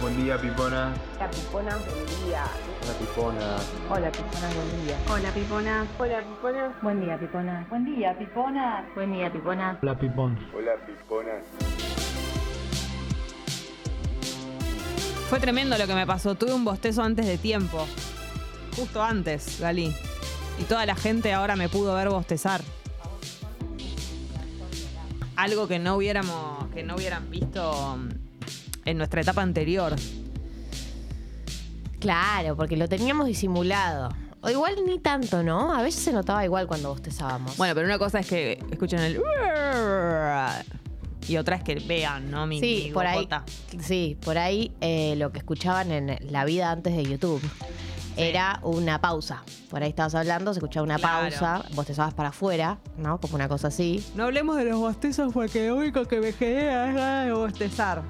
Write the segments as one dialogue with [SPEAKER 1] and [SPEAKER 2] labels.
[SPEAKER 1] Buen día, Pipona.
[SPEAKER 2] Hola Pipona, buen día.
[SPEAKER 1] Hola, Pipona.
[SPEAKER 3] Hola Pipona, buen día.
[SPEAKER 4] Hola Pipona.
[SPEAKER 2] Hola Pipona.
[SPEAKER 3] Buen día Pipona.
[SPEAKER 4] Buen día Pipona.
[SPEAKER 3] Buen día Pipona.
[SPEAKER 1] Hola, Pipón.
[SPEAKER 5] Hola Pipona.
[SPEAKER 6] Fue tremendo lo que me pasó. Tuve un bostezo antes de tiempo. Justo antes, Galí. Y toda la gente ahora me pudo ver bostezar. Algo que no hubiéramos, que no hubieran visto en nuestra etapa anterior.
[SPEAKER 7] Claro, porque lo teníamos disimulado. O igual ni tanto, ¿no? A veces se notaba igual cuando bostezábamos.
[SPEAKER 6] Bueno, pero una cosa es que escuchen el Ah, y otra es que vean, ¿no? Mi,
[SPEAKER 7] sí,
[SPEAKER 6] mi
[SPEAKER 7] por ahí,
[SPEAKER 6] bocota.
[SPEAKER 7] sí, por ahí eh, lo que escuchaban en la vida antes de YouTube era una pausa. Por ahí estabas hablando, se escuchaba una
[SPEAKER 6] Claro.
[SPEAKER 7] pausa, bostezabas para afuera, ¿no? Como una cosa así.
[SPEAKER 6] No hablemos de los bostezos porque lo único que me genera es ganas de bostezar.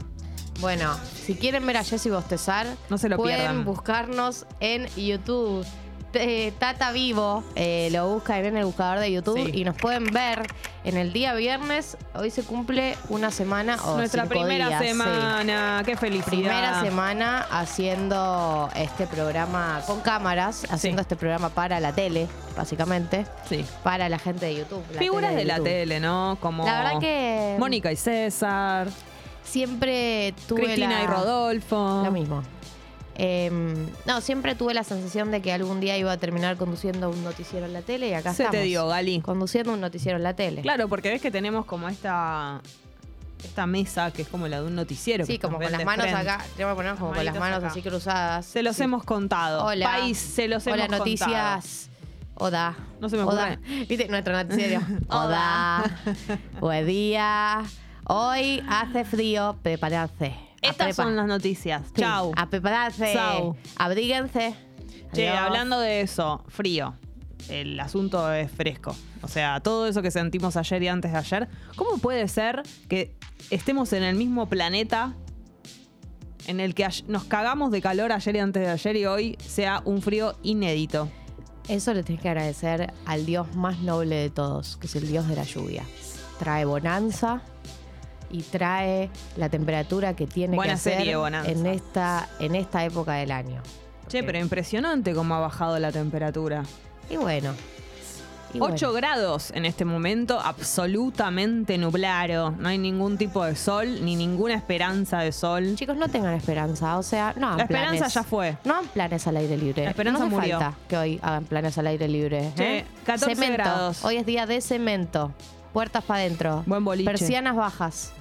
[SPEAKER 7] Bueno, si quieren ver a Jessy bostezar,
[SPEAKER 6] No se lo
[SPEAKER 7] pueden
[SPEAKER 6] pierdan.
[SPEAKER 7] buscarnos en YouTube. T- eh, Tata Vivo eh, lo buscan en el buscador de YouTube
[SPEAKER 6] Sí.
[SPEAKER 7] y nos pueden ver en el día viernes. Hoy se cumple una semana o
[SPEAKER 6] Nuestra
[SPEAKER 7] cinco
[SPEAKER 6] primera
[SPEAKER 7] días, sí.
[SPEAKER 6] semana, qué felicidad.
[SPEAKER 7] Primera semana haciendo este programa con cámaras, haciendo este programa para la tele, básicamente,
[SPEAKER 6] Sí.
[SPEAKER 7] para la gente de YouTube. la
[SPEAKER 6] Figuras
[SPEAKER 7] tele
[SPEAKER 6] de la
[SPEAKER 7] YouTube.
[SPEAKER 6] tele, ¿no? Como
[SPEAKER 7] La verdad que mm,
[SPEAKER 6] Mónica y César,
[SPEAKER 7] siempre tuve
[SPEAKER 6] Cristina
[SPEAKER 7] la-
[SPEAKER 6] y Rodolfo.
[SPEAKER 7] Lo mismo. Em, no, siempre tuve la sensación de que algún día iba a terminar conduciendo un noticiero en la tele y acá
[SPEAKER 6] Se
[SPEAKER 7] estamos.
[SPEAKER 6] te dio, Gali.
[SPEAKER 7] Conduciendo un noticiero en la tele.
[SPEAKER 6] Claro, porque ves que tenemos como esta esta mesa que es como la de un noticiero.
[SPEAKER 7] Sí,
[SPEAKER 6] que
[SPEAKER 7] como
[SPEAKER 6] nos
[SPEAKER 7] con
[SPEAKER 6] ven
[SPEAKER 7] las
[SPEAKER 6] de
[SPEAKER 7] manos
[SPEAKER 6] frente.
[SPEAKER 7] acá. Tenemos que ponernos como con las
[SPEAKER 6] Manitos
[SPEAKER 7] manos
[SPEAKER 6] acá.
[SPEAKER 7] así cruzadas.
[SPEAKER 6] Se los
[SPEAKER 7] Sí.
[SPEAKER 6] hemos contado.
[SPEAKER 7] Hola.
[SPEAKER 6] País, se los
[SPEAKER 7] Hola,
[SPEAKER 6] hemos contado.
[SPEAKER 7] noticias. Oda.
[SPEAKER 6] No se me
[SPEAKER 7] Oda. ¿Viste? Nuestro noticiero. Oda. Buen día. Hoy hace frío. Prepararse.
[SPEAKER 6] Estas son las noticias. Chau.
[SPEAKER 7] A prepararse.
[SPEAKER 6] Chau.
[SPEAKER 7] Abríguense.
[SPEAKER 6] Che,
[SPEAKER 7] Adiós.
[SPEAKER 6] hablando de eso, frío. El asunto es fresco. O sea, todo eso que sentimos ayer y antes de ayer. ¿Cómo puede ser que estemos en el mismo planeta en el que ay- nos cagamos de calor ayer y antes de ayer y hoy sea un frío inédito?
[SPEAKER 7] Eso le tenés que agradecer al dios más noble de todos, que es el dios de la lluvia. Trae bonanza y trae la temperatura que tiene
[SPEAKER 6] Buena
[SPEAKER 7] que hacer
[SPEAKER 6] serie, Bonanza.
[SPEAKER 7] en esta en esta época del año.
[SPEAKER 6] Che, pero impresionante cómo ha bajado la temperatura.
[SPEAKER 7] Y bueno. y
[SPEAKER 6] 8 grados en este momento, absolutamente nublado. No hay ningún tipo de sol, ni ninguna esperanza de sol.
[SPEAKER 7] Chicos, no tengan esperanza, o sea, no hagan
[SPEAKER 6] La esperanza
[SPEAKER 7] planes.
[SPEAKER 6] ya fue.
[SPEAKER 7] No hagan planes al aire libre.
[SPEAKER 6] La esperanza
[SPEAKER 7] no hace
[SPEAKER 6] murió.
[SPEAKER 7] falta que hoy hagan planes al aire libre.
[SPEAKER 6] Che,
[SPEAKER 7] ¿eh?
[SPEAKER 6] 14
[SPEAKER 7] Cemento.
[SPEAKER 6] grados.
[SPEAKER 7] Hoy es día de cemento. Puertas para adentro.
[SPEAKER 6] Buen boliche.
[SPEAKER 7] Persianas bajas.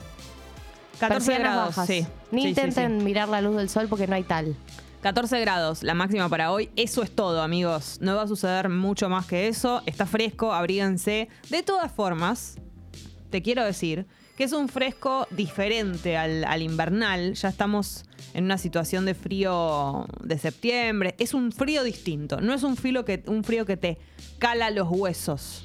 [SPEAKER 6] 14
[SPEAKER 7] Persianas
[SPEAKER 6] grados,
[SPEAKER 7] bajas.
[SPEAKER 6] sí.
[SPEAKER 7] Ni
[SPEAKER 6] Sí, sí, sí.
[SPEAKER 7] intenten mirar la luz del sol porque no hay tal.
[SPEAKER 6] 14 grados, la máxima para hoy. Eso es todo, amigos. No va a suceder mucho más que eso. Está fresco, abríguense. De todas formas, te quiero decir que es un fresco diferente al, al invernal. Ya estamos en una situación de frío de septiembre. Es un frío distinto. No es un, filo que, un frío que te cala los huesos.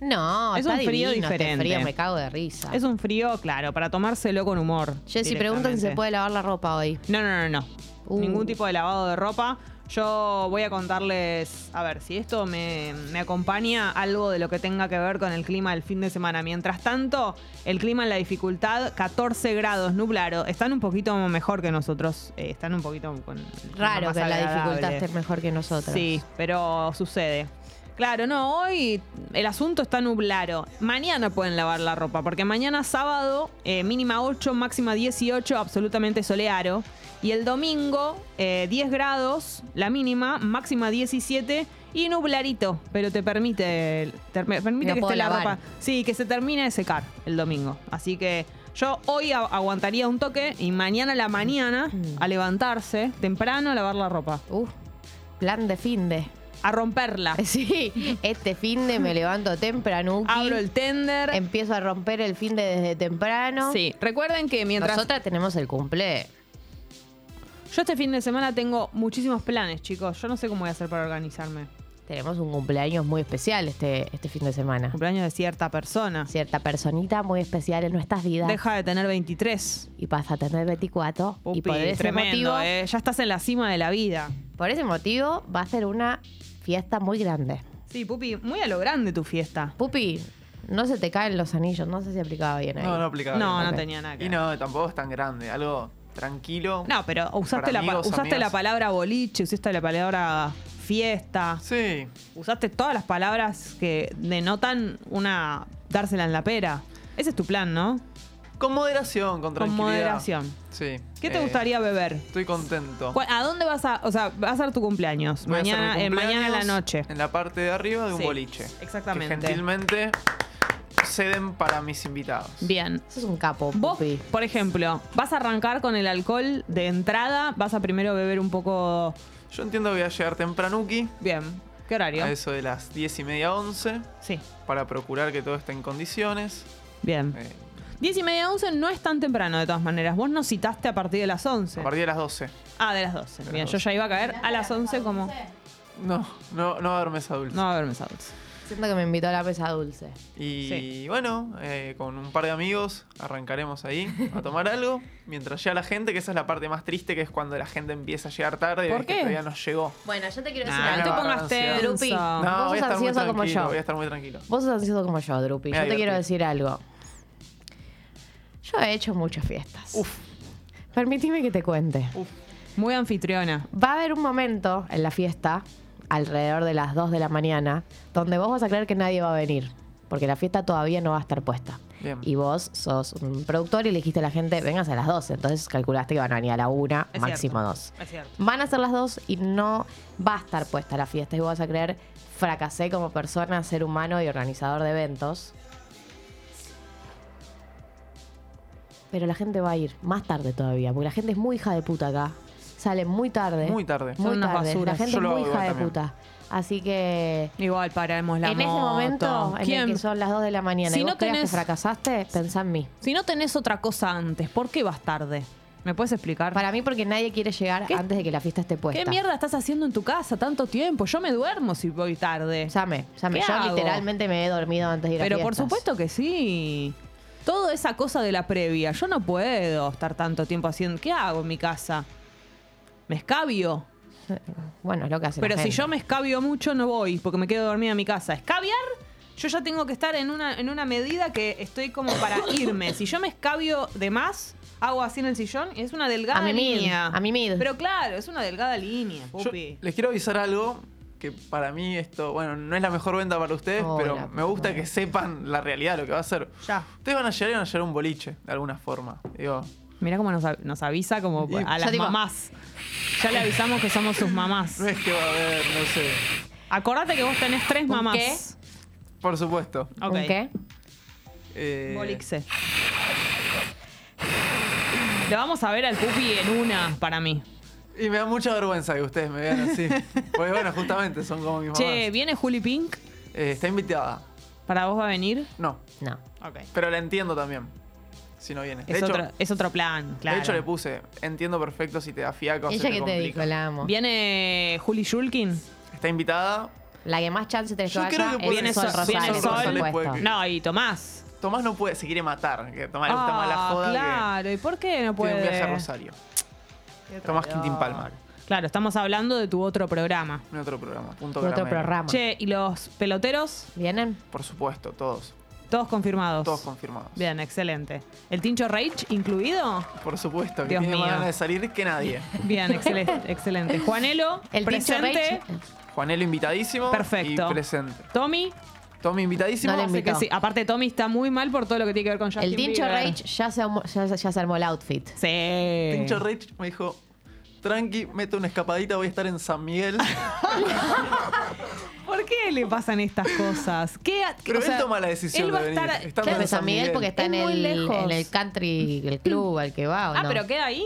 [SPEAKER 7] No,
[SPEAKER 6] Es
[SPEAKER 7] está
[SPEAKER 6] un frío
[SPEAKER 7] divino este
[SPEAKER 6] diferente.
[SPEAKER 7] frío, me cago de risa.
[SPEAKER 6] Es un frío, claro, para tomárselo con humor.
[SPEAKER 7] Ah. Jessy, pregunta si se
[SPEAKER 6] directamente.
[SPEAKER 7] puede lavar la ropa hoy.
[SPEAKER 6] No, no, no, no.
[SPEAKER 7] Uh.
[SPEAKER 6] Ningún tipo de lavado de ropa. Yo voy a contarles, a ver, si esto me, me acompaña algo de lo que tenga que ver con el clima del fin de semana. Mientras tanto, el clima en la dificultad, 14 grados, nublado. Están un poquito mejor que nosotros. eh, están un poquito con... el clima
[SPEAKER 7] Raro
[SPEAKER 6] más
[SPEAKER 7] que la dificultad
[SPEAKER 6] agradable.
[SPEAKER 7] esté mejor que nosotros.
[SPEAKER 6] Sí, pero sucede. Claro, no, hoy el asunto está nublado. Mañana pueden lavar la ropa, porque mañana sábado, eh, mínima 8, máxima 18, absolutamente soleado. Y el domingo, eh, 10 grados, la mínima, máxima 17 y nublarito, pero te permite, te permite
[SPEAKER 7] Lo
[SPEAKER 6] que
[SPEAKER 7] puedo
[SPEAKER 6] esté la
[SPEAKER 7] lavar.
[SPEAKER 6] ropa. Sí, que se termine de secar el domingo. Así que yo hoy a- aguantaría un toque y mañana a la mañana,
[SPEAKER 7] Mm.
[SPEAKER 6] a levantarse temprano, a lavar la ropa.
[SPEAKER 7] Uh, plan de finde.
[SPEAKER 6] A romperla.
[SPEAKER 7] Sí, este finde me levanto temprano.
[SPEAKER 6] Abro el tender.
[SPEAKER 7] Empiezo a romper el finde desde temprano.
[SPEAKER 6] Sí, recuerden que mientras
[SPEAKER 7] Nosotras tenemos el cumple.
[SPEAKER 6] yo este fin de semana tengo muchísimos planes, chicos. Yo no sé cómo voy a hacer para organizarme.
[SPEAKER 7] Tenemos un cumpleaños muy especial este, este fin de semana.
[SPEAKER 6] Cumpleaños de cierta persona.
[SPEAKER 7] Cierta personita muy especial en nuestras vidas.
[SPEAKER 6] Deja de tener 23.
[SPEAKER 7] Y pasa a tener 24. y
[SPEAKER 6] Pupi,
[SPEAKER 7] por ese
[SPEAKER 6] tremendo,
[SPEAKER 7] motivo.
[SPEAKER 6] eh. Ya estás en la cima de la vida.
[SPEAKER 7] Por ese motivo va a ser una fiesta muy grande.
[SPEAKER 6] Sí, Pupi, muy a lo grande tu fiesta.
[SPEAKER 7] Pupi, no se te caen los anillos, no sé si aplicaba bien ahí.
[SPEAKER 8] No, no aplicaba.
[SPEAKER 6] No, no
[SPEAKER 7] ok.
[SPEAKER 6] tenía nada que
[SPEAKER 8] Y
[SPEAKER 6] ver.
[SPEAKER 8] no, tampoco es tan grande. Algo
[SPEAKER 5] tranquilo.
[SPEAKER 6] No, pero usaste, la, pa-
[SPEAKER 5] amigos,
[SPEAKER 6] usaste la
[SPEAKER 5] amigas.
[SPEAKER 6] palabra boliche, usaste la palabra fiesta,
[SPEAKER 5] Sí.
[SPEAKER 6] usaste todas las palabras que denotan una dársela en la pera. Ese es tu plan, ¿no?
[SPEAKER 5] Con moderación, con
[SPEAKER 6] Con
[SPEAKER 5] tranquilidad.
[SPEAKER 6] moderación.
[SPEAKER 5] Sí.
[SPEAKER 6] ¿Qué te
[SPEAKER 5] Eh,
[SPEAKER 6] gustaría beber?
[SPEAKER 5] Estoy contento.
[SPEAKER 6] ¿Cuál- ¿A dónde vas a, o sea, va a ser tu cumpleaños?
[SPEAKER 5] Voy a hacer
[SPEAKER 6] Mañana,
[SPEAKER 5] mi
[SPEAKER 6] eh, mañana a la
[SPEAKER 5] cumpleaños
[SPEAKER 6] noche.
[SPEAKER 5] En la parte de arriba de un
[SPEAKER 6] Sí,
[SPEAKER 5] boliche.
[SPEAKER 6] exactamente.
[SPEAKER 5] Que gentilmente ceden para mis invitados.
[SPEAKER 6] Bien.
[SPEAKER 7] Eso es un capo,
[SPEAKER 6] Vos,
[SPEAKER 7] Pupi.
[SPEAKER 6] por ejemplo, vas a arrancar con el alcohol de entrada, vas a primero beber un poco.
[SPEAKER 5] Yo entiendo que voy a llegar tempranuki,
[SPEAKER 6] Bien. ¿Qué horario?
[SPEAKER 5] a eso de las 10 y media 11,
[SPEAKER 6] Sí.
[SPEAKER 5] para procurar que todo esté en condiciones.
[SPEAKER 6] Bien.
[SPEAKER 5] Eh,
[SPEAKER 6] 10 y media, 11 no es tan temprano de todas maneras. Vos nos citaste a partir de las 11.
[SPEAKER 5] A partir de las 12.
[SPEAKER 6] Ah, de las 12.
[SPEAKER 5] las
[SPEAKER 6] Bien, yo
[SPEAKER 5] 12.
[SPEAKER 6] ya iba a caer a las 11 como...
[SPEAKER 5] No, no, no va a haber mesa dulce.
[SPEAKER 6] No va a haber mesa dulce.
[SPEAKER 7] Siento que me invitó a la mesa dulce.
[SPEAKER 5] Y
[SPEAKER 6] Sí.
[SPEAKER 5] bueno, eh, con un par de amigos arrancaremos ahí a tomar algo. Mientras llega la gente, que esa es la parte más triste, que es cuando la gente empieza a llegar tarde. y
[SPEAKER 6] ¿Por
[SPEAKER 5] ves que
[SPEAKER 6] qué?
[SPEAKER 5] Todavía no llegó.
[SPEAKER 7] Bueno, yo te quiero
[SPEAKER 6] Nah, no
[SPEAKER 5] algo.
[SPEAKER 6] te
[SPEAKER 5] Ah,
[SPEAKER 6] pongas
[SPEAKER 5] ansiedad.
[SPEAKER 7] Drupi.
[SPEAKER 6] tenso.
[SPEAKER 5] No,
[SPEAKER 7] vos
[SPEAKER 5] voy a
[SPEAKER 7] sos
[SPEAKER 5] estar muy
[SPEAKER 7] ansioso como
[SPEAKER 5] tranquilo.
[SPEAKER 7] yo.
[SPEAKER 5] Voy a estar muy tranquilo.
[SPEAKER 7] Vos sos ansioso como yo, Drupi.
[SPEAKER 5] Me
[SPEAKER 7] Yo te quiero
[SPEAKER 5] divertí.
[SPEAKER 7] decir algo. Yo he hecho muchas fiestas.
[SPEAKER 5] Uf.
[SPEAKER 7] Permitime que te cuente.
[SPEAKER 6] Muy anfitriona.
[SPEAKER 7] Va a haber un momento en la fiesta, alrededor de las 2 de la mañana, donde vos vas a creer que nadie va a venir, porque la fiesta todavía no va a estar puesta.
[SPEAKER 5] Bien.
[SPEAKER 7] Y vos sos un productor y le dijiste a la gente, vengas a las 12, entonces calculaste que van a venir a la 1,
[SPEAKER 6] Es
[SPEAKER 7] máximo
[SPEAKER 6] cierto.
[SPEAKER 7] 2.
[SPEAKER 6] Es cierto.
[SPEAKER 7] Van a ser las 2 y no va a estar puesta la fiesta y vos vas a creer, fracasé como persona, ser humano y organizador de eventos. Pero la gente va a ir más tarde todavía, porque la gente es muy hija de puta acá. Sale muy tarde.
[SPEAKER 5] Muy tarde.
[SPEAKER 6] Son
[SPEAKER 7] Muy
[SPEAKER 6] unas
[SPEAKER 7] tarde. La
[SPEAKER 6] basuras.
[SPEAKER 7] gente
[SPEAKER 5] Yo
[SPEAKER 7] es
[SPEAKER 5] lo
[SPEAKER 7] muy
[SPEAKER 5] hago
[SPEAKER 7] hija de
[SPEAKER 5] también.
[SPEAKER 7] puta. Así que
[SPEAKER 6] Igual pararemos la
[SPEAKER 7] Eh, en
[SPEAKER 6] moto.
[SPEAKER 7] ese momento, en
[SPEAKER 6] ¿Quién?
[SPEAKER 7] el que son las 2 de la mañana,
[SPEAKER 6] Si
[SPEAKER 7] y vos
[SPEAKER 6] no
[SPEAKER 7] creas
[SPEAKER 6] tenés-
[SPEAKER 7] que fracasaste, pensá en mí.
[SPEAKER 6] Si no tenés otra cosa antes, ¿por qué vas tarde? ¿Me puedes explicar?
[SPEAKER 7] Para mí, porque nadie quiere llegar
[SPEAKER 6] ¿Qué-
[SPEAKER 7] antes de que la fiesta esté puesta.
[SPEAKER 6] ¿Qué mierda estás haciendo en tu casa tanto tiempo? Yo me duermo si voy tarde.
[SPEAKER 7] Llame, llame.
[SPEAKER 6] ¿Qué
[SPEAKER 7] Yo
[SPEAKER 6] hago?
[SPEAKER 7] literalmente me he dormido antes de ir a
[SPEAKER 6] Pero por
[SPEAKER 7] fiestas.
[SPEAKER 6] supuesto que sí. Toda esa cosa de la previa. Yo no puedo estar tanto tiempo haciendo. ¿Qué hago en mi casa? Me escabio.
[SPEAKER 7] Bueno, es lo que hace. la
[SPEAKER 6] Pero si
[SPEAKER 7] gente.
[SPEAKER 6] yo me escabio mucho, no voy, porque me quedo dormida en mi casa. Escabiar, yo ya tengo que estar en una, en una medida que estoy como para irme. Si yo me escabio de más, hago así en el sillón y es una delgada
[SPEAKER 7] A mimir,
[SPEAKER 6] línea.
[SPEAKER 7] a mimir.
[SPEAKER 6] Pero claro, es una delgada línea,
[SPEAKER 5] Yo
[SPEAKER 6] pupi.
[SPEAKER 5] les quiero avisar algo que para mí esto, bueno, no es la mejor venta para ustedes,
[SPEAKER 7] Oh, la
[SPEAKER 5] pero me
[SPEAKER 7] puta
[SPEAKER 5] gusta
[SPEAKER 7] madre.
[SPEAKER 5] que sepan la realidad, lo que va a ser.
[SPEAKER 6] Ya.
[SPEAKER 5] Ustedes van a llegar y van a llegar a un boliche, de alguna forma. Digo,
[SPEAKER 6] Mirá cómo nos, av- nos avisa como
[SPEAKER 5] Y-
[SPEAKER 6] a
[SPEAKER 5] Yo
[SPEAKER 6] las
[SPEAKER 7] digo-
[SPEAKER 6] mamás. Ya le avisamos que somos sus mamás.
[SPEAKER 5] no es que va a haber, no sé.
[SPEAKER 6] Acordate que vos tenés tres mamás.
[SPEAKER 7] qué?
[SPEAKER 5] Por supuesto.
[SPEAKER 6] Ok.
[SPEAKER 7] ¿Un qué?
[SPEAKER 5] Eh,
[SPEAKER 6] Bolixé. Lo vamos a ver al pupi en una, para mí.
[SPEAKER 5] Y me da mucha vergüenza que ustedes me vean así. Porque bueno, justamente son como mis mamás.
[SPEAKER 6] Che, ¿viene Juli Pink?
[SPEAKER 5] Eh, está invitada.
[SPEAKER 6] ¿Para vos va a venir?
[SPEAKER 5] No,
[SPEAKER 7] No.
[SPEAKER 6] Ok.
[SPEAKER 5] pero la entiendo también. Si no viene. De,
[SPEAKER 6] Es,
[SPEAKER 5] hecho,
[SPEAKER 6] otro, es otro plan,
[SPEAKER 5] de
[SPEAKER 6] claro.
[SPEAKER 5] hecho, le puse, entiendo perfecto si te da fiaco. se
[SPEAKER 7] Ella que te
[SPEAKER 5] complica".
[SPEAKER 7] dijo, la amo.
[SPEAKER 6] ¿Viene Juli Shulkin?
[SPEAKER 5] Está invitada.
[SPEAKER 7] La que más chance tenés que
[SPEAKER 5] Yo creo
[SPEAKER 7] vaya
[SPEAKER 5] que
[SPEAKER 7] es
[SPEAKER 5] puede-
[SPEAKER 7] el Sol
[SPEAKER 6] Viene Sol- viene
[SPEAKER 7] Rosales, por
[SPEAKER 6] Sol,
[SPEAKER 7] supuesto.
[SPEAKER 5] puede que-
[SPEAKER 6] No, y Tomás.
[SPEAKER 5] Tomás no puede, se quiere matar. Que a Tomás le gusta más la
[SPEAKER 6] Ah,
[SPEAKER 5] joda
[SPEAKER 6] claro. ¿Y por qué no
[SPEAKER 5] que tiene
[SPEAKER 6] puede?
[SPEAKER 5] un viaje a Rosario. Tomás Quintín Palma.
[SPEAKER 6] Claro, estamos hablando de tu otro programa.
[SPEAKER 5] En otro programa. Punto
[SPEAKER 7] Otro
[SPEAKER 5] Gramero.
[SPEAKER 7] programa.
[SPEAKER 6] Che, ¿y los peloteros?
[SPEAKER 7] ¿Vienen?
[SPEAKER 5] Por supuesto, todos.
[SPEAKER 6] Todos confirmados.
[SPEAKER 5] Todos confirmados.
[SPEAKER 6] Bien, excelente. ¿El Tincho Rage incluido?
[SPEAKER 5] Por supuesto, que
[SPEAKER 6] Dios
[SPEAKER 5] tiene más
[SPEAKER 6] mío.
[SPEAKER 5] ganas de salir que nadie.
[SPEAKER 6] Bien, excelente. excelente. Juanelo,
[SPEAKER 7] El Tincho
[SPEAKER 6] presente.
[SPEAKER 7] Reich-
[SPEAKER 5] Juanelo invitadísimo.
[SPEAKER 6] Perfecto.
[SPEAKER 5] Y presente.
[SPEAKER 6] Tommy,
[SPEAKER 5] Tommy invitadísimo.
[SPEAKER 7] No le
[SPEAKER 5] así
[SPEAKER 6] sé que
[SPEAKER 7] invitó.
[SPEAKER 6] sí. ah, Aparte, Tommy está muy mal por todo lo que tiene que ver con Justin
[SPEAKER 7] El Tincho
[SPEAKER 6] Bieber.
[SPEAKER 7] Rage ya se, armó- ya, ya se armó el outfit.
[SPEAKER 6] Sí.
[SPEAKER 5] Tincho Rich me dijo, tranqui, mete una escapadita, voy a estar en San Miguel.
[SPEAKER 6] ¿Por qué le pasan estas cosas? ¿Qué, qué-
[SPEAKER 5] Pero
[SPEAKER 6] o
[SPEAKER 5] él
[SPEAKER 6] sea,
[SPEAKER 5] toma la decisión
[SPEAKER 6] él va
[SPEAKER 5] de
[SPEAKER 6] a estar-
[SPEAKER 5] venir, estando
[SPEAKER 7] Claro,
[SPEAKER 5] en
[SPEAKER 7] de San Miguel porque está
[SPEAKER 6] Es
[SPEAKER 7] en
[SPEAKER 6] muy
[SPEAKER 7] el,
[SPEAKER 6] lejos.
[SPEAKER 7] en el country, el club al que va. ¿o
[SPEAKER 6] Ah,
[SPEAKER 7] no?
[SPEAKER 6] pero queda ahí.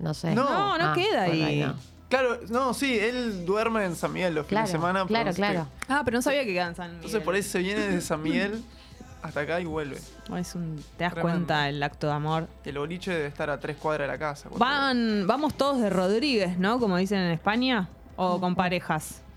[SPEAKER 7] No sé.
[SPEAKER 5] No.
[SPEAKER 6] No, no
[SPEAKER 7] Ah,
[SPEAKER 6] queda
[SPEAKER 7] bueno,
[SPEAKER 6] ahí.
[SPEAKER 7] no.
[SPEAKER 5] Claro, no, sí, él duerme en San Miguel los
[SPEAKER 7] Claro,
[SPEAKER 5] fines de semana. pero
[SPEAKER 7] claro,
[SPEAKER 5] este-
[SPEAKER 7] claro.
[SPEAKER 6] Ah, pero no sabía que quedan San Miguel.
[SPEAKER 5] Entonces por eso se viene desde San Miguel hasta acá y vuelve.
[SPEAKER 6] Es un- te das
[SPEAKER 5] Tremendo.
[SPEAKER 6] cuenta el acto de amor.
[SPEAKER 5] El boliche debe estar a tres cuadras de la casa. cuatro
[SPEAKER 6] Van, vamos todos de Rodríguez, ¿no? Como dicen en España. O con parejas.
[SPEAKER 5] cuadras.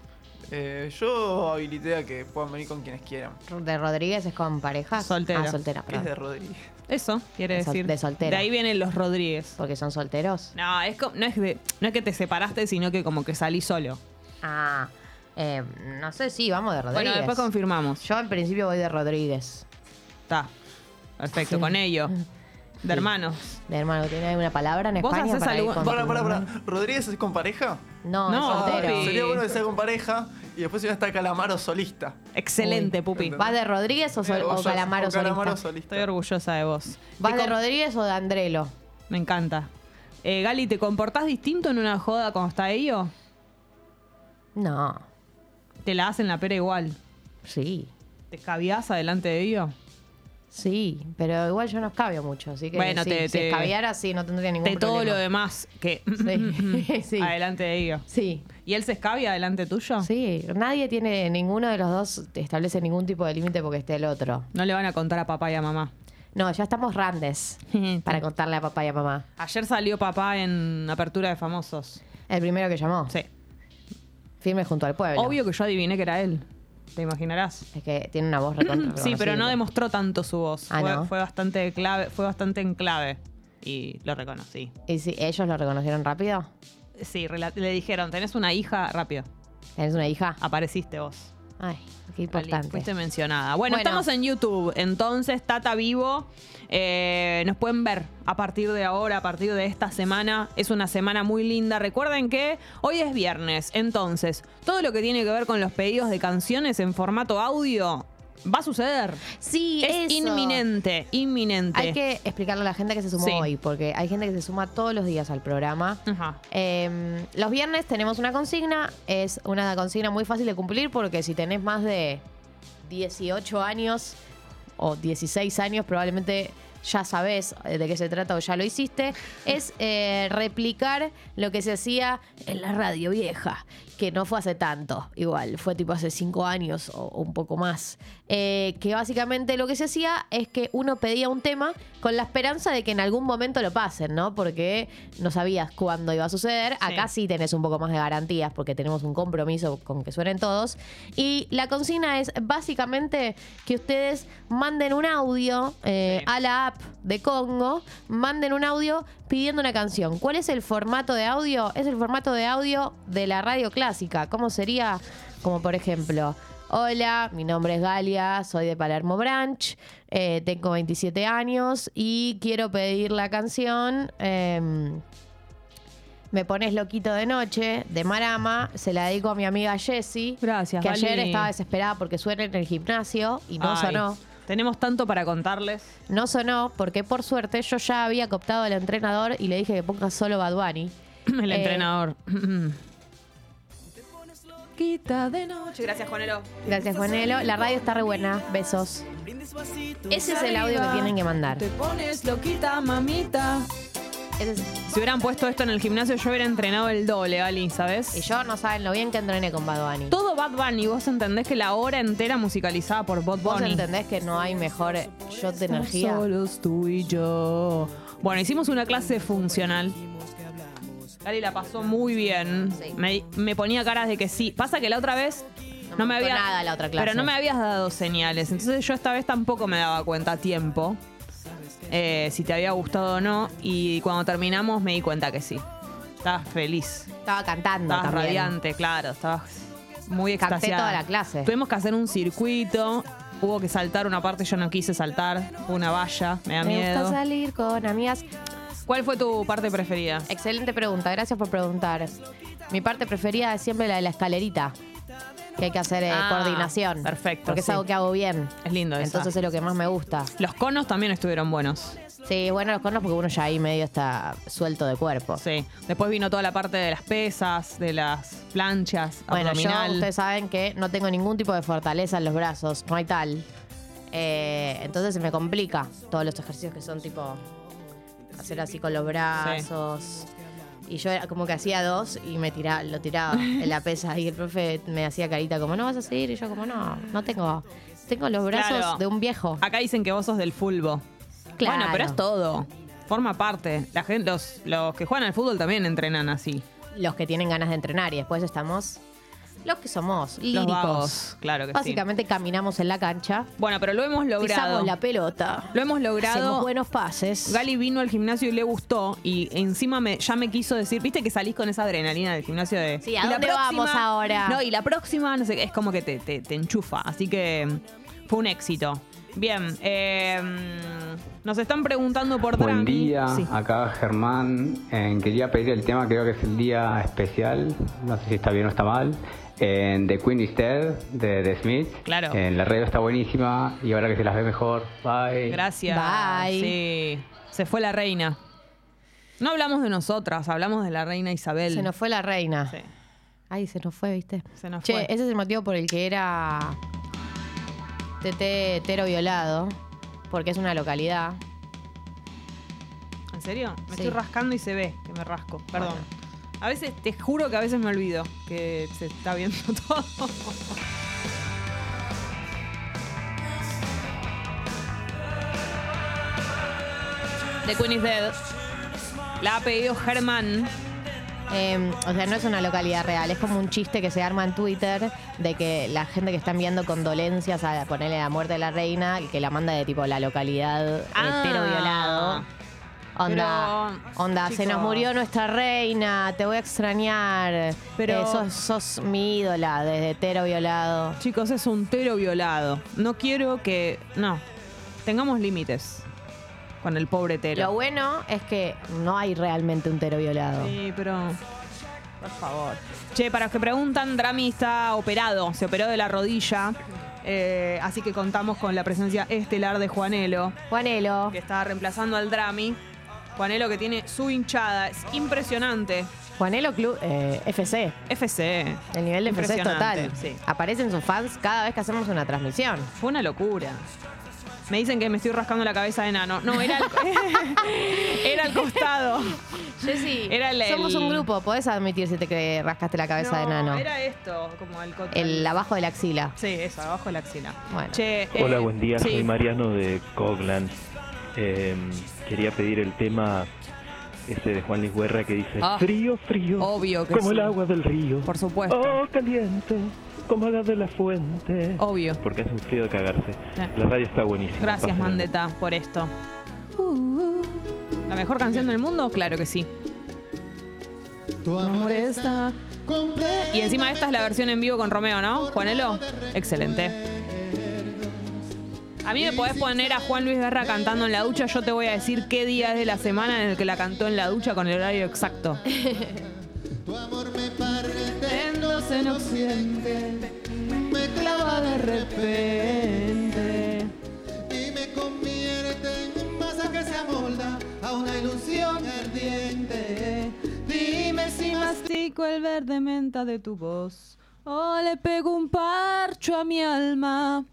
[SPEAKER 5] Eh, yo habilité a que puedan venir con quienes quieran.
[SPEAKER 7] De Rodríguez es con parejas.
[SPEAKER 6] Soltera.
[SPEAKER 7] Ah, soltera,
[SPEAKER 5] ¿Qué es
[SPEAKER 7] perdón.
[SPEAKER 5] de Rodríguez?
[SPEAKER 6] Eso quiere
[SPEAKER 7] De sol-
[SPEAKER 6] decir.
[SPEAKER 7] de soltera.
[SPEAKER 6] ahí vienen los Rodríguez.
[SPEAKER 7] Porque son solteros.
[SPEAKER 6] No, es co- no, es de- no es que te separaste, sino que como que salí solo.
[SPEAKER 7] Ah, eh, no sé, sí, vamos de Rodríguez.
[SPEAKER 6] Bueno, después confirmamos.
[SPEAKER 7] Yo en principio voy de Rodríguez.
[SPEAKER 6] Está. Perfecto, con ello. de hermanos.
[SPEAKER 7] De hermano, ¿tiene alguna palabra en
[SPEAKER 6] ¿Vos
[SPEAKER 7] España
[SPEAKER 6] hacés
[SPEAKER 7] para ir
[SPEAKER 6] algún-
[SPEAKER 7] con-
[SPEAKER 5] Para, para, para. ¿Rodríguez es con pareja?
[SPEAKER 7] No,
[SPEAKER 6] No,
[SPEAKER 7] es soltero.
[SPEAKER 6] papi.
[SPEAKER 5] Sería bueno que sea con pareja y después iba a estar Calamaro solista.
[SPEAKER 6] Excelente, Pupi.
[SPEAKER 7] ¿Vas de Rodríguez o, sol- o
[SPEAKER 5] O sea,
[SPEAKER 7] Calamaro
[SPEAKER 5] o Calamaro
[SPEAKER 7] solista?
[SPEAKER 5] solista.
[SPEAKER 6] Estoy orgullosa de vos.
[SPEAKER 7] ¿Vas
[SPEAKER 6] Te
[SPEAKER 7] de
[SPEAKER 6] com-
[SPEAKER 7] Rodríguez o de Andrelo?
[SPEAKER 6] Me encanta. Eh, Gali, ¿te comportás distinto en una joda cuando está ello?
[SPEAKER 7] No,
[SPEAKER 6] ¿Te la hacen la pera igual?
[SPEAKER 7] sí,
[SPEAKER 6] ¿Te escabiás adelante de ello?
[SPEAKER 7] sí, pero igual yo no escabio mucho, así que
[SPEAKER 6] Bueno,
[SPEAKER 7] sí,
[SPEAKER 6] te-
[SPEAKER 7] si
[SPEAKER 6] te-
[SPEAKER 7] escabiara sí, no tendría ningún
[SPEAKER 6] De
[SPEAKER 7] problema.
[SPEAKER 6] todo lo demás que...
[SPEAKER 7] Sí, sí.
[SPEAKER 6] Adelante de ello.
[SPEAKER 7] Sí,
[SPEAKER 6] ¿Y él se escabia adelante tuyo?
[SPEAKER 7] sí, nadie tiene, ninguno de los dos establece ningún tipo de límite porque esté el otro.
[SPEAKER 6] No le van a contar a papá y a mamá.
[SPEAKER 7] No, ya estamos grandes para contarle a papá y a mamá.
[SPEAKER 6] Ayer salió papá en Apertura de Famosos.
[SPEAKER 7] El primero que llamó,
[SPEAKER 6] Sí.
[SPEAKER 7] firme junto al pueblo.
[SPEAKER 6] Obvio que yo adiviné que era él. Te imaginarás.
[SPEAKER 7] Es que tiene una voz recontra
[SPEAKER 6] Sí, pero no
[SPEAKER 7] reconocible.
[SPEAKER 6] demostró tanto su voz.
[SPEAKER 7] Ah,
[SPEAKER 6] fue,
[SPEAKER 7] ¿no?
[SPEAKER 6] fue bastante clave, fue bastante en clave. Y lo reconocí.
[SPEAKER 7] ¿Y si ellos lo reconocieron rápido?
[SPEAKER 6] Sí, rela- le dijeron, tenés una hija, rápido.
[SPEAKER 7] ¿Tenés una hija?
[SPEAKER 6] Apareciste vos.
[SPEAKER 7] Ay,
[SPEAKER 6] Ali,
[SPEAKER 7] qué importante.
[SPEAKER 6] Fuiste mencionada. Bueno,
[SPEAKER 7] Bueno.
[SPEAKER 6] estamos en YouTube, entonces Tata Vivo eh, nos pueden ver a partir de ahora, a partir de esta semana. Es una semana muy linda. Recuerden que hoy es viernes, entonces todo lo que tiene que ver con los pedidos de canciones en formato audio va a suceder.
[SPEAKER 7] Sí,
[SPEAKER 6] es
[SPEAKER 7] eso.
[SPEAKER 6] inminente, inminente.
[SPEAKER 7] Hay que explicarle a la gente que se sumó
[SPEAKER 6] Sí.
[SPEAKER 7] hoy, porque hay gente que se suma todos los días al programa.
[SPEAKER 6] Ajá.
[SPEAKER 7] Eh, los viernes tenemos una consigna, es una consigna muy fácil de cumplir porque si tenés más de 18 años o 16 años probablemente ya sabés eh, de qué se trata o ya lo hiciste, es eh, replicar lo que se hacía en la radio vieja, que no fue hace tanto, igual, fue tipo hace 5 años o, o un poco más, Eh, que básicamente lo que se hacía es que uno pedía un tema con la esperanza de que en algún momento lo pasen, ¿no? Porque no sabías cuándo iba a suceder, acá sí tenés un poco más de garantías porque tenemos un compromiso con que suenen todos. Y la consigna es básicamente que ustedes manden un audio eh, a la app de Congo, manden un audio pidiendo una canción. ¿Cuál es el formato de audio? Es el formato de audio de la radio clásica. ¿Cómo sería? Como por ejemplo... Hola, mi nombre es Galia, soy de Palermo Branch, eh, tengo 27 años y quiero pedir la canción em, me pones loquito de noche, de Marama, se la dedico a mi amiga Jessie.
[SPEAKER 6] Gracias,
[SPEAKER 7] Que
[SPEAKER 6] Vali.
[SPEAKER 7] ayer estaba desesperada porque suena en el gimnasio y no
[SPEAKER 6] Ay,
[SPEAKER 7] sonó.
[SPEAKER 6] Tenemos tanto para contarles.
[SPEAKER 7] No sonó porque por suerte yo ya había cooptado al entrenador y le dije que ponga solo Bad Bunny.
[SPEAKER 6] El
[SPEAKER 7] Eh,
[SPEAKER 6] entrenador. Quita de noche. Gracias, Juanelo.
[SPEAKER 7] Gracias, Juanelo. La radio está re buena. Besos. Ese es el audio que tienen que mandar.
[SPEAKER 6] pones loquita, mamita.
[SPEAKER 7] Ese es-
[SPEAKER 6] Si hubieran puesto esto en el gimnasio, yo hubiera entrenado el doble, Ali, ¿sabes?
[SPEAKER 7] Y yo no saben lo bien que entrené con Bad Bunny.
[SPEAKER 6] Todo Bad Bunny, vos entendés que la hora entera musicalizada por Bad
[SPEAKER 7] Vos
[SPEAKER 6] Bunny.
[SPEAKER 7] entendés que no hay mejor shot de energía.
[SPEAKER 6] Solos tú y yo. Bueno, hicimos una clase funcional. Cari la pasó muy bien.
[SPEAKER 7] Sí.
[SPEAKER 6] Me, me ponía caras de que sí. Pasa que la otra vez no,
[SPEAKER 7] No
[SPEAKER 6] me
[SPEAKER 7] me
[SPEAKER 6] había
[SPEAKER 7] gustó nada la otra clase.
[SPEAKER 6] Pero no me habías dado señales. Entonces yo esta vez tampoco me daba cuenta a tiempo eh, si te había gustado o no. Y cuando terminamos me di cuenta que sí. Estabas feliz.
[SPEAKER 7] Estaba cantando
[SPEAKER 6] Estabas
[SPEAKER 7] también.
[SPEAKER 6] radiante, claro. Estabas muy
[SPEAKER 7] Canté
[SPEAKER 6] extasiada.
[SPEAKER 7] toda la clase.
[SPEAKER 6] Tuvimos que hacer un circuito. Hubo que saltar una parte, yo no quise saltar. Hubo Una valla, me da
[SPEAKER 7] Me
[SPEAKER 6] miedo.
[SPEAKER 7] gusta salir con amigas.
[SPEAKER 6] ¿Cuál fue tu parte preferida?
[SPEAKER 7] Excelente pregunta, gracias por preguntar. Mi parte preferida es siempre la de la escalerita, que hay que hacer eh,
[SPEAKER 6] Ah,
[SPEAKER 7] coordinación.
[SPEAKER 6] perfecto,
[SPEAKER 7] Porque es
[SPEAKER 6] sí.
[SPEAKER 7] algo que hago bien.
[SPEAKER 6] Es lindo eso.
[SPEAKER 7] Entonces es lo que más me gusta.
[SPEAKER 6] Los conos también estuvieron buenos.
[SPEAKER 7] Sí, bueno, los conos porque uno ya ahí medio está suelto de cuerpo.
[SPEAKER 6] Sí. Después vino toda la parte de las pesas, de las planchas,
[SPEAKER 7] Bueno,
[SPEAKER 6] abdominal.
[SPEAKER 7] yo, ustedes saben que no tengo ningún tipo de fortaleza en los brazos, no hay tal. Eh, entonces se me complica todos los ejercicios que son tipo hacer así con los brazos. Y yo era como que hacía dos y me tiraba, lo tiraba en la pesa. Y el profe me hacía carita como, no vas a seguir. Y yo como, no, no tengo. Tengo los brazos
[SPEAKER 6] Claro.
[SPEAKER 7] de un viejo.
[SPEAKER 6] Acá dicen que vos sos del fulbo.
[SPEAKER 7] Claro.
[SPEAKER 6] Bueno, pero es todo. Forma parte. La gente, los, los que juegan al fútbol también entrenan así.
[SPEAKER 7] Los que tienen ganas de entrenar y después estamos los que somos,
[SPEAKER 6] Los
[SPEAKER 7] líricos.
[SPEAKER 6] vagos, claro que
[SPEAKER 7] Básicamente caminamos en la cancha,
[SPEAKER 6] sí. Bueno, pero lo hemos logrado.
[SPEAKER 7] pisamos la pelota.
[SPEAKER 6] Lo hemos
[SPEAKER 7] Hacemos
[SPEAKER 6] logrado.
[SPEAKER 7] buenos pases.
[SPEAKER 6] Gali vino al gimnasio y le gustó y encima me, ya me quiso decir, viste que salís con esa adrenalina del gimnasio de...
[SPEAKER 7] Sí, ¿a
[SPEAKER 6] "Y la
[SPEAKER 7] dónde vamos ahora?"
[SPEAKER 6] No, y la próxima, no sé, qué, es como que te, te- te enchufa, así que mm, fue un éxito. Bien, eh, mm, Nos están preguntando por
[SPEAKER 1] Buen
[SPEAKER 6] Draghi.
[SPEAKER 1] día, Ah,
[SPEAKER 6] Sí.
[SPEAKER 1] acá Germán. Eh, quería pedir el tema, creo que es el día especial, no sé si está bien o está mal, en The Queen is Dead de The Smith.
[SPEAKER 6] Claro.
[SPEAKER 1] En la radio está buenísima y ahora que se las ve mejor. Bye.
[SPEAKER 6] Gracias.
[SPEAKER 7] Bye.
[SPEAKER 6] Sí. Se fue la reina. No hablamos de nosotras, hablamos de la reina Isabel.
[SPEAKER 7] Se nos fue la reina.
[SPEAKER 6] Sí.
[SPEAKER 7] Ay, se nos fue, ¿viste?
[SPEAKER 6] Se nos
[SPEAKER 7] che,
[SPEAKER 6] fue.
[SPEAKER 7] ese es el motivo por el que era TT Tero Violado, porque es una localidad.
[SPEAKER 6] ¿En serio? Me
[SPEAKER 7] Sí.
[SPEAKER 6] estoy rascando y se ve que me rasco. Perdón.
[SPEAKER 7] Bueno.
[SPEAKER 6] A veces, te juro que a veces me olvido que se está viendo todo. The Queen is Dead. La ha pedido Germán.
[SPEAKER 7] Eh, o sea, no es una localidad real, es como un chiste que se arma en Twitter de que la gente que está enviando condolencias a ponerle la muerte de la reina, que la manda de tipo la localidad eh,
[SPEAKER 6] Ah.
[SPEAKER 7] Tero Violado. Onda,
[SPEAKER 6] Pero,
[SPEAKER 7] onda se nos
[SPEAKER 6] chicos.
[SPEAKER 7] murió nuestra reina, te voy a extrañar.
[SPEAKER 6] Pero-
[SPEAKER 7] Eh, sos, sos mi ídola desde Tero Violado.
[SPEAKER 6] Chicos, es un tero violado. No quiero que. No. Tengamos límites con el pobre
[SPEAKER 7] Lo
[SPEAKER 6] tero.
[SPEAKER 7] bueno es que no hay realmente un tero violado.
[SPEAKER 6] Sí, pero. Por favor. Che, para los que preguntan, Drami está operado. Se operó de la rodilla. Eh, así que contamos con la presencia estelar de Juanelo,
[SPEAKER 7] Juanelo,
[SPEAKER 6] que está reemplazando al Drami. Juanelo que tiene su hinchada. Es impresionante.
[SPEAKER 7] Juanelo Club eh, FC.
[SPEAKER 6] FC.
[SPEAKER 7] El nivel de FC es total.
[SPEAKER 6] Impresionante, sí.
[SPEAKER 7] Aparecen sus fans cada vez que hacemos una transmisión.
[SPEAKER 6] Fue una locura. Me dicen que me estoy rascando la cabeza de nano. No, era al, era al costado.
[SPEAKER 7] Jessy,
[SPEAKER 6] Era el-
[SPEAKER 7] somos
[SPEAKER 6] el-
[SPEAKER 7] un grupo, podés admitir si te que rascaste la cabeza de
[SPEAKER 6] No,
[SPEAKER 7] nano.
[SPEAKER 6] Era esto, como el cot-
[SPEAKER 7] El abajo de la axila.
[SPEAKER 6] Sí, eso, abajo de la axila.
[SPEAKER 7] Bueno.
[SPEAKER 6] Che,
[SPEAKER 8] Hola,
[SPEAKER 6] eh,
[SPEAKER 8] buen día.
[SPEAKER 6] sí.
[SPEAKER 8] Soy Mariano de Coglan. Eh, quería pedir el tema ese de Juan Luis Guerra que dice
[SPEAKER 6] Ah,
[SPEAKER 8] frío, frío,
[SPEAKER 6] obvio que
[SPEAKER 8] como el
[SPEAKER 6] sí.
[SPEAKER 8] agua del río.
[SPEAKER 6] Por supuesto.
[SPEAKER 8] Oh, caliente, como la de la fuente.
[SPEAKER 6] Obvio.
[SPEAKER 8] Porque es un frío de cagarse.
[SPEAKER 6] Ah.
[SPEAKER 8] La radio está buenísima.
[SPEAKER 6] Gracias,
[SPEAKER 8] Pásenla.
[SPEAKER 6] Mandeta, por esto. ¿La mejor canción del mundo? Claro que sí.
[SPEAKER 9] Tu amor está completo.
[SPEAKER 6] Y encima esta es la versión en vivo con Romeo, ¿no? Juanelo. Excelente. A mí me podés poner a Juan Luis Guerra cantando en la ducha. Yo te voy a decir qué día es de la semana en el que la cantó en la ducha con el horario exacto.
[SPEAKER 9] Tu amor me parece no siente. Me clava de repente. Y me convierte en un masa que se amolda a una ilusión ardiente. Dime si más
[SPEAKER 6] Mastico el verde menta de tu voz. O le pego un parcho a mi alma.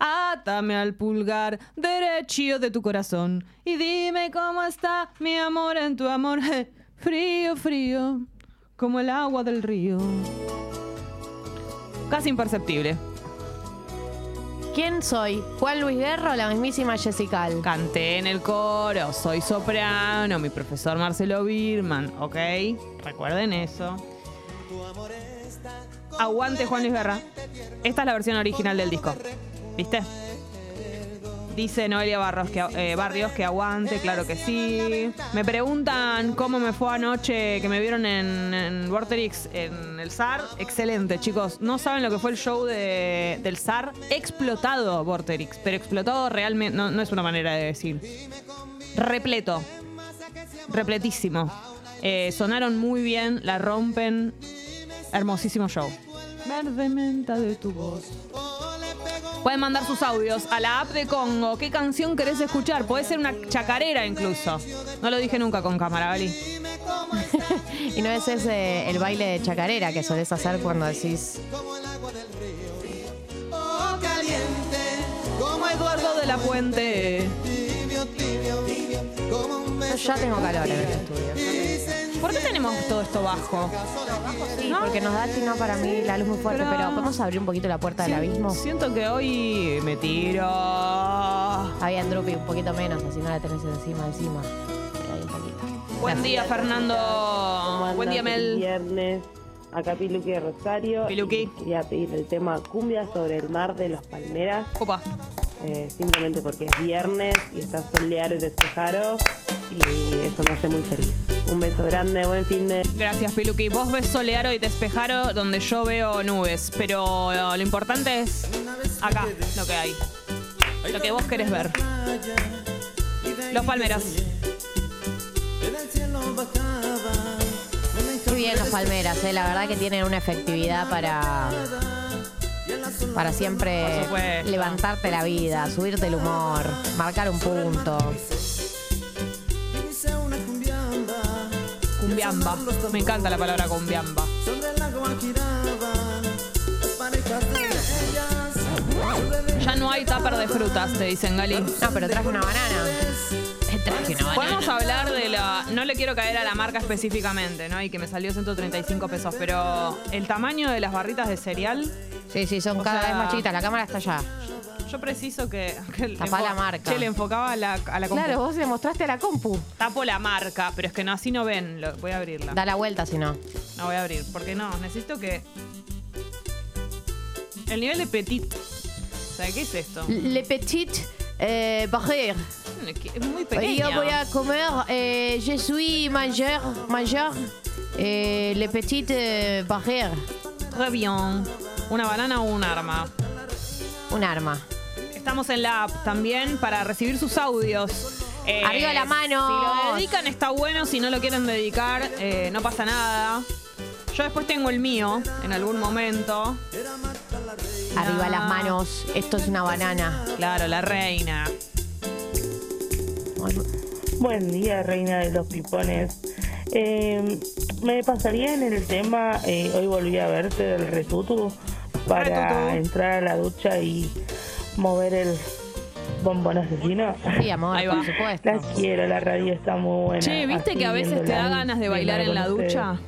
[SPEAKER 6] Átame al pulgar derecho de tu corazón. Y dime cómo está mi amor en tu amor. eh, Frío, frío, como el agua del río. Casi imperceptible.
[SPEAKER 7] ¿Quién soy? ¿Juan Luis Guerra o la mismísima Jessica? Al?
[SPEAKER 6] Canté en el coro, soy soprano, mi profesor Marcelo Birman, ¿ok? Recuerden eso. Aguante Juan Luis Guerra. Esta es la versión original del disco. ¿Viste? Dice Noelia Barros que, eh, Barrios que aguante, claro que sí. Me preguntan cómo me fue anoche que me vieron en, en Vorterix, en el SAR. Excelente, chicos. No saben lo que fue el show de- del SAR. Explotado Vorterix, pero explotado realmente, no, no es una manera de decir. Repleto, repletísimo. Eh, sonaron muy bien, la rompen. Hermosísimo show. Verde menta de tu voz. Pueden mandar sus audios a la app de Congo. ¿Qué canción querés escuchar? Puede ser una chacarera incluso. No lo dije nunca con cámara, Gali.
[SPEAKER 7] Y no es ese el baile de chacarera que solés hacer cuando decís
[SPEAKER 9] oh, caliente. Como Eduardo
[SPEAKER 6] Eduardo de la Puente.
[SPEAKER 9] tibio, tibio, tibio. Como un beso
[SPEAKER 7] yo tengo calor en el estudio.
[SPEAKER 6] ¿Por qué tenemos todo esto bajo?
[SPEAKER 7] Sí, porque nos da sino para mí la luz muy fuerte,
[SPEAKER 6] Pero-
[SPEAKER 7] pero podemos abrir un poquito la puerta del abismo.
[SPEAKER 6] Siento que hoy me tiro.
[SPEAKER 7] Había Drupi un poquito menos, así no la tenés encima, encima. Pero ahí un poquito.
[SPEAKER 6] Buen día, Fernando.
[SPEAKER 2] andas?
[SPEAKER 6] Buen día,
[SPEAKER 2] Feliz
[SPEAKER 6] Mel.
[SPEAKER 2] Viernes. Acá Piluqui de Rosario.
[SPEAKER 6] Piluqui.
[SPEAKER 2] Y Quería pedir el tema Cumbia sobre el mar de los Palmeras,
[SPEAKER 6] Opa.
[SPEAKER 2] eh, simplemente porque es viernes y está soleado y despejado y eso me hace muy feliz. Un beso grande, buen fin de...
[SPEAKER 6] Gracias, Piluqui. Vos ves solearo y despejaro donde yo veo nubes, pero eh, lo importante es acá lo que hay. Lo que vos querés ver.
[SPEAKER 9] y de
[SPEAKER 6] Los Palmeros.
[SPEAKER 7] Muy bien los palmeras, eh, la verdad que tienen una efectividad para, para
[SPEAKER 6] Por
[SPEAKER 7] siempre
[SPEAKER 6] supuesto.
[SPEAKER 7] levantarte la vida, subirte el humor, marcar un punto.
[SPEAKER 6] Cumbiamba. Me encanta la palabra cumbiamba. Ya no hay tupper de frutas, te dicen Gali.
[SPEAKER 7] No, pero traje una banana. Traje una banana.
[SPEAKER 6] Podemos hablar de la. No le quiero caer a la marca específicamente, ¿no? Y que me salió 135 pesos, pero el tamaño de las barritas de cereal,
[SPEAKER 7] Sí, sí, son
[SPEAKER 6] O
[SPEAKER 7] cada
[SPEAKER 6] sea-
[SPEAKER 7] vez más chiquitas, la cámara está allá.
[SPEAKER 6] yo preciso que. que le
[SPEAKER 7] Tapá
[SPEAKER 6] enfo-
[SPEAKER 7] la marca.
[SPEAKER 6] Che, le enfocaba a la, a la compu.
[SPEAKER 7] Claro, vos demostraste a la compu.
[SPEAKER 6] Tapo la marca, pero es que no, así no ven. Lo- voy a abrirla.
[SPEAKER 7] Da la vuelta si no.
[SPEAKER 6] No voy a abrir, porque no, necesito que. El nivel de petit. O sea, ¿qué es esto?
[SPEAKER 7] Le petit eh, barrière.
[SPEAKER 6] Es muy pequeño.
[SPEAKER 7] Yo voy a comer, eh, je suis manger, mayor, eh, le petit eh, barrière.
[SPEAKER 6] Re bien. Una banana o un arma.
[SPEAKER 7] Un arma.
[SPEAKER 6] Estamos en la app también para recibir sus audios. Eh,
[SPEAKER 7] Arriba la mano.
[SPEAKER 6] Si lo dedican está bueno, si no lo quieren dedicar eh, no pasa nada. Yo después tengo el mío en algún momento.
[SPEAKER 7] Arriba
[SPEAKER 6] No.
[SPEAKER 7] las manos. Esto es una banana.
[SPEAKER 6] Claro, la reina.
[SPEAKER 10] Buen día, reina de los pipones. Eh, me pasaría en el tema, eh, hoy volví a verte del retutu para
[SPEAKER 6] Retutu.
[SPEAKER 10] entrar a la ducha y mover el bombón asesino.
[SPEAKER 7] Sí, amor,
[SPEAKER 6] Ahí va.
[SPEAKER 7] por supuesto.
[SPEAKER 10] Las quiero, la radio está muy buena.
[SPEAKER 6] Che, ¿viste
[SPEAKER 10] Así,
[SPEAKER 6] que a veces te da
[SPEAKER 10] viéndola
[SPEAKER 6] ganas de
[SPEAKER 10] y
[SPEAKER 6] bailar en la
[SPEAKER 10] con ustedes.
[SPEAKER 6] ducha?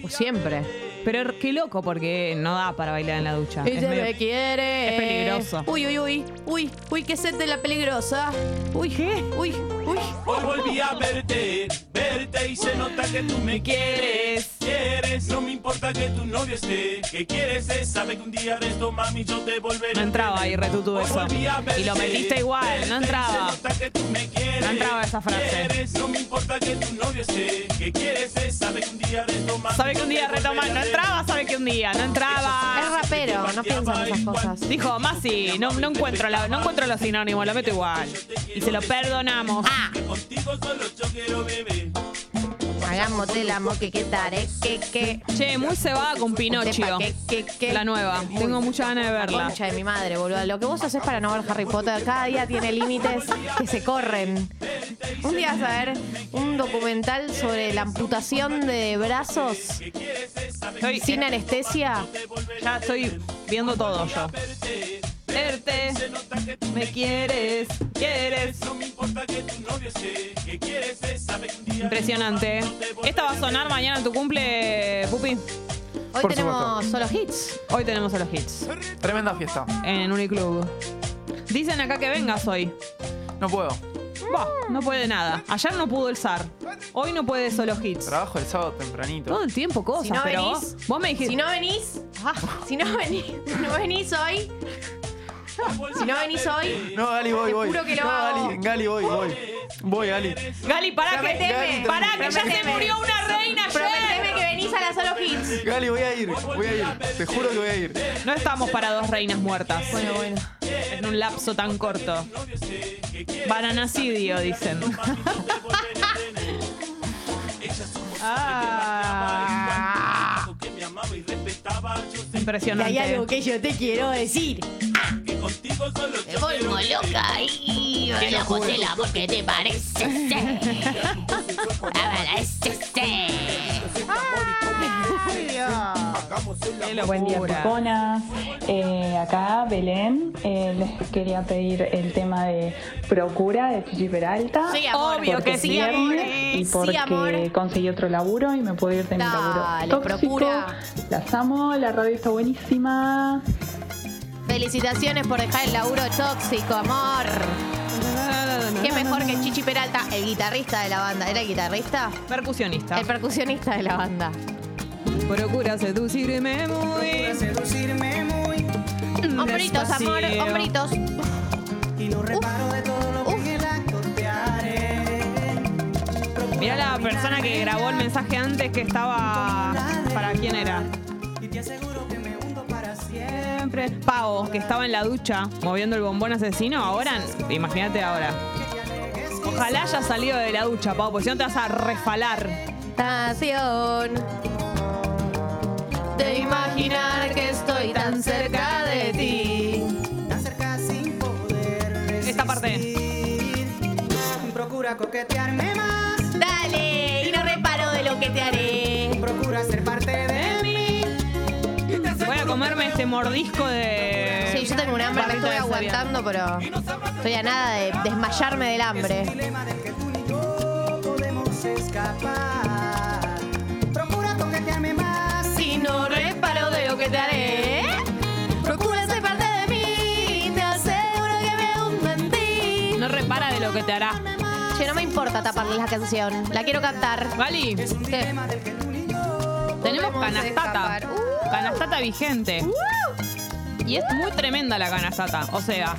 [SPEAKER 7] Pues Siempre.
[SPEAKER 6] Pero qué loco, porque no da para bailar en la ducha. Es
[SPEAKER 7] Ella
[SPEAKER 6] medio-
[SPEAKER 7] me quiere.
[SPEAKER 6] es peligroso.
[SPEAKER 7] Uy, uy, uy. Uy, uy, qué sed de la peligrosa. Uy, ¿qué? Uy, uy.
[SPEAKER 11] Hoy volví a verte, verte y se nota que tú me quieres. Quieres, no me importa que tu novio esté. Que quieres es saber que un día de esto, mami, yo te volveré.
[SPEAKER 6] No entraba ahí retutu
[SPEAKER 11] Hoy
[SPEAKER 6] eso.
[SPEAKER 11] volví a verte,
[SPEAKER 6] Y lo metiste igual, no
[SPEAKER 11] verte y
[SPEAKER 6] entraba.
[SPEAKER 11] Se nota que tú me quieres.
[SPEAKER 6] No entraba esa frase.
[SPEAKER 11] Quieres, no me importa que tu novio esté. Que quieres es saber que un día de esto, mami,
[SPEAKER 6] Sabe que
[SPEAKER 11] yo
[SPEAKER 6] un
[SPEAKER 11] te
[SPEAKER 6] día retoma, no
[SPEAKER 11] volveré.
[SPEAKER 6] entraba, sabe que un día, no
[SPEAKER 7] Es
[SPEAKER 6] entraba.
[SPEAKER 7] rapero, no piensa en esas cosas.
[SPEAKER 6] Dijo, Masi, no, no encuentro la- no encuentro los sinónimos, lo meto igual. Y se lo perdonamos.
[SPEAKER 7] Ah,
[SPEAKER 11] Contigo solo yo quiero beber.
[SPEAKER 7] hagamos del amor que quitaré, que, que.
[SPEAKER 6] Che, muy cebada con Pinochio.
[SPEAKER 7] Sepa que, que, que.
[SPEAKER 6] La nueva. Tengo mucha ganas de verla.
[SPEAKER 7] Concha de mi madre, boludo. Lo que vos haces para no ver Harry Potter cada día tiene límites que se corren. Un día vas a ver un documental sobre la amputación de brazos
[SPEAKER 6] Estoy,
[SPEAKER 7] sin anestesia.
[SPEAKER 6] ya estoy viendo todo yo. Verte, me quieres, quieres. Impresionante. ¿eh? Esta va a sonar mañana en tu cumple, Pupi.
[SPEAKER 7] Hoy
[SPEAKER 5] Por
[SPEAKER 7] tenemos solo hits.
[SPEAKER 6] Hoy tenemos a los hits
[SPEAKER 5] Tremenda fiesta.
[SPEAKER 6] en Uniclub. Dicen acá que vengas hoy.
[SPEAKER 5] No puedo.
[SPEAKER 6] Bah, no puede nada. Ayer no pudo el zar. Hoy no puede solo hits.
[SPEAKER 5] Trabajo el sábado
[SPEAKER 6] Todo
[SPEAKER 5] tempranito.
[SPEAKER 6] el tiempo cosas,
[SPEAKER 7] Si no
[SPEAKER 6] pero
[SPEAKER 7] venís-
[SPEAKER 6] vos, vos me dijiste.
[SPEAKER 7] Si no venís, ah, si no venís, no venís hoy. Si no venís hoy,
[SPEAKER 5] No, Gali, voy,
[SPEAKER 7] Te
[SPEAKER 5] voy.
[SPEAKER 7] juro que lo
[SPEAKER 5] no,
[SPEAKER 7] hago.
[SPEAKER 5] Gali, Gali, voy, voy. Voy, Gali.
[SPEAKER 6] Gali, pará que,
[SPEAKER 7] Prometeme.
[SPEAKER 6] pará que ya se
[SPEAKER 7] Prometeme.
[SPEAKER 6] murió una reina ayer.
[SPEAKER 7] prometeme que venís a la solo hits.
[SPEAKER 5] Gali, voy a ir, voy a ir. Te juro que voy a ir.
[SPEAKER 6] No estamos para dos reinas muertas
[SPEAKER 7] Bueno, bueno.
[SPEAKER 6] en un lapso tan corto. Bananacidio, dicen. Ah.
[SPEAKER 7] Y hay algo
[SPEAKER 6] Impresionante.
[SPEAKER 7] que yo te quiero decir. Me vuelvo loca y bailamos el amor que te parece. este.
[SPEAKER 6] Qué locura.
[SPEAKER 10] eh, acá Belén, eh, les quería pedir el tema de Procura de Chichi Peralta.
[SPEAKER 7] Sí, amor.
[SPEAKER 6] Obvio que
[SPEAKER 7] porque
[SPEAKER 6] sí,
[SPEAKER 7] viernes
[SPEAKER 6] amor.
[SPEAKER 7] y porque
[SPEAKER 10] conseguí otro laburo y me puedo ir de
[SPEAKER 7] mi laburo Dale, tóxico. procura.
[SPEAKER 10] Las amo, la radio está buenísima.
[SPEAKER 7] Felicitaciones por dejar el laburo tóxico, amor. Qué mejor que Chichi Peralta, el guitarrista de la banda. ¿Era el guitarrista?
[SPEAKER 6] Percusionista.
[SPEAKER 7] El percusionista de la banda.
[SPEAKER 6] Procura seducirme muy.
[SPEAKER 9] Seducirme muy
[SPEAKER 7] Hombritos, amor,
[SPEAKER 6] despacito.
[SPEAKER 7] hombritos.
[SPEAKER 9] y no reparo de todo lo que
[SPEAKER 7] Uf.
[SPEAKER 9] en el acto te haré. Procura
[SPEAKER 6] Mira la persona que grabó el mensaje antes que estaba. ¿Para quién era?
[SPEAKER 9] Y te aseguro que me hundo para siempre.
[SPEAKER 6] Siempre. Pavo, que estaba en la ducha moviendo el bombón asesino. Ahora, imagínate ahora.
[SPEAKER 9] Que te alejes, que
[SPEAKER 6] Ojalá haya salido de la ducha, Pau, porque si no te vas a refalar.
[SPEAKER 7] Estación de imaginar que estoy tan cerca de ti.
[SPEAKER 12] Tan cerca sin poder resistir.
[SPEAKER 6] Esta parte.
[SPEAKER 12] Procura coquetearme más.
[SPEAKER 7] Dale, y no reparo de lo que te haré.
[SPEAKER 12] Procura ser parte de mí.
[SPEAKER 6] Voy a comerme este mordisco de.
[SPEAKER 7] Sí, yo tengo un hambre, me
[SPEAKER 6] barrita
[SPEAKER 7] estoy
[SPEAKER 6] de cereal.
[SPEAKER 7] aguantando, pero estoy a nada de desmayarme del hambre.
[SPEAKER 12] Podemos escapar. Procura coquetearme más.
[SPEAKER 7] Si no reparo de lo que te haré, procura ser parte de mí. Te aseguro que me hundo en ti.
[SPEAKER 6] No repara de lo que te hará.
[SPEAKER 7] Che, no me importa taparles la canción. La quiero cantar.
[SPEAKER 6] Vali,
[SPEAKER 7] ¿Qué?
[SPEAKER 6] tenemos
[SPEAKER 12] Podemos
[SPEAKER 6] canastata.
[SPEAKER 12] escapar. Uh.
[SPEAKER 6] Canastata vigente. Y es muy tremenda la canastata. O sea,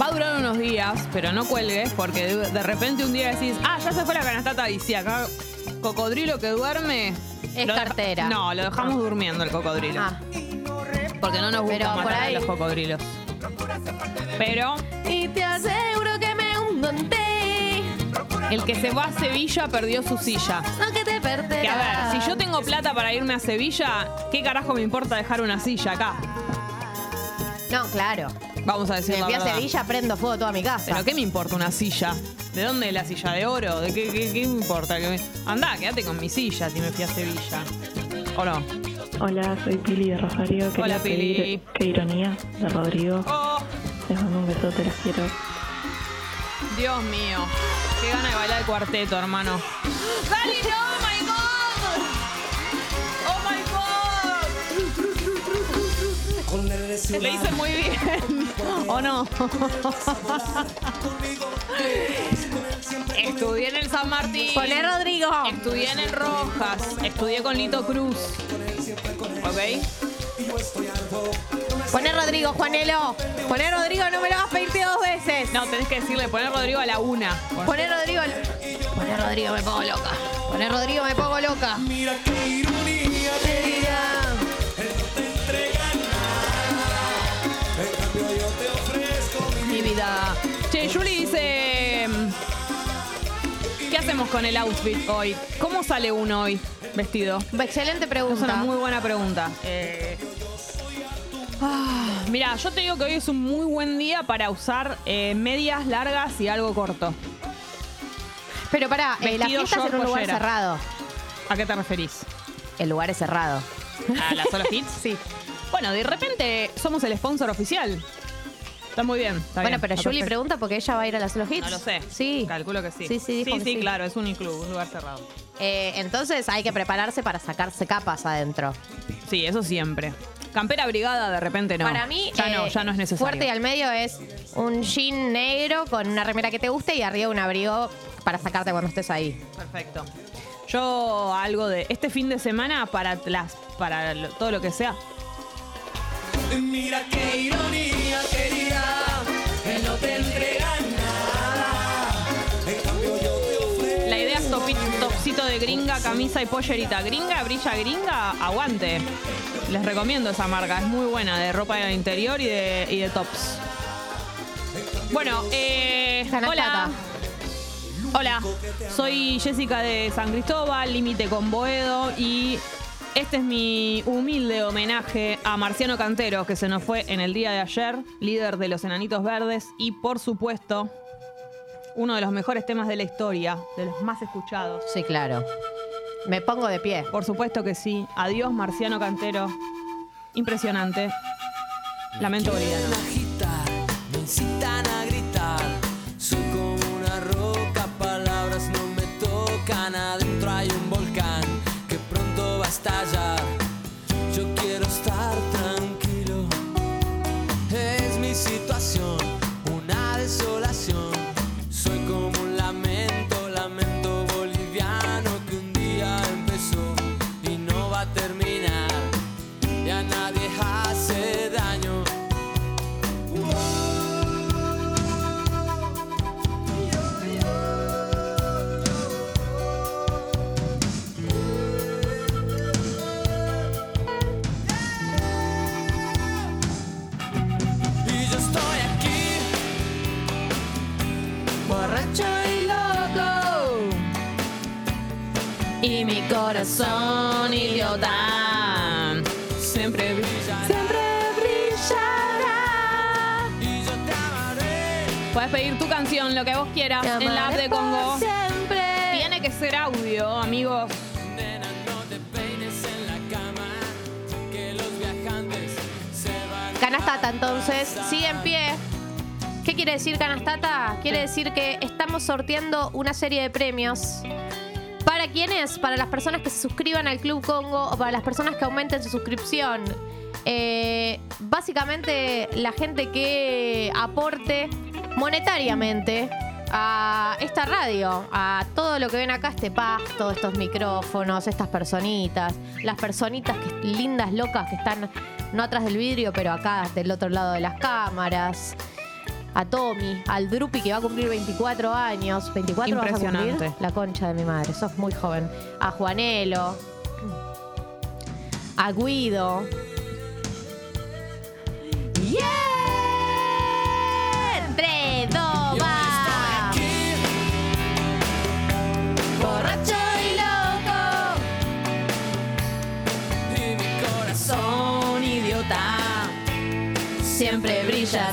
[SPEAKER 6] va a durar unos días, pero no cuelgues, porque de, de repente un día decís, ah, ya se fue la canastata. Y si acá, cocodrilo que duerme.
[SPEAKER 7] Es
[SPEAKER 6] lo deja-
[SPEAKER 7] cartera.
[SPEAKER 6] No, lo dejamos durmiendo el cocodrilo.
[SPEAKER 7] Ah,
[SPEAKER 6] Porque no nos gusta
[SPEAKER 7] Pero por
[SPEAKER 6] matar a
[SPEAKER 7] ahí-
[SPEAKER 6] los cocodrilos. Pero
[SPEAKER 7] Y te aseguro que me hundo en ti.
[SPEAKER 6] el que se va a Sevilla perdió su silla.
[SPEAKER 7] No que te perderás.
[SPEAKER 6] Que a ver, si yo tengo plata para irme a Sevilla, ¿qué carajo me importa dejar una silla acá?
[SPEAKER 7] No, claro.
[SPEAKER 6] Vamos a decir
[SPEAKER 7] Me
[SPEAKER 6] la
[SPEAKER 7] fui a
[SPEAKER 6] verdad.
[SPEAKER 7] Sevilla, prendo fuego toda mi casa.
[SPEAKER 6] ¿Pero qué me importa una silla? ¿De dónde es la silla? ¿De oro? ¿De qué, qué- qué me importa? Que me- Andá, quédate con mi silla si me fui a Sevilla. ¿O no?
[SPEAKER 10] Hola, soy Pili de Rosario. Quería
[SPEAKER 6] Hola, Pili.
[SPEAKER 10] pedir- Qué ironía, de Rodrigo.
[SPEAKER 6] ¡Oh!
[SPEAKER 10] Les mando un besote, las quiero.
[SPEAKER 6] Dios mío. Qué gana de bailar el cuarteto, hermano. ¡Dali, no! ¡Oh, my God! ¡Oh, my ¡Oh, God! Le hice muy bien. ¿O no? Estudié en el San Martín.
[SPEAKER 7] Poné E, Rodrigo.
[SPEAKER 6] Estudié en el Rojas. Estudié con Lito Cruz. ¿Ok?
[SPEAKER 7] Poné E, Rodrigo, Juanelo. Poné E, Rodrigo, no me lo vas a pedirte dos veces.
[SPEAKER 6] No, tenés que decirle, poner Rodrigo a la una.
[SPEAKER 7] Poné Rodrigo. Poné Rodrigo, me pongo loca. Poné Rodrigo, me pongo loca.
[SPEAKER 11] Mira qué ironía
[SPEAKER 6] Mi vida. Che, Julie dice. mm, ¿Qué hacemos con el outfit hoy? ¿Cómo sale uno hoy vestido?
[SPEAKER 7] Excelente
[SPEAKER 6] Es una
[SPEAKER 7] pregunta.
[SPEAKER 6] muy buena pregunta. Eh, ah, mira, yo te digo que hoy es un muy buen día para usar eh, medias largas y algo corto.
[SPEAKER 7] Pero pará, eh, la
[SPEAKER 6] Vestido,
[SPEAKER 7] fiesta es en
[SPEAKER 6] short,
[SPEAKER 7] un lugar
[SPEAKER 6] pollera.
[SPEAKER 7] cerrado.
[SPEAKER 6] ¿A qué te referís?
[SPEAKER 7] El lugar es cerrado.
[SPEAKER 6] ¿A las solo hits?
[SPEAKER 7] Sí.
[SPEAKER 6] Bueno, de repente somos el sponsor oficial. Está muy bien. está
[SPEAKER 7] bueno,
[SPEAKER 6] bien,
[SPEAKER 7] pero
[SPEAKER 6] está
[SPEAKER 7] Julie
[SPEAKER 6] perfecto.
[SPEAKER 7] pregunta porque ella va a ir a las Solo Hits.
[SPEAKER 6] No lo sé.
[SPEAKER 7] Sí.
[SPEAKER 6] Calculo que sí.
[SPEAKER 7] Sí, sí, dijo
[SPEAKER 6] sí,
[SPEAKER 7] que
[SPEAKER 6] sí,
[SPEAKER 7] sí.
[SPEAKER 6] claro, es un club, un lugar cerrado.
[SPEAKER 7] Eh, entonces hay que prepararse para sacarse capas adentro.
[SPEAKER 6] Sí, eso siempre. Campera brigada de repente no.
[SPEAKER 7] Para mí,
[SPEAKER 6] ya no,
[SPEAKER 7] eh,
[SPEAKER 6] ya no es necesario.
[SPEAKER 7] Fuerte y al medio es un jean negro con una remera que te guste y arriba un abrigo para sacarte cuando estés ahí.
[SPEAKER 6] Perfecto. Yo algo de este fin de semana para las para lo- todo lo que sea.
[SPEAKER 11] Mira qué ironía, querida. Él no te entrega nada. En cambio, yo te ofrezco.
[SPEAKER 6] La idea es topi- topsito de gringa, camisa y pollerita. Gringa, brilla gringa, aguante. Les recomiendo esa marca, es muy buena de ropa de interior y de, y de tops. Bueno, eh,
[SPEAKER 7] Canastata.
[SPEAKER 6] hola. Hola, soy Jessica de San Cristóbal, límite con Boedo y este es mi humilde homenaje a Marciano Cantero que se nos fue en el día de ayer, líder de los Enanitos Verdes y por supuesto uno de los mejores temas de la historia, de los más escuchados.
[SPEAKER 7] Sí, claro. Me pongo de pie.
[SPEAKER 6] Por supuesto que sí. Adiós Marciano Cantero. Impresionante. Lamento boliviano.
[SPEAKER 13] agitar, me incitan a gritar. Soy como una roca, palabras no me tocan. Adentro hay un volcán que pronto va a estallar. Yo quiero estar tranquilo, es mi situación, una desolación. Soy como un lamento, lamento boliviano que un día empezó y no va a terminar. Y a nadie hace daño.
[SPEAKER 6] y mi corazón idiota siempre brilla. Siempre brillará. Puedes pedir tu canción, lo que vos quieras,
[SPEAKER 7] Te
[SPEAKER 6] en la app
[SPEAKER 7] amaré
[SPEAKER 6] de Congo.
[SPEAKER 7] por siempre.
[SPEAKER 6] Tiene que ser audio, amigos.
[SPEAKER 7] Canastata, entonces, sigue en pie. ¿Qué quiere decir canastata? Quiere decir que estamos sorteando una serie de premios. ¿Para quiénes? Para las personas que se suscriban al Club Congo o para las personas que aumenten su suscripción. Eh, básicamente, la gente que aporte monetariamente a esta radio, a todo lo que ven acá, este pasto, estos micrófonos, estas personitas, las personitas que- lindas, locas que están no atrás del vidrio, pero acá del otro lado de las cámaras. A Tommy, al Drupi que va a cumplir 24 años. 24 vas a cumplir?
[SPEAKER 6] Impresionante.
[SPEAKER 7] La concha de mi madre, sos muy joven. A Juanelo. A Guido. ¡Yeah! ¡Tres, dos, va! Borracho y loco.
[SPEAKER 13] Y mi
[SPEAKER 6] corazón idiota siempre brillará.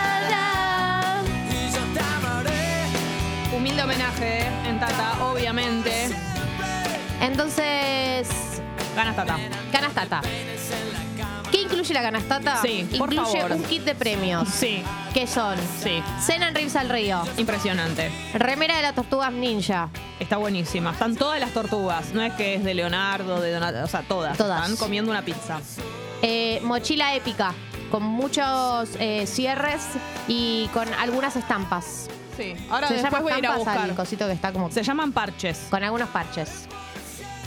[SPEAKER 7] brillará.
[SPEAKER 13] Y yo te amaré.
[SPEAKER 6] Humilde homenaje eh, en Tata, obviamente.
[SPEAKER 7] Entonces.
[SPEAKER 6] Canastata.
[SPEAKER 7] Canastata. ¿Qué incluye la canastata?
[SPEAKER 6] Sí,
[SPEAKER 7] incluye
[SPEAKER 6] por favor.
[SPEAKER 7] un kit de premios.
[SPEAKER 6] Sí.
[SPEAKER 7] ¿Qué son?
[SPEAKER 6] Sí.
[SPEAKER 7] Cena en Rips al Río.
[SPEAKER 6] Impresionante.
[SPEAKER 7] Remera de las tortugas ninja.
[SPEAKER 6] Está buenísima. Están todas las tortugas. No es que es de Leonardo, de Donato, o sea, todas.
[SPEAKER 7] Todas.
[SPEAKER 6] Están comiendo una pizza.
[SPEAKER 7] Eh, mochila épica. Con muchos eh, cierres y con algunas estampas.
[SPEAKER 6] Sí. Ahora
[SPEAKER 7] Se
[SPEAKER 6] después
[SPEAKER 7] llama
[SPEAKER 6] voy a ir a
[SPEAKER 7] estampas
[SPEAKER 6] buscar.
[SPEAKER 7] al cosito que está como.
[SPEAKER 6] Se llaman parches.
[SPEAKER 7] Con algunos parches.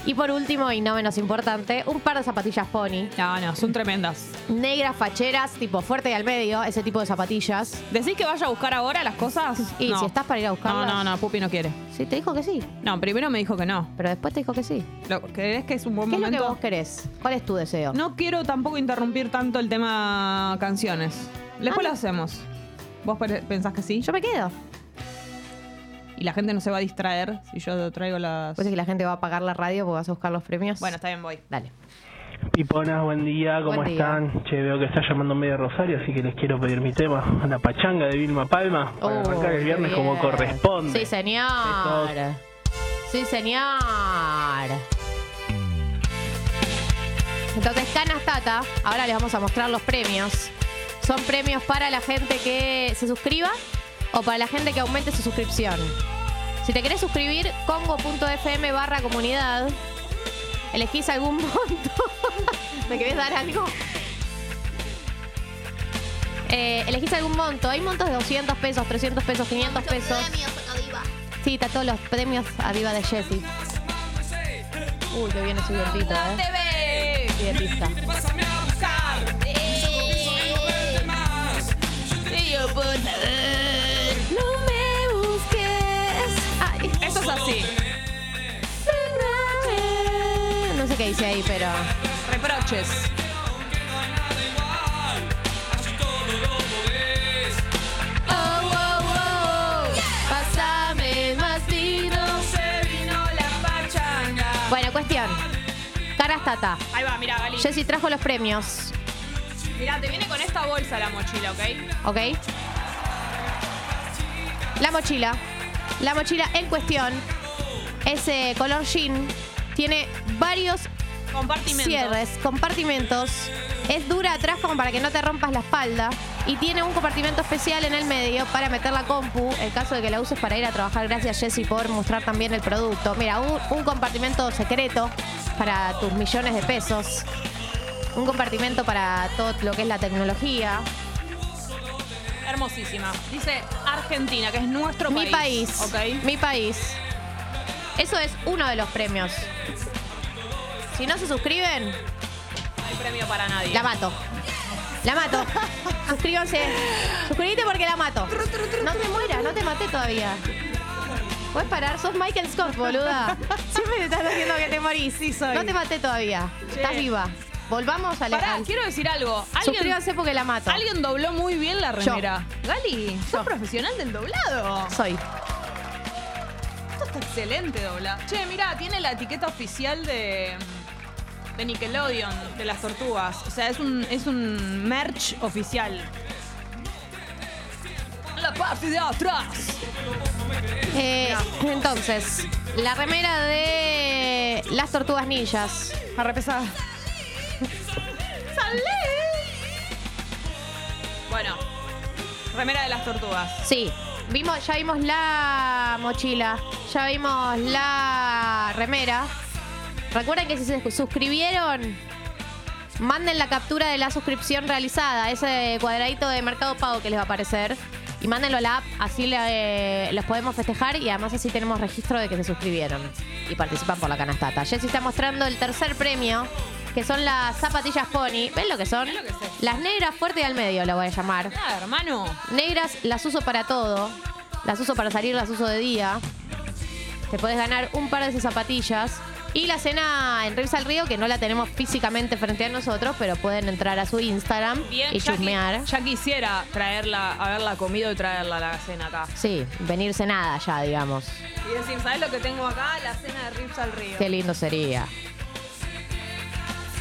[SPEAKER 7] Y por último, y no menos importante, un par de zapatillas pony.
[SPEAKER 6] No, no, son tremendas.
[SPEAKER 7] Negras, facheras, tipo fuerte y al medio, ese tipo de zapatillas.
[SPEAKER 6] ¿Decís que vaya a buscar ahora las cosas?
[SPEAKER 7] Y si estás para ir a
[SPEAKER 6] No,
[SPEAKER 7] buscarlas.
[SPEAKER 6] no, no, Pupi no quiere.
[SPEAKER 7] Sí, te dijo que sí.
[SPEAKER 6] No, primero me dijo que no.
[SPEAKER 7] Pero después te dijo que sí.
[SPEAKER 6] Lo, ¿Crees que es un buen
[SPEAKER 7] ¿Qué es lo
[SPEAKER 6] momento?
[SPEAKER 7] que vos querés? ¿Cuál es tu deseo?
[SPEAKER 6] No quiero tampoco interrumpir tanto el tema canciones. Después lo hacemos. ¿Vos pre- pensás que sí? Yo
[SPEAKER 7] Ah, me quedo.
[SPEAKER 6] Y la gente no se va a distraer si yo traigo las.
[SPEAKER 7] Pues es que la gente va a pagar la radio porque vas a buscar los premios.
[SPEAKER 6] Bueno, está bien, voy.
[SPEAKER 7] Dale.
[SPEAKER 8] Piponas, buen día, ¿cómo
[SPEAKER 7] Buen día.
[SPEAKER 8] están? Che, veo que está llamando medio Rosario, así que les quiero pedir mi tema, la pachanga de Vilma Palma, para
[SPEAKER 7] Oh,
[SPEAKER 8] arrancar el
[SPEAKER 7] qué
[SPEAKER 8] viernes como
[SPEAKER 7] bien.
[SPEAKER 8] corresponde.
[SPEAKER 7] Sí, señor.
[SPEAKER 8] Besos.
[SPEAKER 7] Sí, señor. Entonces, Canastata, ahora les vamos a mostrar los premios. Son premios para la gente que se suscriba o para la gente que aumente su suscripción. Si te querés suscribir, congo.fm barra comunidad. Elegís algún monto. ¿Me querés dar algo? Eh, elegís algún monto. Hay montos de 200 pesos, 300 pesos, 500 pesos. Sí, está todos los premios arriba de Jessy. Uy, que viene su vientito, ¿eh? Vientista.
[SPEAKER 13] Pásame a buscar.
[SPEAKER 14] pues,
[SPEAKER 7] No me busques. Ay,
[SPEAKER 6] Eso es así.
[SPEAKER 7] No sé qué dice ahí, pero.
[SPEAKER 6] Reproches.
[SPEAKER 7] Oh, oh, oh, Pásame más vino.
[SPEAKER 13] Se vino la pachanga.
[SPEAKER 7] Bueno, cuestión. Carastata.
[SPEAKER 6] Ahí va, mira, Gali.
[SPEAKER 7] Jessy trajo los premios,
[SPEAKER 6] Mirá, te viene con esta bolsa la mochila, ¿ok?
[SPEAKER 7] ¿ok? La mochila. La mochila en cuestión es eh, color jean. Tiene varios
[SPEAKER 6] Compartimentos.
[SPEAKER 7] cierres, compartimentos. Es dura atrás como para que no te rompas la espalda. Y tiene un compartimento especial en el medio para meter la compu en caso de que la uses para ir a trabajar. Gracias Jessy por mostrar también el producto. Mira, un, un compartimento secreto para tus millones de pesos. Un compartimento para todo lo que es la tecnología.
[SPEAKER 6] Hermosísima. Dice Argentina, que es nuestro
[SPEAKER 7] Mi
[SPEAKER 6] país.
[SPEAKER 7] país.
[SPEAKER 6] Ok.
[SPEAKER 7] Mi país. Eso es uno de los premios. Si no se suscriben,
[SPEAKER 6] No hay premio para nadie.
[SPEAKER 7] La mato. La mato. Suscríbanse. Suscríbete porque la mato. No te mueras, no te maté todavía. Puedes parar, sos Michael Scott, boluda. Siempre te estás haciendo que te morís.
[SPEAKER 6] Sí, soy.
[SPEAKER 7] No te maté todavía.
[SPEAKER 6] Che.
[SPEAKER 7] Estás viva. Volvamos a la.
[SPEAKER 6] Pará,
[SPEAKER 7] al-
[SPEAKER 6] quiero decir algo. Alguien,
[SPEAKER 7] Suscríbanse porque la mato.
[SPEAKER 6] alguien dobló muy bien la
[SPEAKER 7] Yo.
[SPEAKER 6] remera. Gali, sos profesional del doblado.
[SPEAKER 7] Soy.
[SPEAKER 6] está excelente dobla. Che, mira, tiene la etiqueta oficial de, de Nickelodeon, de las tortugas. O sea, es un, es un merch oficial. La parte de atrás.
[SPEAKER 7] Eh, entonces, la remera de las tortugas ninjas.
[SPEAKER 6] Arrepesada. Bueno, remera de las tortugas.
[SPEAKER 7] Sí. Vimos, ya vimos la mochila, ya vimos la remera. Recuerden que si se suscribieron, manden la captura de la suscripción realizada, ese cuadradito de mercado pago que les va a aparecer. Y mándenlo a la app, así le- los podemos festejar y además así tenemos registro de que se suscribieron y participan por la canastata. Jessy está mostrando el tercer premio, que son las zapatillas pony. ¿Ven lo que son?
[SPEAKER 6] ¿Ven lo que es esto?
[SPEAKER 7] Las negras fuerte y al medio, lo voy a llamar.
[SPEAKER 6] Ah, hermano.
[SPEAKER 7] Negras las uso para todo. Las uso para salir, las uso de día. Te puedes ganar un par de esas zapatillas. Y la cena en Rives al Río, que no la tenemos físicamente frente a nosotros, pero pueden entrar a su Instagram
[SPEAKER 6] Bien,
[SPEAKER 7] y
[SPEAKER 6] ya qui-
[SPEAKER 7] chusmear.
[SPEAKER 6] Ya quisiera traerla, haberla comido y traerla a la cena acá.
[SPEAKER 7] Sí, venirse nada ya, digamos.
[SPEAKER 6] Y decir, ¿sabes lo que tengo acá? La cena de Rips al Río.
[SPEAKER 7] Qué lindo sería.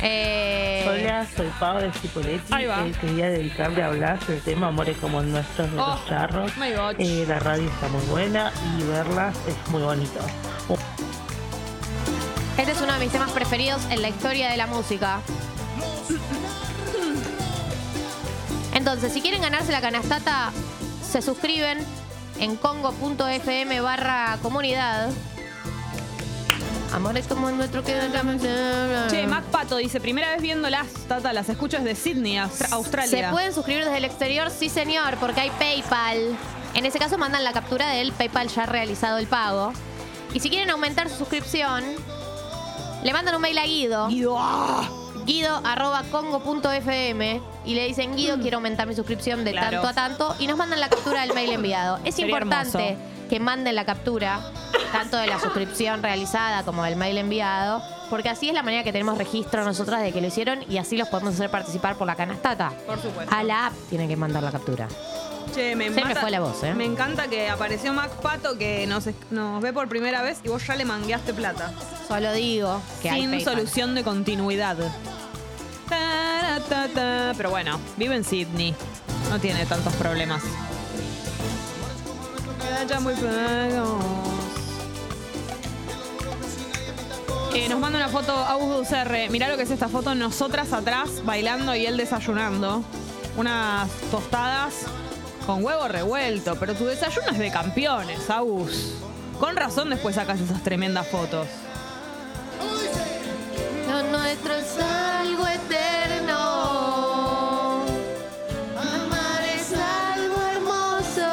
[SPEAKER 7] Eh,
[SPEAKER 10] Hola, soy Pau de Cipoletti.
[SPEAKER 6] Ahí va.
[SPEAKER 10] Eh, quería dedicarle a hablar del tema Amores como el nuestro de
[SPEAKER 6] Oh,
[SPEAKER 10] los charros.
[SPEAKER 6] my God.
[SPEAKER 10] Eh, la radio está muy buena y verlas es muy bonito.
[SPEAKER 7] Este es uno de mis temas preferidos en la historia de la música. Entonces, si quieren ganarse la canastata, se suscriben en congo.fm barra comunidad. Amores como el nuestro que...
[SPEAKER 6] Che, Mac Pato dice, primera vez viéndolas, Tata, las escucho desde Sydney, Austra- Australia.
[SPEAKER 7] ¿Se pueden suscribir desde el exterior? Sí, señor, porque hay PayPal. En ese caso mandan la captura del PayPal ya realizado el pago. Y si quieren aumentar su suscripción, le mandan un mail a Guido. Guido.
[SPEAKER 6] ah.
[SPEAKER 7] arroba congo.fm y le dicen
[SPEAKER 6] Mm.
[SPEAKER 7] Guido quiero aumentar mi suscripción de
[SPEAKER 6] Claro.
[SPEAKER 7] tanto a tanto y nos mandan la captura del mail enviado. Es
[SPEAKER 6] Sería
[SPEAKER 7] importante
[SPEAKER 6] hermoso.
[SPEAKER 7] que manden la captura tanto de la suscripción realizada como del mail enviado porque así es la manera que tenemos registro nosotras de que lo hicieron y así los podemos hacer participar por la canastata.
[SPEAKER 6] Por supuesto.
[SPEAKER 7] A la app tienen que mandar la captura.
[SPEAKER 6] Che, me
[SPEAKER 7] Se me
[SPEAKER 6] mata-
[SPEAKER 7] fue la voz, ¿eh?
[SPEAKER 6] Me encanta que apareció Mac Pato, que nos, es- nos ve por primera vez y vos ya le mangueaste plata.
[SPEAKER 7] Solo digo que hay
[SPEAKER 6] Sin
[SPEAKER 7] PayPal.
[SPEAKER 6] solución de continuidad. Ta, ta, ta. Pero bueno, vive en Sydney. No tiene tantos problemas. Ya muy pagos. Eh, nos manda una foto August R. Mirá lo que es esta foto. Nosotras atrás bailando y él desayunando. Unas tostadas con huevo revuelto. Pero tu desayuno es de campeones, Agus. Con razón después sacas esas tremendas fotos.
[SPEAKER 7] Lo nuestro es algo eterno. Amar es algo hermoso.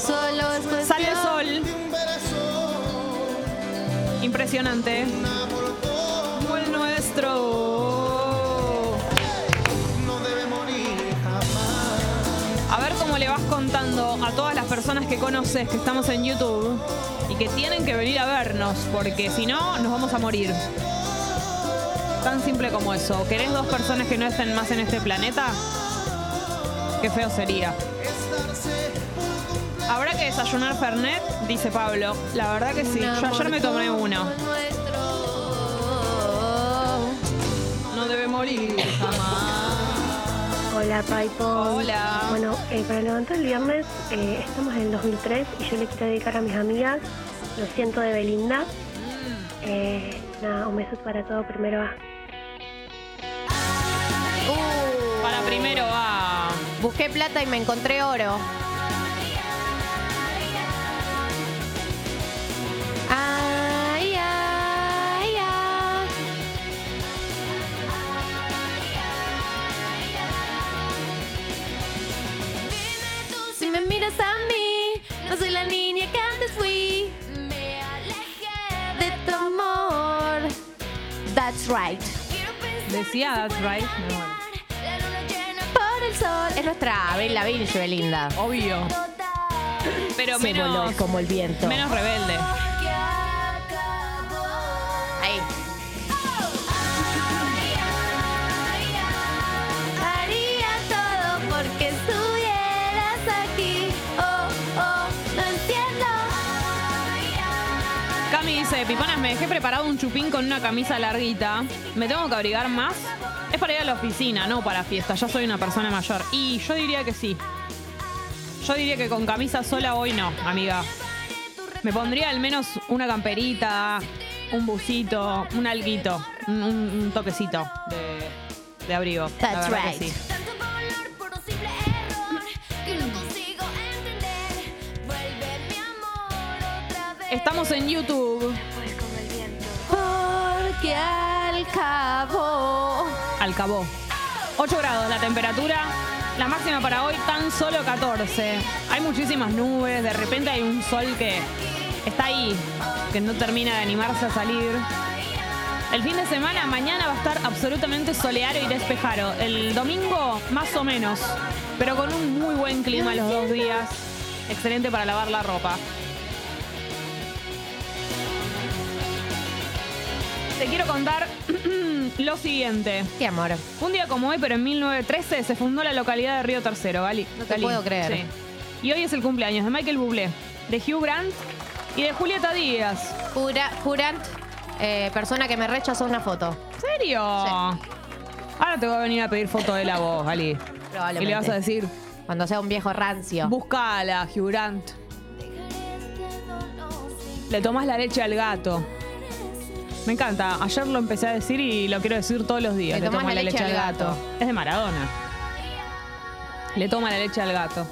[SPEAKER 7] Solo es cuestión
[SPEAKER 6] Sale el sol. Impresionante. Como el nuestro. A ver cómo le vas contando a todas las personas que conoces que estamos en YouTube y que tienen que venir a vernos, porque si no, nos vamos a morir. Tan simple como eso. ¿Querés dos personas que no estén más en este planeta? Qué feo sería. Habrá que desayunar Fernet, dice Pablo. La verdad que sí. Yo ayer me tomé uno. No debe morir jamás.
[SPEAKER 15] Hola, Paipo.
[SPEAKER 6] Hola.
[SPEAKER 15] Bueno, eh, para levantar el viernes eh, estamos en el 2003 y yo le quiero dedicar a mis amigas Lo siento de Belinda. Eh, nada, un beso para todo. Primero va.
[SPEAKER 6] Uh. Para primero va.
[SPEAKER 7] Busqué plata y me encontré oro. Ay, ay, ay. Si me miras a mí, no soy la niña que antes fui. Me alejé de tu amor. That's right.
[SPEAKER 6] Decía That's right.
[SPEAKER 7] Por el sol. Es nuestra Abril Lavigne, Belinda.
[SPEAKER 6] Obvio. Pero
[SPEAKER 7] Se
[SPEAKER 6] menos.
[SPEAKER 7] voló como el viento.
[SPEAKER 6] Menos rebelde.
[SPEAKER 7] Ahí. Haría todo porque estuvieras aquí. Oh, oh, no entiendo.
[SPEAKER 6] Cami dice, eh, Piponas, me dejé preparado un chupín con una camisa larguita. ¿Me tengo que abrigar más? Es para ir a la oficina, no para fiesta. Ya soy una persona mayor. Y yo diría que sí. Yo diría que con camisa sola hoy no, amiga. Me pondría al menos una camperita, un busito, un alguito, un, un- un toquecito de, de abrigo. La
[SPEAKER 7] That's
[SPEAKER 6] verdad que
[SPEAKER 7] right.
[SPEAKER 6] sí. Estamos en YouTube.
[SPEAKER 7] Porque al cabo.
[SPEAKER 6] Al cabo. 8 grados la temperatura. La máxima para hoy tan solo 14. Hay muchísimas nubes, de repente hay un sol que está ahí, que no termina de animarse a salir. El fin de semana, mañana va a estar absolutamente soleado y despejado. El domingo, más o menos, pero con un muy buen clima los dos días. Excelente para lavar la ropa. Te quiero contar lo siguiente.
[SPEAKER 7] Qué amor.
[SPEAKER 6] Un día como hoy, pero en 1913, se fundó la localidad de Río Tercero, Gali.
[SPEAKER 7] No te
[SPEAKER 6] Gali.
[SPEAKER 7] puedo creer.
[SPEAKER 6] Sí. Y hoy es el cumpleaños de Michael Bublé, de Hugh Grant y de Julieta Díaz.
[SPEAKER 7] Jura, jurant, eh, persona que me rechazó una foto.
[SPEAKER 6] ¿En serio? Ahora te voy a venir a pedir foto de la voz, Gali.
[SPEAKER 7] Probablemente.
[SPEAKER 6] Y le vas a decir,
[SPEAKER 7] Cuando sea un viejo rancio.
[SPEAKER 6] buscala, Hugh Grant. Le tomás la leche al gato. Me encanta. Ayer lo empecé a decir y lo quiero decir todos los días.
[SPEAKER 7] Le tomás
[SPEAKER 6] tomo
[SPEAKER 7] la leche al gato.
[SPEAKER 6] Es de Maradona. Le toma la leche al gato.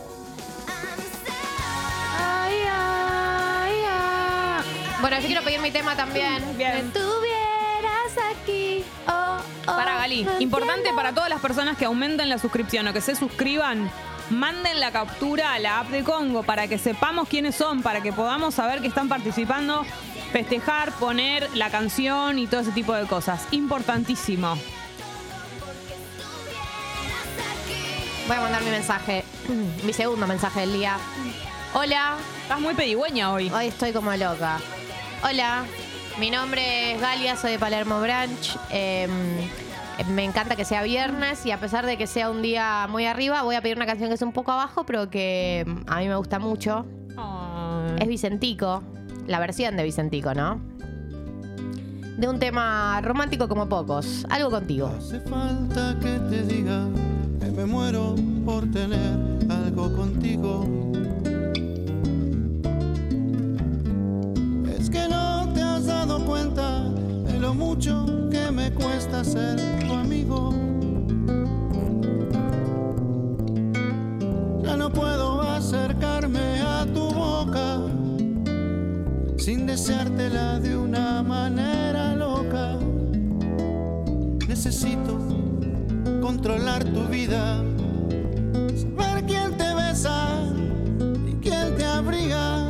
[SPEAKER 7] oh. ah. Bueno, yo quiero pedir mi tema también.
[SPEAKER 6] Bien.
[SPEAKER 7] Me tuvieras aquí. oh, oh,
[SPEAKER 6] Para Gali,
[SPEAKER 7] no
[SPEAKER 6] importante
[SPEAKER 7] entiendo.
[SPEAKER 6] para todas las personas que aumenten la suscripción o que se suscriban, manden la captura a la app de Congo para que sepamos quiénes son, para que podamos saber que están participando, festejar, poner la canción y todo ese tipo de cosas. Importantísimo.
[SPEAKER 7] Voy a mandar mi mensaje. Mi segundo mensaje del día. Hola.
[SPEAKER 6] Estás muy pedigüeña hoy.
[SPEAKER 7] Hoy estoy como loca. Hola. Mi nombre es Galia, soy de Palermo Branch. Eh, me encanta que sea viernes y a pesar de que sea un día muy arriba, voy a pedir una canción que es un poco abajo, pero que mm, a mí me gusta mucho. Es Vicentico, la versión de Vicentico, ¿no? De un tema romántico como pocos. Algo contigo.
[SPEAKER 9] falta que te diga que me muero por tener algo contigo. Es que no te has dado cuenta de lo mucho que me cuesta ser tu amigo. Ya no puedo acercarme a tu boca sin deseártela de una manera loca. Necesito controlar tu vida, saber quién te besa y quién te abriga.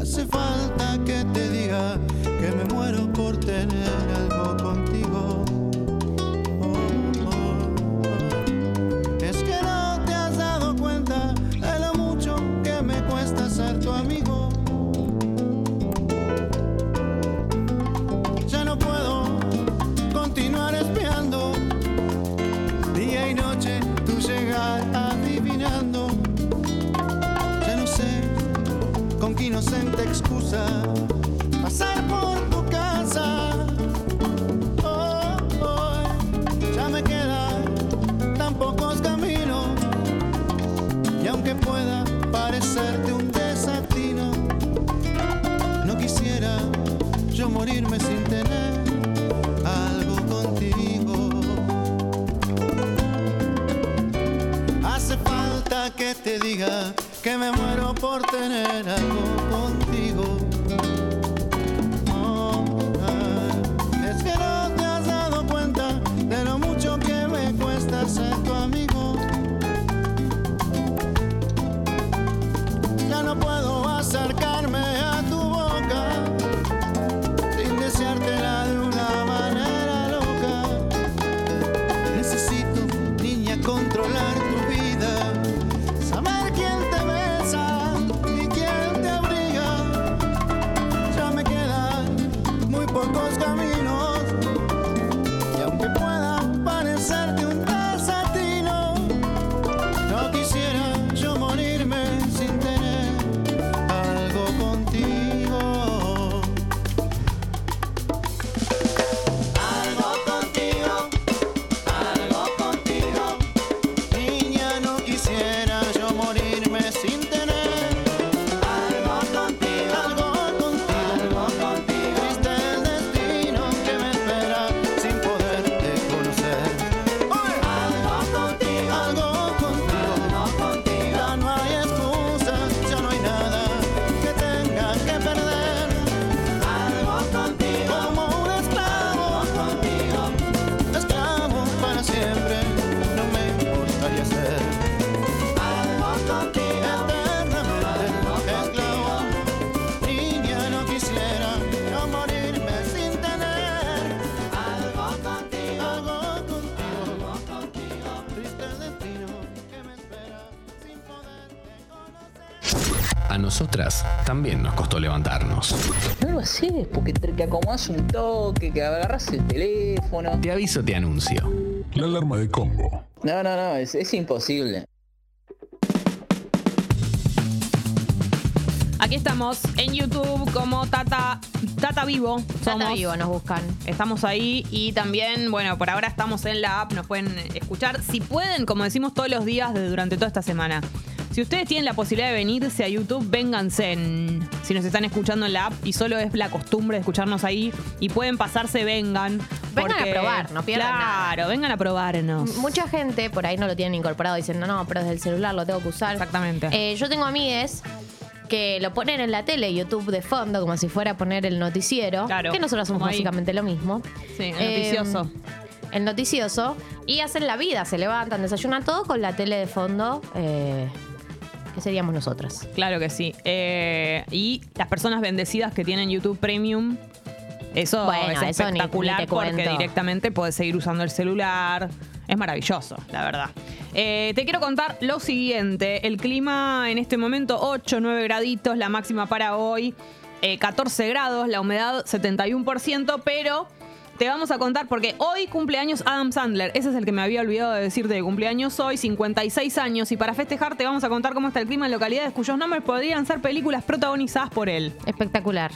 [SPEAKER 9] Hace falta que te diga que me muero por tener algo contigo. Oh, oh, oh. Es que no te has dado cuenta de lo mucho que me cuesta ser tu amigo. Ya no puedo continuar espiando día y noche tu llegar adivinando ya no sé con qué inocente excusa pasar por tu casa Oh, oh, ya me quedan tan pocos caminos y aunque pueda parecerte un desatino no quisiera yo morirme sin tener algo contigo. Hace falta que te diga que me muero por tener algo contigo. Oh, ah, es que no te has dado cuenta de lo mucho que me cuesta ser tu amigo. Ya no puedo acercarme a tu boca sin deseártela de una manera loca. Necesito, niña, controlar tu vida, saber quién te besa y quién te abriga.
[SPEAKER 16] nosotras también nos costó levantarnos.
[SPEAKER 17] No lo haces, porque te, que acomodás un toque, que agarras el teléfono.
[SPEAKER 16] Te aviso, te anuncio. La alarma de Congo.
[SPEAKER 17] No, no, no, es, es imposible.
[SPEAKER 6] Aquí estamos en YouTube como Tata, Tata Vivo. Tata Vivo
[SPEAKER 7] nos buscan.
[SPEAKER 6] Estamos ahí y también, bueno, por ahora estamos en la app, nos pueden eh, escuchar. Si pueden, como decimos todos los días de- durante toda esta semana. Si ustedes tienen la posibilidad de venirse a YouTube, vénganse. en- Si nos están escuchando en la app y solo es la costumbre de escucharnos ahí y pueden pasarse, vengan.
[SPEAKER 7] Vengan a
[SPEAKER 6] porque-
[SPEAKER 7] probar, no pierdan
[SPEAKER 6] Claro, vengan a probarnos.
[SPEAKER 7] Mucha gente por ahí no lo tienen incorporado, dicen, no, no, pero desde el celular lo tengo que usar.
[SPEAKER 6] Exactamente.
[SPEAKER 7] Eh, yo tengo amigues que lo ponen en la tele, YouTube de fondo, como si fuera a poner el noticiero. Que nosotros somos
[SPEAKER 6] como ahí.
[SPEAKER 7] básicamente lo mismo.
[SPEAKER 6] Sí, el
[SPEAKER 7] Eh,
[SPEAKER 6] noticioso.
[SPEAKER 7] el noticioso. Y hacen la vida, se levantan, desayunan todo con la tele de fondo. eh, que seríamos nosotras.
[SPEAKER 6] Claro que sí. Eh, y las personas bendecidas que tienen YouTube Premium, eso es
[SPEAKER 7] Bueno, eso ni- ni te
[SPEAKER 6] espectacular porque
[SPEAKER 7] cuento.
[SPEAKER 6] directamente podés seguir usando el celular. Es maravilloso, la verdad. Eh, te quiero contar lo siguiente. El clima en este momento 8, 9 graditos, la máxima para hoy. eh, 14 grados, la humedad 71%, pero te vamos a contar porque hoy cumpleaños Adam Sandler. Ese es el que me había olvidado de decirte de cumpleaños hoy, 56 años. Y para festejar te vamos a contar cómo está el clima en localidades cuyos nombres podrían ser películas protagonizadas por él.
[SPEAKER 7] Espectacular.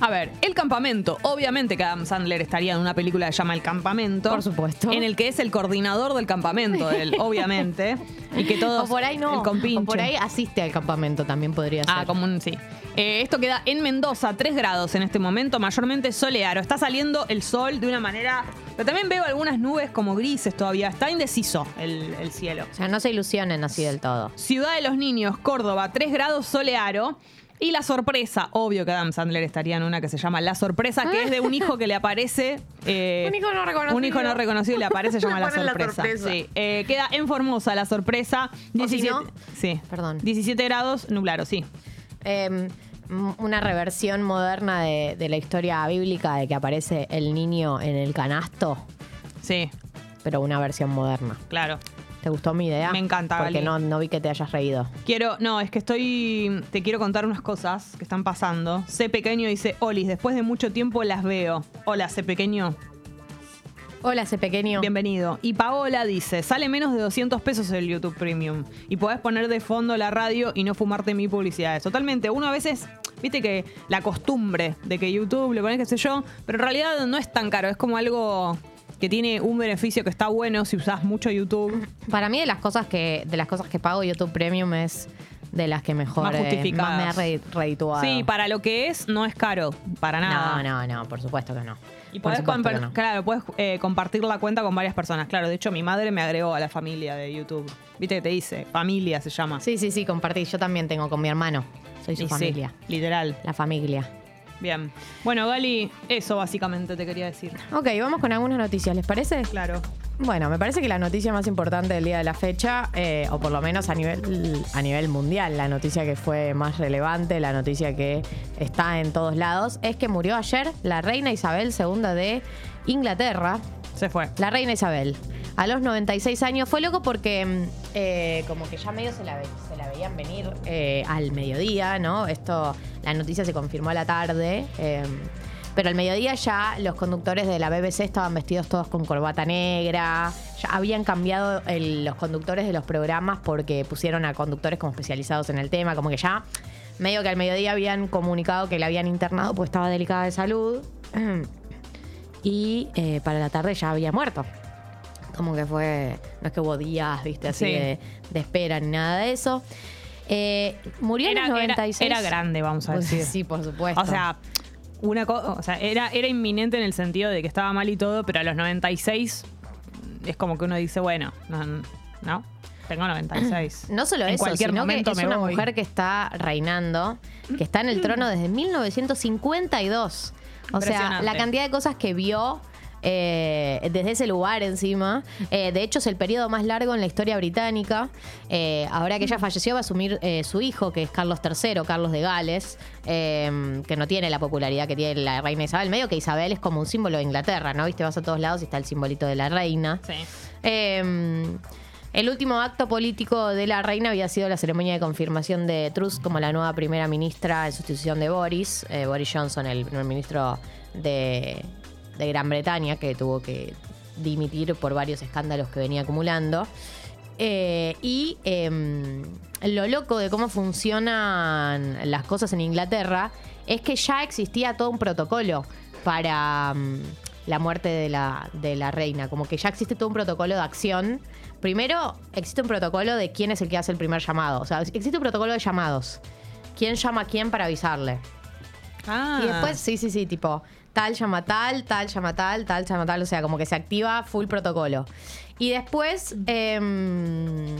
[SPEAKER 6] A ver, El Campamento. Obviamente que Adam Sandler estaría en una película que se llama El Campamento. Por
[SPEAKER 7] supuesto.
[SPEAKER 6] En el que es el coordinador del campamento, él, obviamente. Y que todos...
[SPEAKER 7] O por ahí no.
[SPEAKER 6] El compinche.
[SPEAKER 7] O por ahí asiste al campamento también podría ser.
[SPEAKER 6] Ah, como un sí. Eh, esto queda en Mendoza, 3 grados en este momento, mayormente soleado. Está saliendo el sol de una manera. Pero también veo algunas nubes como grises todavía. Está indeciso el, el cielo.
[SPEAKER 7] O sea, no se ilusionen así del todo.
[SPEAKER 6] Ciudad de los Niños, Córdoba, 3 grados soleado. Y la sorpresa, obvio que Adam Sandler estaría en una que se llama La sorpresa, que es de un hijo que le aparece. eh,
[SPEAKER 7] Un hijo no reconocido.
[SPEAKER 6] Un hijo no reconocido y le aparece, se llama
[SPEAKER 7] Le
[SPEAKER 6] La
[SPEAKER 7] ponen La
[SPEAKER 6] Sorpresa.
[SPEAKER 7] Sorpresa.
[SPEAKER 6] Sí. Eh, queda en Formosa La sorpresa. 17,
[SPEAKER 7] no,
[SPEAKER 6] sí.
[SPEAKER 7] Perdón.
[SPEAKER 6] 17 grados, nublado, sí.
[SPEAKER 7] Em, m- una reversión moderna de, de la historia bíblica de que aparece el niño en el canasto.
[SPEAKER 6] Sí.
[SPEAKER 7] Pero una versión moderna.
[SPEAKER 6] Claro.
[SPEAKER 7] ¿Te gustó mi idea?
[SPEAKER 6] Me encanta,
[SPEAKER 7] Porque
[SPEAKER 6] Gali.
[SPEAKER 7] no, no vi que te hayas reído.
[SPEAKER 6] Quiero, no, es que estoy, te quiero contar unas cosas que están pasando. C pequeño dice, Olis, después de mucho tiempo las veo. Hola, C pequeño.
[SPEAKER 7] Hola, ese pequeño.
[SPEAKER 6] Bienvenido. Y Paola dice, sale menos de 200 pesos el YouTube Premium y podés poner de fondo la radio y no fumarte mi publicidades. Totalmente, uno a veces, viste que la costumbre de que YouTube le pones qué sé yo, pero en realidad no es tan caro, es como algo que tiene un beneficio que está bueno si usás mucho YouTube.
[SPEAKER 7] Para mí de las cosas que de las cosas que pago YouTube Premium es de las que mejor
[SPEAKER 6] Más
[SPEAKER 7] eh,
[SPEAKER 6] justificadas.
[SPEAKER 7] más me ha re- redituado.
[SPEAKER 6] Sí, para lo que es, no es caro, para nada.
[SPEAKER 7] No, no, no, por supuesto que no.
[SPEAKER 6] Y
[SPEAKER 7] Por
[SPEAKER 6] podés,
[SPEAKER 7] supuesto que
[SPEAKER 6] compar-
[SPEAKER 7] no.
[SPEAKER 6] claro, podés, eh, compartir la cuenta con varias personas. Claro, de hecho, mi madre me agregó a la familia de YouTube. Viste que te dice, familia se llama.
[SPEAKER 7] Sí, sí, sí, compartí. Yo también tengo con mi hermano. Soy su
[SPEAKER 6] Y sí,
[SPEAKER 7] familia.
[SPEAKER 6] literal.
[SPEAKER 7] La familia.
[SPEAKER 6] Bien. Bueno, Gali, eso básicamente te quería decir.
[SPEAKER 7] Ok, vamos con algunas noticias, ¿les parece?
[SPEAKER 6] Claro.
[SPEAKER 7] Bueno, me parece que la noticia más importante del día de la fecha, eh, o por lo menos a nivel, a nivel mundial, la noticia que fue más relevante, la noticia que está en todos lados, es que murió ayer la reina Isabel II de Inglaterra.
[SPEAKER 6] Se fue.
[SPEAKER 7] La reina Isabel. A los 96 años fue loco porque mm, eh, como que ya medio se la, ve- se la veían venir eh, al mediodía, ¿no? Esto, la noticia se confirmó a la tarde. eh, pero al mediodía ya los conductores de la BBC estaban vestidos todos con corbata negra. Ya habían cambiado el- los conductores de los programas porque pusieron a conductores como especializados en el tema. Como que ya medio que al mediodía habían comunicado que la habían internado pues estaba delicada de salud. Y eh, para la tarde ya había muerto como que fue, no es que hubo días, viste, así
[SPEAKER 6] Sí.
[SPEAKER 7] de, de espera ni nada de eso. Eh, murió
[SPEAKER 6] Era-
[SPEAKER 7] en los
[SPEAKER 6] era-
[SPEAKER 7] 96.
[SPEAKER 6] era grande, vamos a
[SPEAKER 7] Pues
[SPEAKER 6] decir.
[SPEAKER 7] Sí, por supuesto.
[SPEAKER 6] O sea, una co- o sea era, era inminente en el sentido de que estaba mal y todo, pero a los 96 es como que uno dice, bueno, no, no, tengo 96.
[SPEAKER 7] no solo
[SPEAKER 6] en
[SPEAKER 7] eso,
[SPEAKER 6] cualquier
[SPEAKER 7] sino que
[SPEAKER 6] momento
[SPEAKER 7] es
[SPEAKER 6] me
[SPEAKER 7] una
[SPEAKER 6] voy.
[SPEAKER 7] mujer que está reinando, que está en el trono desde 1952. O sea,
[SPEAKER 6] Impresionante.
[SPEAKER 7] la cantidad de cosas que vio eh, desde ese lugar encima. Eh, de hecho, es el periodo más largo en la historia británica. Eh, ahora que ella falleció, va a asumir eh, su hijo, que es Carlos III, Carlos de Gales, eh, que no tiene la popularidad que tiene la reina Isabel. Medio que Isabel es como un símbolo de Inglaterra, ¿no? Viste, vas a todos lados y está el simbolito de la reina.
[SPEAKER 6] Sí.
[SPEAKER 7] Eh, El último acto político de la reina había sido la ceremonia de confirmación de Truss como la nueva primera ministra en sustitución de Boris, eh, Boris Johnson, el primer ministro de, de Gran Bretaña, que tuvo que dimitir por varios escándalos que venía acumulando. Eh, y em, lo loco de cómo funcionan las cosas en Inglaterra es que ya existía todo un protocolo para mm, la muerte de la, de la reina. Como que ya existe todo un protocolo de acción. Primero, existe un protocolo de quién es el que hace el primer llamado. O sea, existe un protocolo de llamados. ¿Quién llama a quién para avisarle?
[SPEAKER 6] Ah.
[SPEAKER 7] Y después, sí, sí, sí, tipo, tal llama a tal, tal llama a tal, tal llama a tal, o sea, como que se activa full protocolo. Y después, em,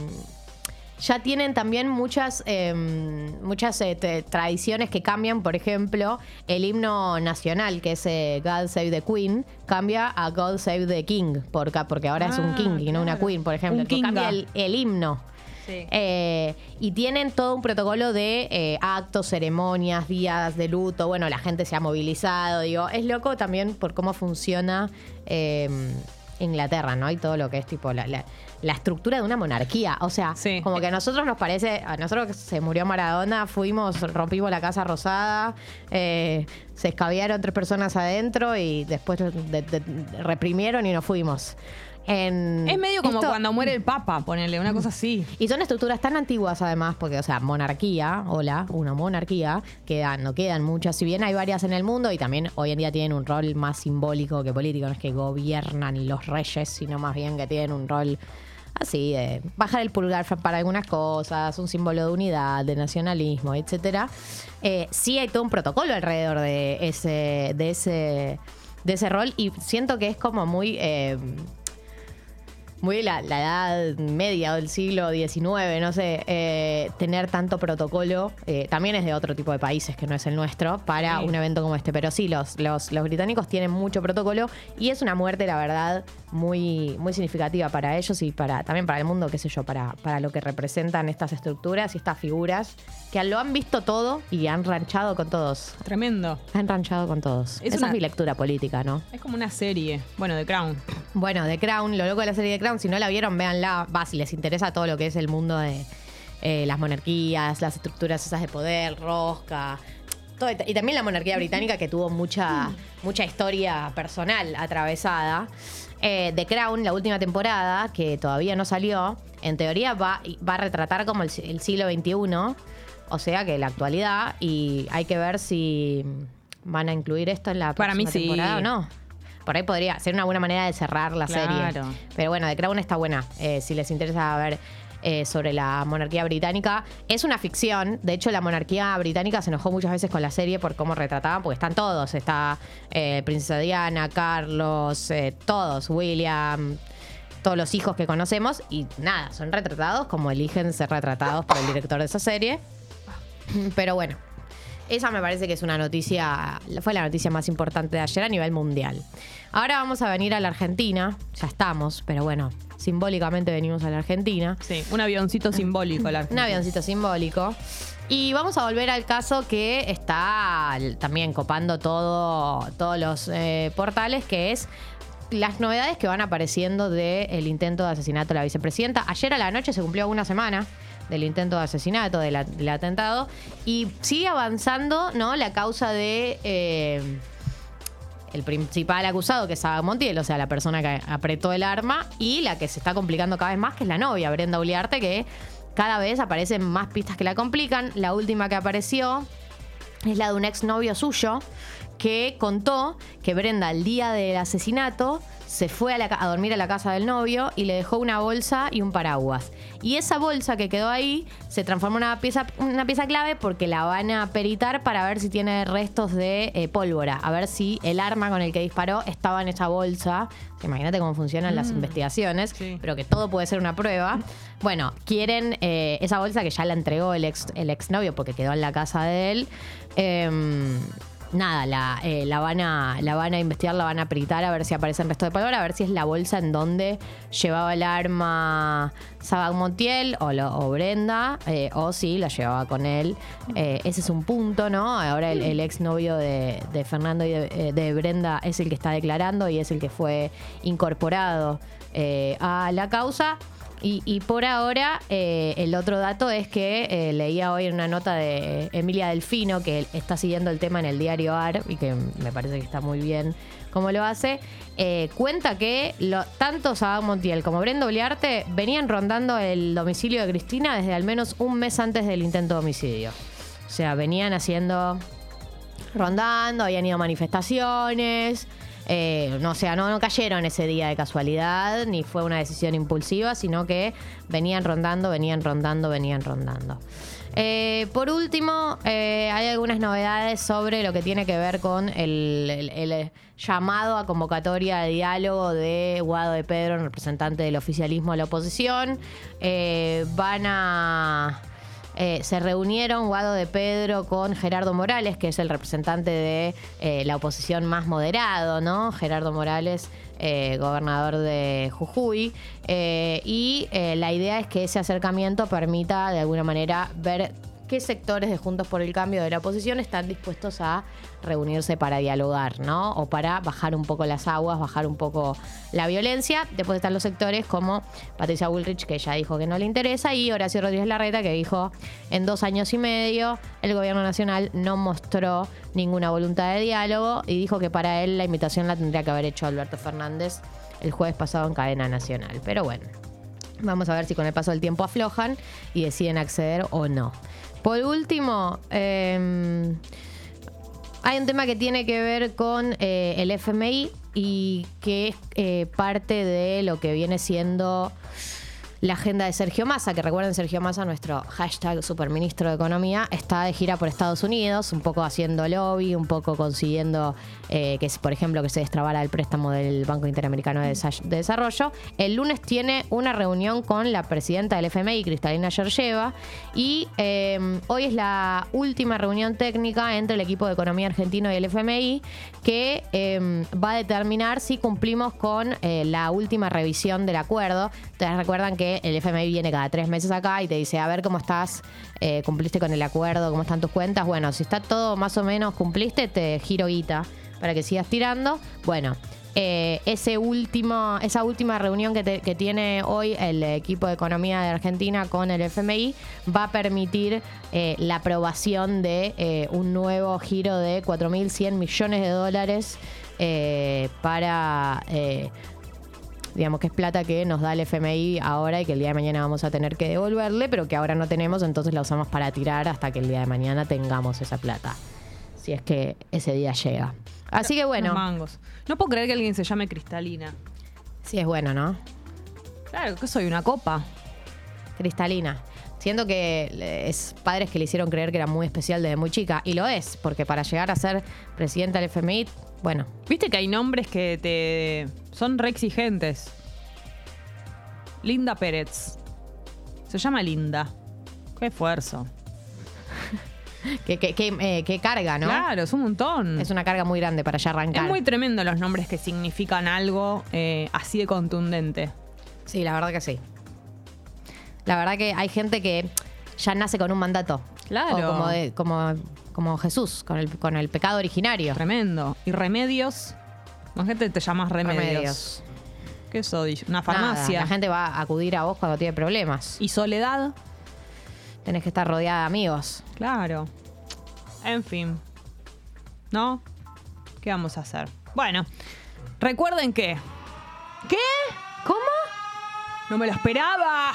[SPEAKER 7] ya tienen también muchas, em, muchas eh, te- tradiciones que cambian, por ejemplo, el himno nacional, que es eh, God Save the Queen, cambia a God Save the King, por ca- porque ahora es un
[SPEAKER 6] Ah,
[SPEAKER 7] king y no una
[SPEAKER 6] claro.
[SPEAKER 7] queen, por ejemplo.
[SPEAKER 6] Un
[SPEAKER 7] Tipo, cambia el,
[SPEAKER 6] kinga.
[SPEAKER 7] el himno. Eh, y tienen todo un protocolo de eh, actos, ceremonias, días de luto. Bueno, la gente se ha movilizado. Digo, es loco también por cómo funciona eh, Inglaterra, ¿no? Y todo lo que es tipo la, la- la estructura de una monarquía. O sea, como que a nosotros nos parece, a nosotros que se murió Maradona, fuimos, rompimos la Casa Rosada, eh, se escabiaron tres personas adentro y después de- de- reprimieron y nos fuimos. En
[SPEAKER 6] Es medio como
[SPEAKER 7] esto-
[SPEAKER 6] cuando muere el Papa, ponele, una cosa así.
[SPEAKER 7] y son estructuras tan antiguas además, porque, o sea, monarquía, hola, una monarquía, quedan, no quedan muchas, si bien hay varias en el mundo y también hoy en día tienen un rol más simbólico que político, no es que gobiernan los reyes, sino más bien que tienen un rol así, de bajar el pulgar fa- para algunas cosas, un símbolo de unidad, de nacionalismo, etcétera. Eh, sí hay todo un protocolo alrededor de ese, de ese, de ese rol y siento que es como muy... eh, muy de la, la edad media o del siglo XIX, no sé, eh, tener tanto protocolo, eh, también es de otro tipo de países que no es el nuestro, para
[SPEAKER 6] Sí.
[SPEAKER 7] un evento como este. Pero sí, los, los, los británicos tienen mucho protocolo y es una muerte, la verdad, muy, muy significativa para ellos y para también para el mundo, qué sé yo, para, para lo que representan estas estructuras y estas figuras que lo han visto todo y han ranchado con todos.
[SPEAKER 6] Tremendo.
[SPEAKER 7] Han ranchado con todos.
[SPEAKER 6] Es
[SPEAKER 7] Esa
[SPEAKER 6] una-
[SPEAKER 7] es mi lectura política, ¿no?
[SPEAKER 6] Es como una serie. Bueno, de Crown.
[SPEAKER 7] Bueno, The Crown, lo loco de la serie de Crown, si no la vieron, véanla, va, si les interesa todo lo que es el mundo de eh, las monarquías, las estructuras esas de poder, rosca, todo, y también la monarquía británica que tuvo mucha, mucha historia personal atravesada. Eh, The Crown, la última temporada, que todavía no salió, en teoría va, va a retratar como el, si- el siglo XXI, o sea que la actualidad, y hay que ver si van a incluir esto en la
[SPEAKER 6] Para mí
[SPEAKER 7] próxima
[SPEAKER 6] sí.
[SPEAKER 7] temporada o no. Por ahí podría ser una buena manera de cerrar la
[SPEAKER 6] Claro.
[SPEAKER 7] serie. Pero bueno, The Crown está buena. eh, si les interesa ver eh, sobre la monarquía británica, es una ficción. De hecho, la monarquía británica se enojó muchas veces con la serie por cómo retrataban, porque están todos. Está eh, Princesa Diana, Carlos, eh, todos, William, todos los hijos que conocemos. Y nada, son retratados como eligen ser retratados por el director de esa serie. Pero bueno, esa me parece que es una noticia, fue la noticia más importante de ayer a nivel mundial. Ahora vamos a venir a la Argentina, ya estamos, pero bueno, simbólicamente venimos a la Argentina.
[SPEAKER 6] Sí, un avioncito simbólico. La
[SPEAKER 7] Un avioncito simbólico. Y vamos a volver al caso que está l- también copando todo, todos los eh, portales, que es las novedades que van apareciendo del intento de asesinato de la vicepresidenta. Ayer a la noche se cumplió una semana del intento de asesinato, del, at- del atentado, y sigue avanzando ¿no? la causa de... eh, el principal acusado, que es Saga Montiel, o sea, la persona que apretó el arma, y la que se está complicando cada vez más, que es la novia, Brenda Uliarte, que cada vez aparecen más pistas que la complican. La última que apareció es la de un exnovio suyo, que contó que Brenda, el día del asesinato, se fue a, la ca- a dormir a la casa del novio y le dejó una bolsa y un paraguas. Y esa bolsa que quedó ahí se transforma en una pieza, una pieza clave porque la van a peritar para ver si tiene restos de eh, pólvora, a ver si el arma con el que disparó estaba en esa bolsa. Imagínate cómo funcionan las investigaciones, pero que todo puede ser una prueba. Bueno, quieren eh, esa bolsa que ya la entregó el ex el exnovio porque quedó en la casa de él. Em, nada, la, eh, la, van a, la van a investigar, la van a peritar, a ver si aparecen restos de pólvora, a ver si es la bolsa en donde llevaba el arma Sabag Montiel o, lo- o Brenda, eh, o si la llevaba con él. Eh, ese es un punto, ¿no? Ahora el, el exnovio de, de Fernando y de, eh, de Brenda es el que está declarando y es el que fue incorporado eh, a la causa. y, y por ahora, eh, el otro dato es que eh, leía hoy en una nota de Emilia Delfino, que está siguiendo el tema en el diario AR y que me parece que está muy bien cómo lo hace. eh, cuenta que lo- tanto Saban Montiel como Brenda Uliarte venían rondando el domicilio de Cristina desde al menos un mes antes del intento de homicidio. O sea, venían haciendo rondando, habían ido a manifestaciones. eh, no, o sea, no, no cayeron ese día de casualidad, ni fue una decisión impulsiva, sino que venían rondando, venían rondando, venían rondando. Eh, por último, eh, hay algunas novedades sobre lo que tiene que ver con el, el- el llamado a convocatoria de diálogo de Guado de Pedro, representante del oficialismo a la oposición. Eh, van a... Eh, se reunieron Guado de Pedro con Gerardo Morales, que es el representante de eh, la oposición más moderado, ¿no? Gerardo Morales, eh, gobernador de Jujuy. Eh, y eh, la idea es que ese acercamiento permita, de alguna manera, ver qué sectores de Juntos por el Cambio de la oposición están dispuestos a reunirse para dialogar, ¿no? O para bajar un poco las aguas, bajar un poco la violencia. Después están los sectores como Patricia Bullrich, que ya dijo que no le interesa, y Horacio Rodríguez Larreta, que dijo en dos años y medio el gobierno nacional no mostró ninguna voluntad de diálogo y dijo que para él la invitación la tendría que haber hecho Alberto Fernández el jueves pasado en cadena nacional. Pero bueno, Vamos a ver si con el paso del tiempo aflojan y deciden acceder o no. Por último, eh, hay un tema que tiene que ver con eh, el FMI y que es eh, parte de lo que viene siendo la agenda de Sergio Massa, que recuerden Sergio Massa, nuestro hashtag superministro de Economía, está de gira por Estados Unidos, un poco haciendo lobby, un poco consiguiendo eh, que, por ejemplo, que se destrabara el préstamo del Banco Interamericano de, Desa- de Desarrollo. El lunes tiene una reunión con la presidenta del FMI, Cristalina Georgieva, y eh, hoy es la última reunión técnica entre el equipo de Economía Argentino y el FMI, que eh, va a determinar si cumplimos con eh, la última revisión del acuerdo. Ustedes recuerdan que el FMI viene cada tres meses acá y te dice, a ver cómo estás, eh, cumpliste con el acuerdo, cómo están tus cuentas. Bueno, si está todo más o menos cumpliste, te giro guita para que sigas tirando. Bueno. eh, ese último, esa última reunión que, te- que tiene hoy el equipo de economía de Argentina con el FMI va a permitir eh, la aprobación de eh, un nuevo giro de 4.100 millones de dólares eh, para eh, digamos que es plata que nos da el FMI ahora y que el día de mañana vamos a tener que devolverle, pero que ahora no tenemos, entonces la usamos para tirar hasta que el día de mañana tengamos esa plata. Si es que ese día llega. Así que bueno.
[SPEAKER 6] Unos mangos. No puedo creer que alguien se llame Cristalina.
[SPEAKER 7] Sí, es bueno, ¿no?
[SPEAKER 6] Claro, que soy una copa.
[SPEAKER 7] Cristalina. Siento que le- es padres que le hicieron creer que era muy especial desde muy chica. Y lo es, porque para llegar a ser presidenta del FMI, bueno.
[SPEAKER 6] Viste que hay nombres que te son re exigentes. Linda Pérez. Se llama Linda. Qué esfuerzo.
[SPEAKER 7] qué, carga, ¿no?
[SPEAKER 6] Claro, es un montón.
[SPEAKER 7] Es una carga muy grande para ya arrancar.
[SPEAKER 6] Es muy tremendo los nombres que significan algo eh, así de contundente.
[SPEAKER 7] Sí, la verdad que sí. La verdad que hay gente que ya nace con un mandato.
[SPEAKER 6] Claro.
[SPEAKER 7] O como, de- como, como Jesús, con el, con el pecado originario.
[SPEAKER 6] Tremendo. Y remedios. Con gente te llamas remedios.
[SPEAKER 7] Remedios.
[SPEAKER 6] ¿Qué soy? Una farmacia.
[SPEAKER 7] Nada, la gente va a acudir a vos cuando tiene problemas.
[SPEAKER 6] ¿Y soledad?
[SPEAKER 7] Tenés que estar rodeada de amigos.
[SPEAKER 6] Claro. En fin. ¿No? ¿Qué vamos a hacer? Bueno, recuerden que. ¿Qué?
[SPEAKER 7] ¿Cómo?
[SPEAKER 6] No me lo esperaba.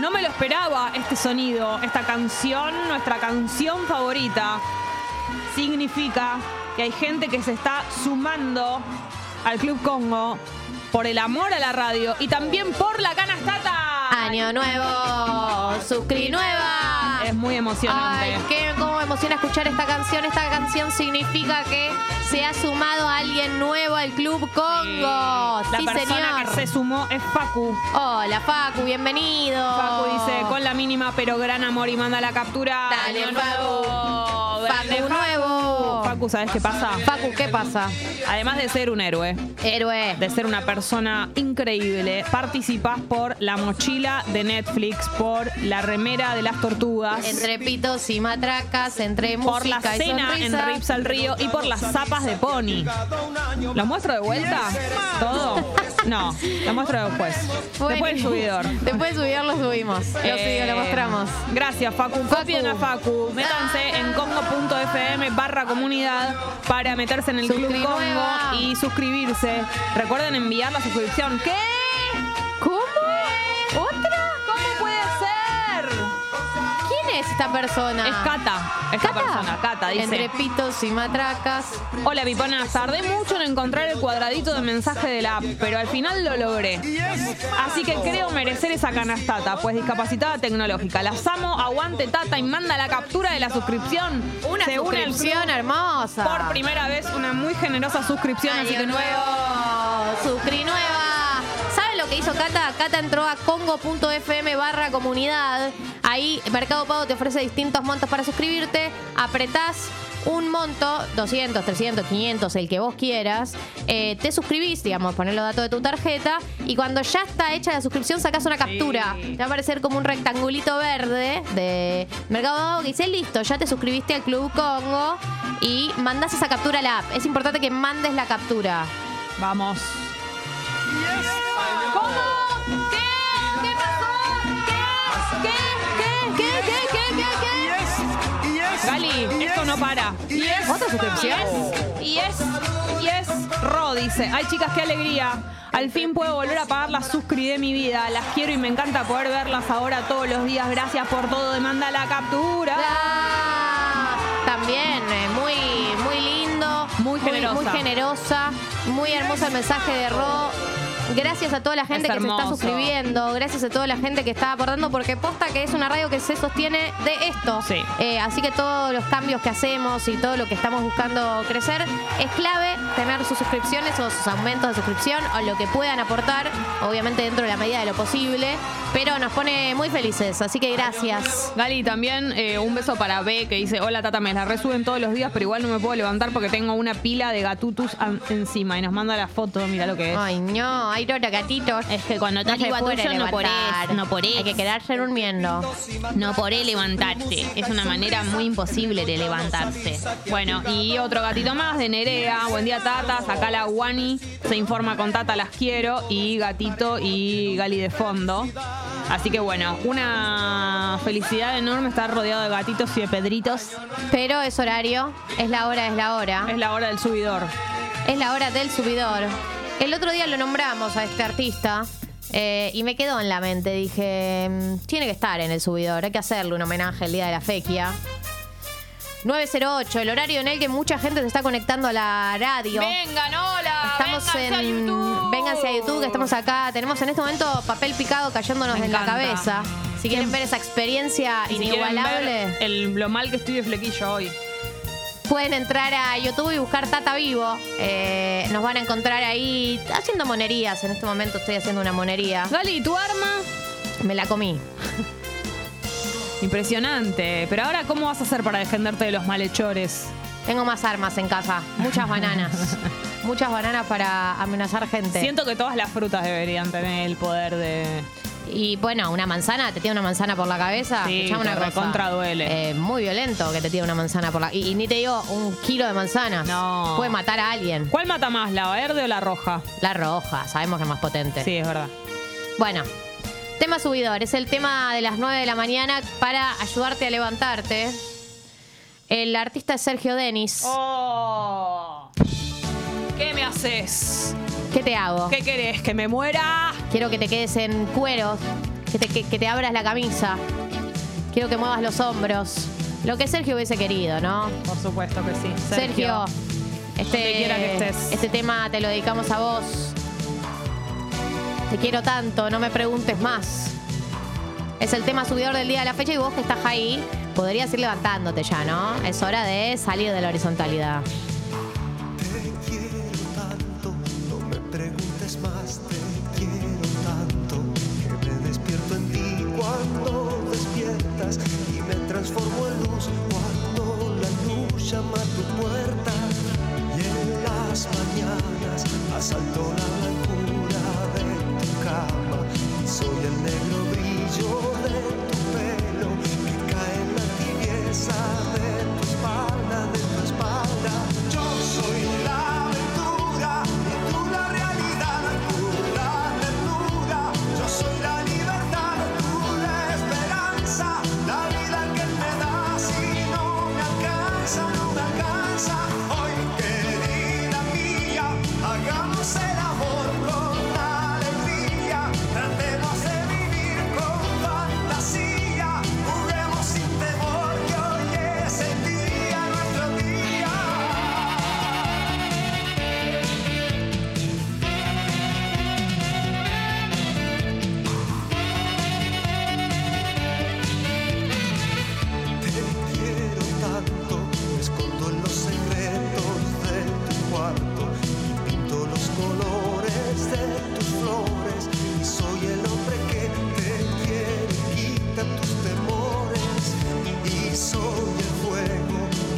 [SPEAKER 6] No me lo esperaba este sonido, esta canción, nuestra canción favorita. Significa que hay gente que se está sumando al Club Congo por el amor a la radio y también por la canastata.
[SPEAKER 7] Año nuevo, suscri nueva.
[SPEAKER 6] Es muy emocionante.
[SPEAKER 7] Ay, qué, cómo me emociona escuchar esta canción. Esta canción significa que se ha sumado alguien nuevo al Club Congo.
[SPEAKER 6] La
[SPEAKER 7] Sí,
[SPEAKER 6] persona
[SPEAKER 7] señor.
[SPEAKER 6] que se sumó es Facu.
[SPEAKER 7] Hola, Facu, bienvenido.
[SPEAKER 6] Facu dice, con la mínima pero gran amor y manda la captura.
[SPEAKER 7] Dale,
[SPEAKER 6] Año nuevo.
[SPEAKER 7] Facu.
[SPEAKER 6] Grande
[SPEAKER 7] Facu nuevo.
[SPEAKER 6] Facu Facu, ¿sabes qué pasa?
[SPEAKER 7] Facu, ¿qué pasa?
[SPEAKER 6] Además de ser un héroe.
[SPEAKER 7] Héroe.
[SPEAKER 6] De ser una persona increíble, participás por la mochila de Netflix, por la remera de las tortugas.
[SPEAKER 7] Entre pitos y matracas, entre
[SPEAKER 6] por la
[SPEAKER 7] música y
[SPEAKER 6] cena en
[SPEAKER 7] sonrisa.
[SPEAKER 6] Rips al Río y por las zapas de Pony. ¿Lo muestro de vuelta? ¿Todo? No, lo muestro después. Después del
[SPEAKER 7] Buenísimo.
[SPEAKER 6] subidor. Eh,
[SPEAKER 7] Después del subidor lo subimos. Lo, subimos, lo mostramos. Ah.
[SPEAKER 6] Gracias, Facu. Copien a Facu. Métanse en congo.fm barra comunidad para meterse en el Club Congo y suscribirse. Recuerden enviar la suscripción. ¿Qué?
[SPEAKER 7] ¿Cómo? ¿Otra?
[SPEAKER 6] ¿Cómo puede ser?
[SPEAKER 7] ¿Quién es esta persona?
[SPEAKER 6] Es Cata, esta persona, Cata, dice.
[SPEAKER 7] Entre pitos y matracas.
[SPEAKER 6] Hola, Pipona. Tardé mucho en encontrar el cuadradito de mensaje de la app, pero al final lo logré. Así que creo merecer esa canastata, pues discapacitada tecnológica. Las amo, aguante Tata y manda la captura de la suscripción.
[SPEAKER 7] Una
[SPEAKER 6] Se une al
[SPEAKER 7] suscripción
[SPEAKER 6] club.
[SPEAKER 7] hermosa.
[SPEAKER 6] Por primera vez, una muy generosa suscripción, así que
[SPEAKER 7] nuevo. Suscri nueva. ¿Saben lo que hizo Cata? Cata entró a congo.fm barra comunidad. Ahí Mercado Pago te ofrece distintos montos para suscribirte. Apretás un monto, 200, 300, 500, el que vos quieras. Eh, te suscribís, digamos, ponés los datos de tu tarjeta. Y cuando ya está hecha la suscripción, sacás una captura. Te va a aparecer como un rectangulito verde de Mercado Pago que dice, listo, ya te suscribiste al Club Congo. Y mandás esa captura a la app. Es importante que mandes la captura.
[SPEAKER 6] Vamos. ¿Cómo? ¿Qué? ¿Qué pasó? ¿Qué? ¿Qué? ¿Qué? ¿Qué? ¿Qué? ¿Qué? ¿Qué? Gali, esto no para. ¿Otra suscripción? Yes, yes, Ro dice. Ay, chicas, qué alegría. Al fin puedo volver a pagar las suscri de mi vida. Las quiero y me encanta poder verlas ahora todos los días. Gracias por todo. Demanda la captura.
[SPEAKER 7] Ah, También, eh, muy, muy lindo.
[SPEAKER 6] Muy generosa.
[SPEAKER 7] Muy, generosa. Muy hermoso el mensaje de Ro. Gracias a toda la gente
[SPEAKER 6] Es
[SPEAKER 7] que se está
[SPEAKER 6] hermoso.
[SPEAKER 7] suscribiendo, gracias a toda la gente que está aportando, porque posta que es una radio que se sostiene de esto. Eh, así que todos los cambios que hacemos y todo lo que estamos buscando crecer, es clave tener sus suscripciones o sus aumentos de suscripción o lo que puedan aportar, obviamente dentro de la medida de lo posible, pero nos pone muy felices, así que gracias.
[SPEAKER 6] Gali, también eh, un beso para B que dice, hola Tata, me la resuben todos los días, pero igual no me puedo levantar porque tengo una pila de gatutus an- encima y nos manda la foto, mira lo que es.
[SPEAKER 7] Ay, no, hay los gatitos.
[SPEAKER 6] Es que cuando
[SPEAKER 7] No se puede levantar.
[SPEAKER 6] podés.
[SPEAKER 7] Hay que quedarse durmiendo.
[SPEAKER 6] No podés levantarte. Es una manera muy imposible de levantarse. Bueno, y otro gatito más de Nerea. Buen día, Tata. Acá la Guani. Se informa con Tata, las quiero. Y gatito y Gali de fondo. Así que bueno, una felicidad enorme estar rodeado de gatitos y de pedritos.
[SPEAKER 7] Pero es horario, es la hora, es la hora.
[SPEAKER 6] Es la hora del subidor.
[SPEAKER 7] Es la hora del subidor. El otro día lo nombramos a este artista eh, y me quedó en la mente. Dije, "Mm, tiene que estar en el subidor, hay que hacerle un homenaje el día de la fequia. 908, el horario en el que mucha gente se está conectando a la radio.
[SPEAKER 6] Vengan, hola.
[SPEAKER 7] Estamos en. Vénganse a YouTube, que estamos acá. Tenemos en este momento papel picado cayéndonos
[SPEAKER 6] Me
[SPEAKER 7] en
[SPEAKER 6] encanta.
[SPEAKER 7] la cabeza. Si quieren ver esa experiencia
[SPEAKER 6] Y si quieren
[SPEAKER 7] Ah, inigualable,
[SPEAKER 6] ver el, lo mal que estoy de flequillo hoy.
[SPEAKER 7] pueden entrar a YouTube y buscar Tata Vivo. Eh, nos van a encontrar ahí haciendo monerías. En este momento estoy haciendo una monería.
[SPEAKER 6] Gali, ¿tu arma?
[SPEAKER 7] Me la comí.
[SPEAKER 6] Impresionante. Pero ahora, ¿cómo vas a hacer para defenderte de los malhechores?
[SPEAKER 7] Tengo más armas en casa. Muchas bananas. Muchas bananas para amenazar gente.
[SPEAKER 6] Siento que todas las frutas deberían tener el poder de.
[SPEAKER 7] Y bueno, una manzana, te tira una manzana por la cabeza.
[SPEAKER 6] Sí,
[SPEAKER 7] escuchame
[SPEAKER 6] te
[SPEAKER 7] una cosa.
[SPEAKER 6] recontra duele.
[SPEAKER 7] Eh, muy violento que te tire una manzana por la. Y, y ni te digo un kilo de manzanas.
[SPEAKER 6] No.
[SPEAKER 7] Puede matar a alguien.
[SPEAKER 6] ¿Cuál mata más, la verde o la roja?
[SPEAKER 7] La roja, sabemos que es más potente.
[SPEAKER 6] Sí, es verdad.
[SPEAKER 7] Bueno, tema subidor, es el tema de las 9 de la mañana para ayudarte a levantarte. El artista es Sergio Denis.
[SPEAKER 6] ¡Oh! ¿Qué me haces?
[SPEAKER 7] ¿Qué te hago?
[SPEAKER 6] ¿Qué querés? ¿Que me muera?
[SPEAKER 7] Quiero que te quedes en cuero, que te, que- que te abras la camisa. Quiero que muevas los hombros. Lo que Sergio hubiese querido, ¿no?
[SPEAKER 6] Por supuesto que sí.
[SPEAKER 7] Sergio, este,
[SPEAKER 6] donde quiera que estés.
[SPEAKER 7] este tema te lo dedicamos a vos. Te quiero tanto, no me preguntes más. Es el tema subidor del día de la fecha y vos que estás ahí podrías ir levantándote ya, ¿no? Es hora de salir de la horizontalidad.
[SPEAKER 18] me preguntes más, te quiero tanto que me despierto en ti cuando despiertas y me transformo en luz cuando la luz llama a tu puerta.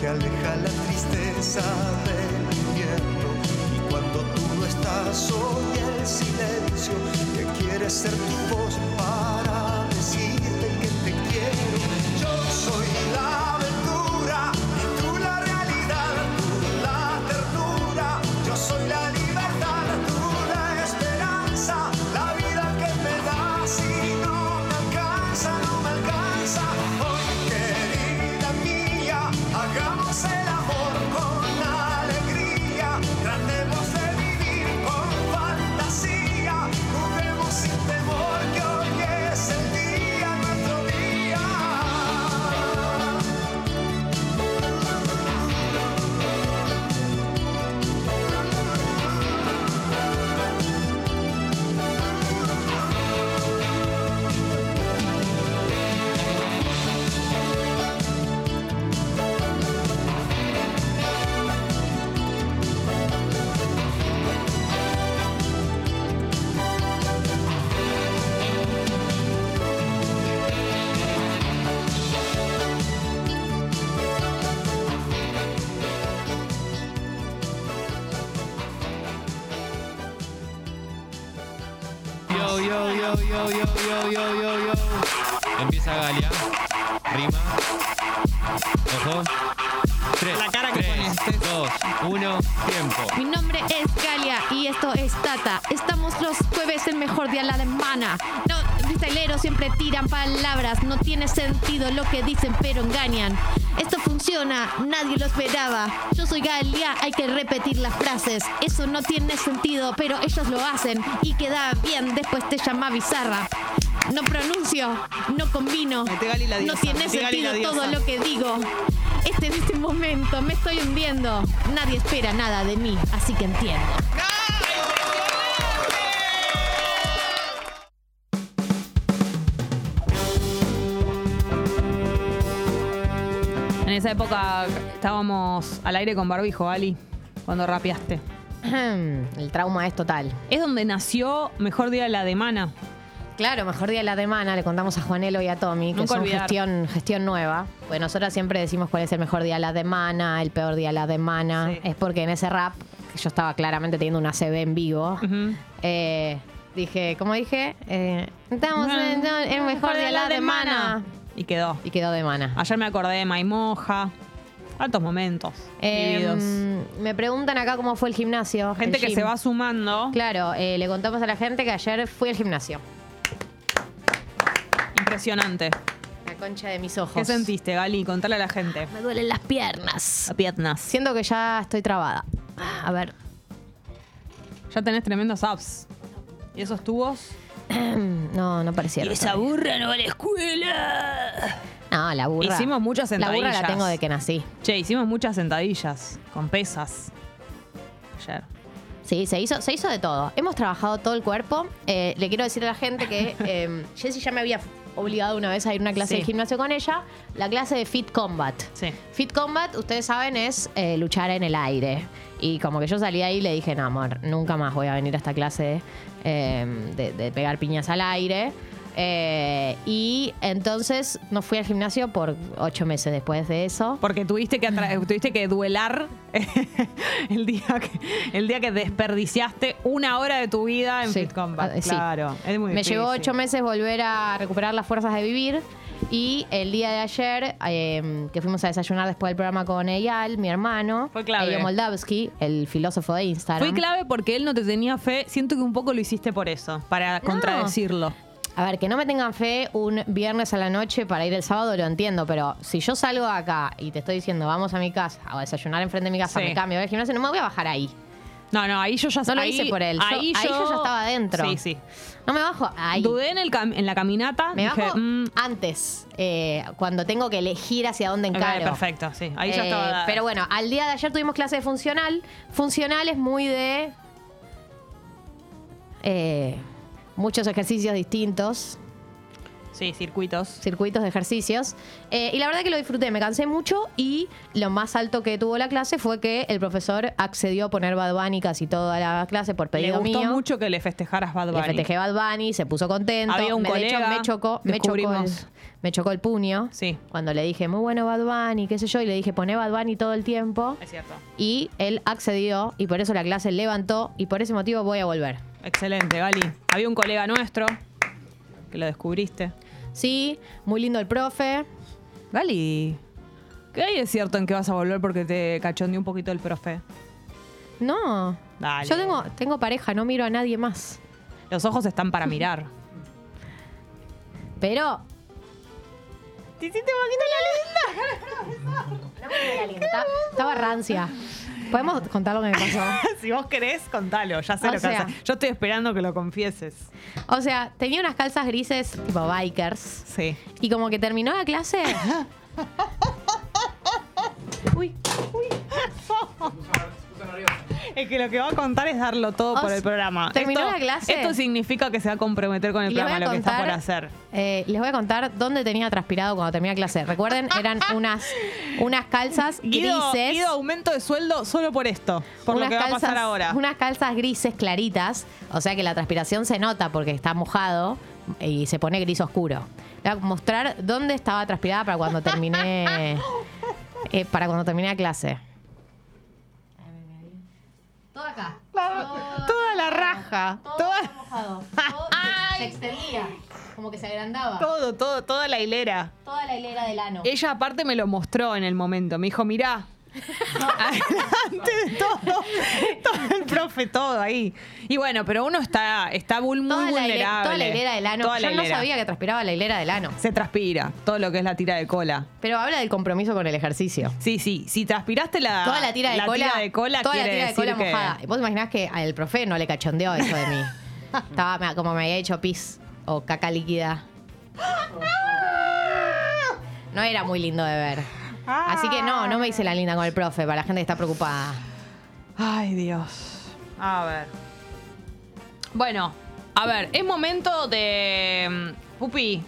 [SPEAKER 18] que aleja la tristeza del invierno. Y cuando tú no estás, oye el silencio que quiere ser tu voz para decirte que te quiero. Yo soy la aventura y tú la realidad, tú la ternura. Yo soy la libertad, tú la esperanza, la vida que me das y no me alcanza, no me alcanza. Hoy querida mía, hagamos el amor con alegría, tratemos de vivir con fantasía, juguemos sin temor que hoy es el día, nuestro día.
[SPEAKER 14] Yo, yo, yo, yo, yo, yo, yo, yo, yo. Empieza Galia. Rima. Ojo. Tres.
[SPEAKER 19] La cara que
[SPEAKER 14] Tres, dos, uno, tiempo.
[SPEAKER 19] Mi nombre es Galia y esto es Tata. Estamos los jueves en Mejor Día a la Alemana. No, freestyleros siempre tiran palabras. No tiene sentido lo que dicen, pero engañan. Esto funciona, nadie lo esperaba. Yo soy Galia, hay que repetir las frases. Eso no tiene sentido, pero ellos lo hacen y queda bien. Después te llama bizarra. No pronuncio, no combino.
[SPEAKER 6] la
[SPEAKER 19] no
[SPEAKER 6] diosa,
[SPEAKER 19] tiene
[SPEAKER 6] mete Gali la
[SPEAKER 19] sentido todo
[SPEAKER 6] diosa.
[SPEAKER 19] lo que digo. Este en este momento me estoy hundiendo. Nadie espera nada de mí, así que entiendo.
[SPEAKER 6] En esa época estábamos al aire con barbijo, Ali, cuando rapeaste.
[SPEAKER 7] El trauma es total.
[SPEAKER 6] Es donde nació Mejor Día de la Demana.
[SPEAKER 7] Claro, mejor día de la semana, le contamos a Juanelo y a Tommy, que
[SPEAKER 6] Nunca
[SPEAKER 7] son
[SPEAKER 6] olvidar.
[SPEAKER 7] gestión, gestión nueva. Pues nosotros siempre decimos cuál es el mejor día de la semana, el peor día de la semana. Es porque en ese rap, que yo estaba claramente teniendo una CB en vivo, eh, dije, como dije, eh, estamos en, en mejor día de la semana.
[SPEAKER 6] Y quedó.
[SPEAKER 7] Y quedó de mana.
[SPEAKER 6] Ayer me acordé de Maimoja. Altos momentos.
[SPEAKER 7] Eh,
[SPEAKER 6] vividos.
[SPEAKER 7] me preguntan acá cómo fue el gimnasio.
[SPEAKER 6] Gente
[SPEAKER 7] el
[SPEAKER 6] que
[SPEAKER 7] gym.
[SPEAKER 6] se va sumando.
[SPEAKER 7] Claro, eh, le contamos a la gente que ayer fui al gimnasio.
[SPEAKER 6] Impresionante.
[SPEAKER 7] La concha de mis ojos.
[SPEAKER 6] ¿Qué sentiste, Gali? Contale a la gente.
[SPEAKER 7] Me duelen las piernas.
[SPEAKER 6] Las piernas.
[SPEAKER 7] Siento que ya estoy trabada. A ver.
[SPEAKER 6] Ya tenés tremendos apps. ¿Y esos tubos?
[SPEAKER 7] No, no parecieron.
[SPEAKER 6] burra no va a la escuela.
[SPEAKER 7] No, la burra.
[SPEAKER 6] Hicimos muchas
[SPEAKER 7] La burra
[SPEAKER 6] sentadillas.
[SPEAKER 7] la tengo de que nací.
[SPEAKER 6] Che, hicimos muchas sentadillas con pesas ayer.
[SPEAKER 7] Sí, se hizo, se hizo de todo. Hemos trabajado todo el cuerpo. Eh, le quiero decir a la gente que eh, Jessy ya me había obligado una vez a ir a una clase
[SPEAKER 6] Sí.
[SPEAKER 7] de gimnasio con ella, la clase de Fit Combat. Fit Combat, ustedes saben, es eh, luchar en el aire. Y como que yo salí ahí y le dije, no, amor, nunca más voy a venir a esta clase eh, de, de pegar piñas al aire. Eh, y entonces no fui al gimnasio por ocho meses después de eso.
[SPEAKER 6] Porque tuviste que, atra- tuviste que duelar el día que, el día que desperdiciaste una hora de tu vida en Fit Combat.
[SPEAKER 7] Ah, sí.
[SPEAKER 6] Claro, es muy
[SPEAKER 7] Me llevó
[SPEAKER 6] difícil.
[SPEAKER 7] ocho meses volver a recuperar las fuerzas de vivir. Y el día de ayer, eh, que fuimos a desayunar después del programa con Eyal, mi hermano,
[SPEAKER 6] Fue clave.
[SPEAKER 7] Elio Moldavsky, el filósofo de Instagram.
[SPEAKER 6] Fue clave porque él no te tenía fe. Siento que un poco lo hiciste por eso, para contradecirlo.
[SPEAKER 7] A ver, que no me tengan fe un viernes a la noche para ir el sábado, lo entiendo, pero si yo salgo de acá y te estoy diciendo, vamos a mi casa, o a desayunar enfrente de mi casa,
[SPEAKER 6] Sí.
[SPEAKER 7] me cambio, voy al gimnasio, no me voy a bajar ahí.
[SPEAKER 6] No, no, ahí yo ya
[SPEAKER 7] No lo
[SPEAKER 6] ahí-
[SPEAKER 7] hice por él. Yo-
[SPEAKER 6] Ahí,
[SPEAKER 7] ahí yo ya estaba adentro.
[SPEAKER 6] Sí, sí.
[SPEAKER 7] No me bajo ahí.
[SPEAKER 6] Dudé en, el cam- en la caminata.
[SPEAKER 7] Me
[SPEAKER 6] dije,
[SPEAKER 7] bajo
[SPEAKER 6] "Mm,
[SPEAKER 7] antes, eh, cuando tengo que elegir hacia dónde
[SPEAKER 6] ok,
[SPEAKER 7] encaro.
[SPEAKER 6] perfecto, sí. Ahí ya
[SPEAKER 7] Eh,
[SPEAKER 6] estaba.
[SPEAKER 7] Pero bueno, al día de ayer tuvimos clase de funcional. Funcional es muy de. eh, muchos ejercicios distintos.
[SPEAKER 6] Sí, circuitos.
[SPEAKER 7] circuitos de ejercicios. Eh, y la verdad que lo disfruté, me cansé mucho y lo más alto que tuvo la clase fue que el profesor accedió a poner Bad Bunny casi toda la clase por
[SPEAKER 6] Le
[SPEAKER 7] pedido
[SPEAKER 6] gustó
[SPEAKER 7] mío.
[SPEAKER 6] mucho que le festejaras Bad Bunny.
[SPEAKER 7] Le festejé Bad Bunny, se puso contento.
[SPEAKER 6] Había un
[SPEAKER 7] me, de hecho,
[SPEAKER 6] colega,
[SPEAKER 7] me chocó, me chocó el,
[SPEAKER 6] descubrimos.
[SPEAKER 7] me chocó el puño. Cuando le dije, muy bueno Bad Bunny, qué sé yo, y le dije, poné Bad Bunny todo el tiempo.
[SPEAKER 6] Es cierto.
[SPEAKER 7] Y él accedió y por eso la clase levantó y por ese motivo voy a volver.
[SPEAKER 6] Excelente, Gali. Había un colega nuestro que lo descubriste.
[SPEAKER 7] Sí, muy lindo el profe.
[SPEAKER 6] Gali, ¿qué hay de cierto en que vas a volver porque te cachondeó un poquito el profe?
[SPEAKER 7] No.
[SPEAKER 6] Dale.
[SPEAKER 7] Yo tengo, tengo pareja, no miro a nadie más.
[SPEAKER 6] Los ojos están para mirar.
[SPEAKER 7] Pero.
[SPEAKER 6] Te hiciste un
[SPEAKER 7] Estaba rancia. ¿Podemos contar lo que me pasó?
[SPEAKER 6] si vos querés, contalo. Ya sé
[SPEAKER 7] O
[SPEAKER 6] lo que vas a-
[SPEAKER 7] sea-
[SPEAKER 6] Yo estoy esperando que lo confieses.
[SPEAKER 7] O sea, tenía unas calzas grises tipo bikers.
[SPEAKER 6] Sí.
[SPEAKER 7] Y como que terminó la clase.
[SPEAKER 6] Uy, uy. Es que lo que va a contar es darlo todo
[SPEAKER 7] O
[SPEAKER 6] por
[SPEAKER 7] sea,
[SPEAKER 6] el programa.
[SPEAKER 7] terminó
[SPEAKER 6] Esto-
[SPEAKER 7] la clase.
[SPEAKER 6] Esto significa que se va a comprometer con el
[SPEAKER 7] Y les
[SPEAKER 6] programa,
[SPEAKER 7] voy a
[SPEAKER 6] lo que está
[SPEAKER 7] contar-
[SPEAKER 6] por hacer.
[SPEAKER 7] eh, les voy a contar dónde tenía transpirado cuando terminé la clase. Recuerden, eran unas, unas calzas
[SPEAKER 6] Guido,
[SPEAKER 7] grises.
[SPEAKER 6] Guido, aumento de sueldo solo por esto, por lo
[SPEAKER 7] unas
[SPEAKER 6] que va a pasar ahora.
[SPEAKER 7] Unas calzas grises claritas, o sea que la transpiración se nota porque está mojado y se pone gris oscuro. Le Voy a mostrar dónde estaba transpirada para cuando terminé eh, para cuando terminé la clase. Todo acá.
[SPEAKER 6] toda la raja.
[SPEAKER 7] Todo mojado. Todo se extendía, como que se agrandaba.
[SPEAKER 6] Todo, todo, toda la hilera.
[SPEAKER 7] Toda la hilera del ano.
[SPEAKER 6] Ella aparte me lo mostró en el momento. Me dijo, mirá. Adelante de todo. Todo el profe, todo ahí. Y bueno, pero uno está, está vul- muy
[SPEAKER 7] Toda la,
[SPEAKER 6] vulnerable.
[SPEAKER 7] hilera, toda la hilera del ano.
[SPEAKER 6] Toda la
[SPEAKER 7] Yo no
[SPEAKER 6] hilera.
[SPEAKER 7] sabía que transpiraba la hilera del ano.
[SPEAKER 6] Se transpira, todo lo que es la tira de cola.
[SPEAKER 7] Pero habla del compromiso con el ejercicio.
[SPEAKER 6] Sí, sí. Si transpiraste la,
[SPEAKER 7] toda la tira de cola.
[SPEAKER 6] tira de cola,
[SPEAKER 7] toda la
[SPEAKER 6] quiere
[SPEAKER 7] tira de
[SPEAKER 6] decir
[SPEAKER 7] cola
[SPEAKER 6] que-
[SPEAKER 7] mojada. Vos imaginás que al profe no le cachondeó eso de mí. Estaba me- como me había hecho pis o caca líquida. No era muy lindo de ver. Así que no, no me hice la linda con el profe, para la gente que está preocupada.
[SPEAKER 6] Ay, Dios. A ver. Bueno, a ver, es momento de. mm, Pupi,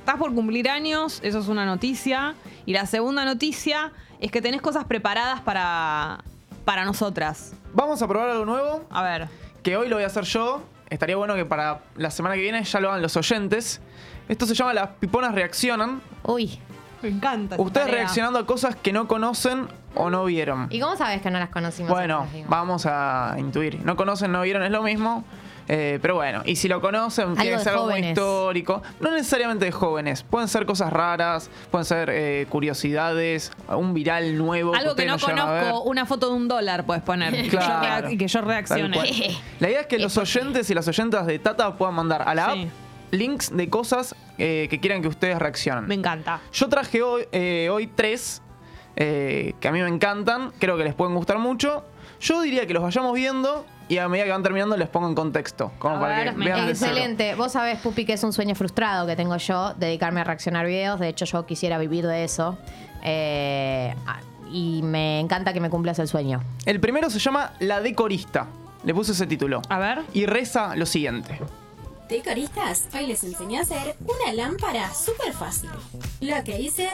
[SPEAKER 6] estás por cumplir años, eso es una noticia. Y la segunda noticia es que tenés cosas preparadas para, para nosotras.
[SPEAKER 5] Vamos a probar algo nuevo.
[SPEAKER 6] A ver.
[SPEAKER 5] Que hoy lo voy a hacer yo. Estaría bueno que para la semana que viene ya lo hagan los oyentes. Esto se llama Las piponas reaccionan.
[SPEAKER 7] Uy.
[SPEAKER 6] Me encanta.
[SPEAKER 5] Ustedes reaccionando a cosas que no conocen o no vieron.
[SPEAKER 7] ¿Y cómo sabes que no las conocimos?
[SPEAKER 5] Bueno, vamos a intuir. No conocen, no vieron, es lo mismo. Eh, pero bueno, y si lo conocen, tiene
[SPEAKER 7] de
[SPEAKER 5] que ser algo muy
[SPEAKER 7] jóvenes.
[SPEAKER 5] histórico. No necesariamente de jóvenes, pueden ser cosas raras, pueden ser eh, curiosidades, un viral nuevo.
[SPEAKER 6] Algo que no
[SPEAKER 5] ustedes llegaron a
[SPEAKER 6] conozco,
[SPEAKER 5] ver.
[SPEAKER 6] una foto de un dólar puedes poner. Y que yo
[SPEAKER 5] Claro.
[SPEAKER 6] reac- Y que yo
[SPEAKER 5] Tal cual.
[SPEAKER 6] reaccione.
[SPEAKER 5] La idea es que los oyentes y las oyentas de Tata puedan mandar a la app links de cosas eh, que quieran que ustedes reaccionen.
[SPEAKER 6] Me encanta.
[SPEAKER 5] Yo traje hoy, eh, hoy tres eh, que a mí me encantan, creo que les pueden gustar mucho. Yo diría que los vayamos viendo y a medida que van terminando les pongo en contexto, como para que vean de cero.
[SPEAKER 7] Excelente. Vos sabés, Pupi, que es un sueño frustrado que tengo yo, dedicarme a reaccionar videos. De hecho, yo quisiera vivir de eso. Eh, ah, y me encanta que me cumplas el sueño.
[SPEAKER 5] El primero se llama La Decorista. Le puse ese título.
[SPEAKER 6] A ver.
[SPEAKER 5] Y reza lo siguiente.
[SPEAKER 20] Decoristas, hoy les enseñé a hacer una lámpara súper fácil. Lo que hice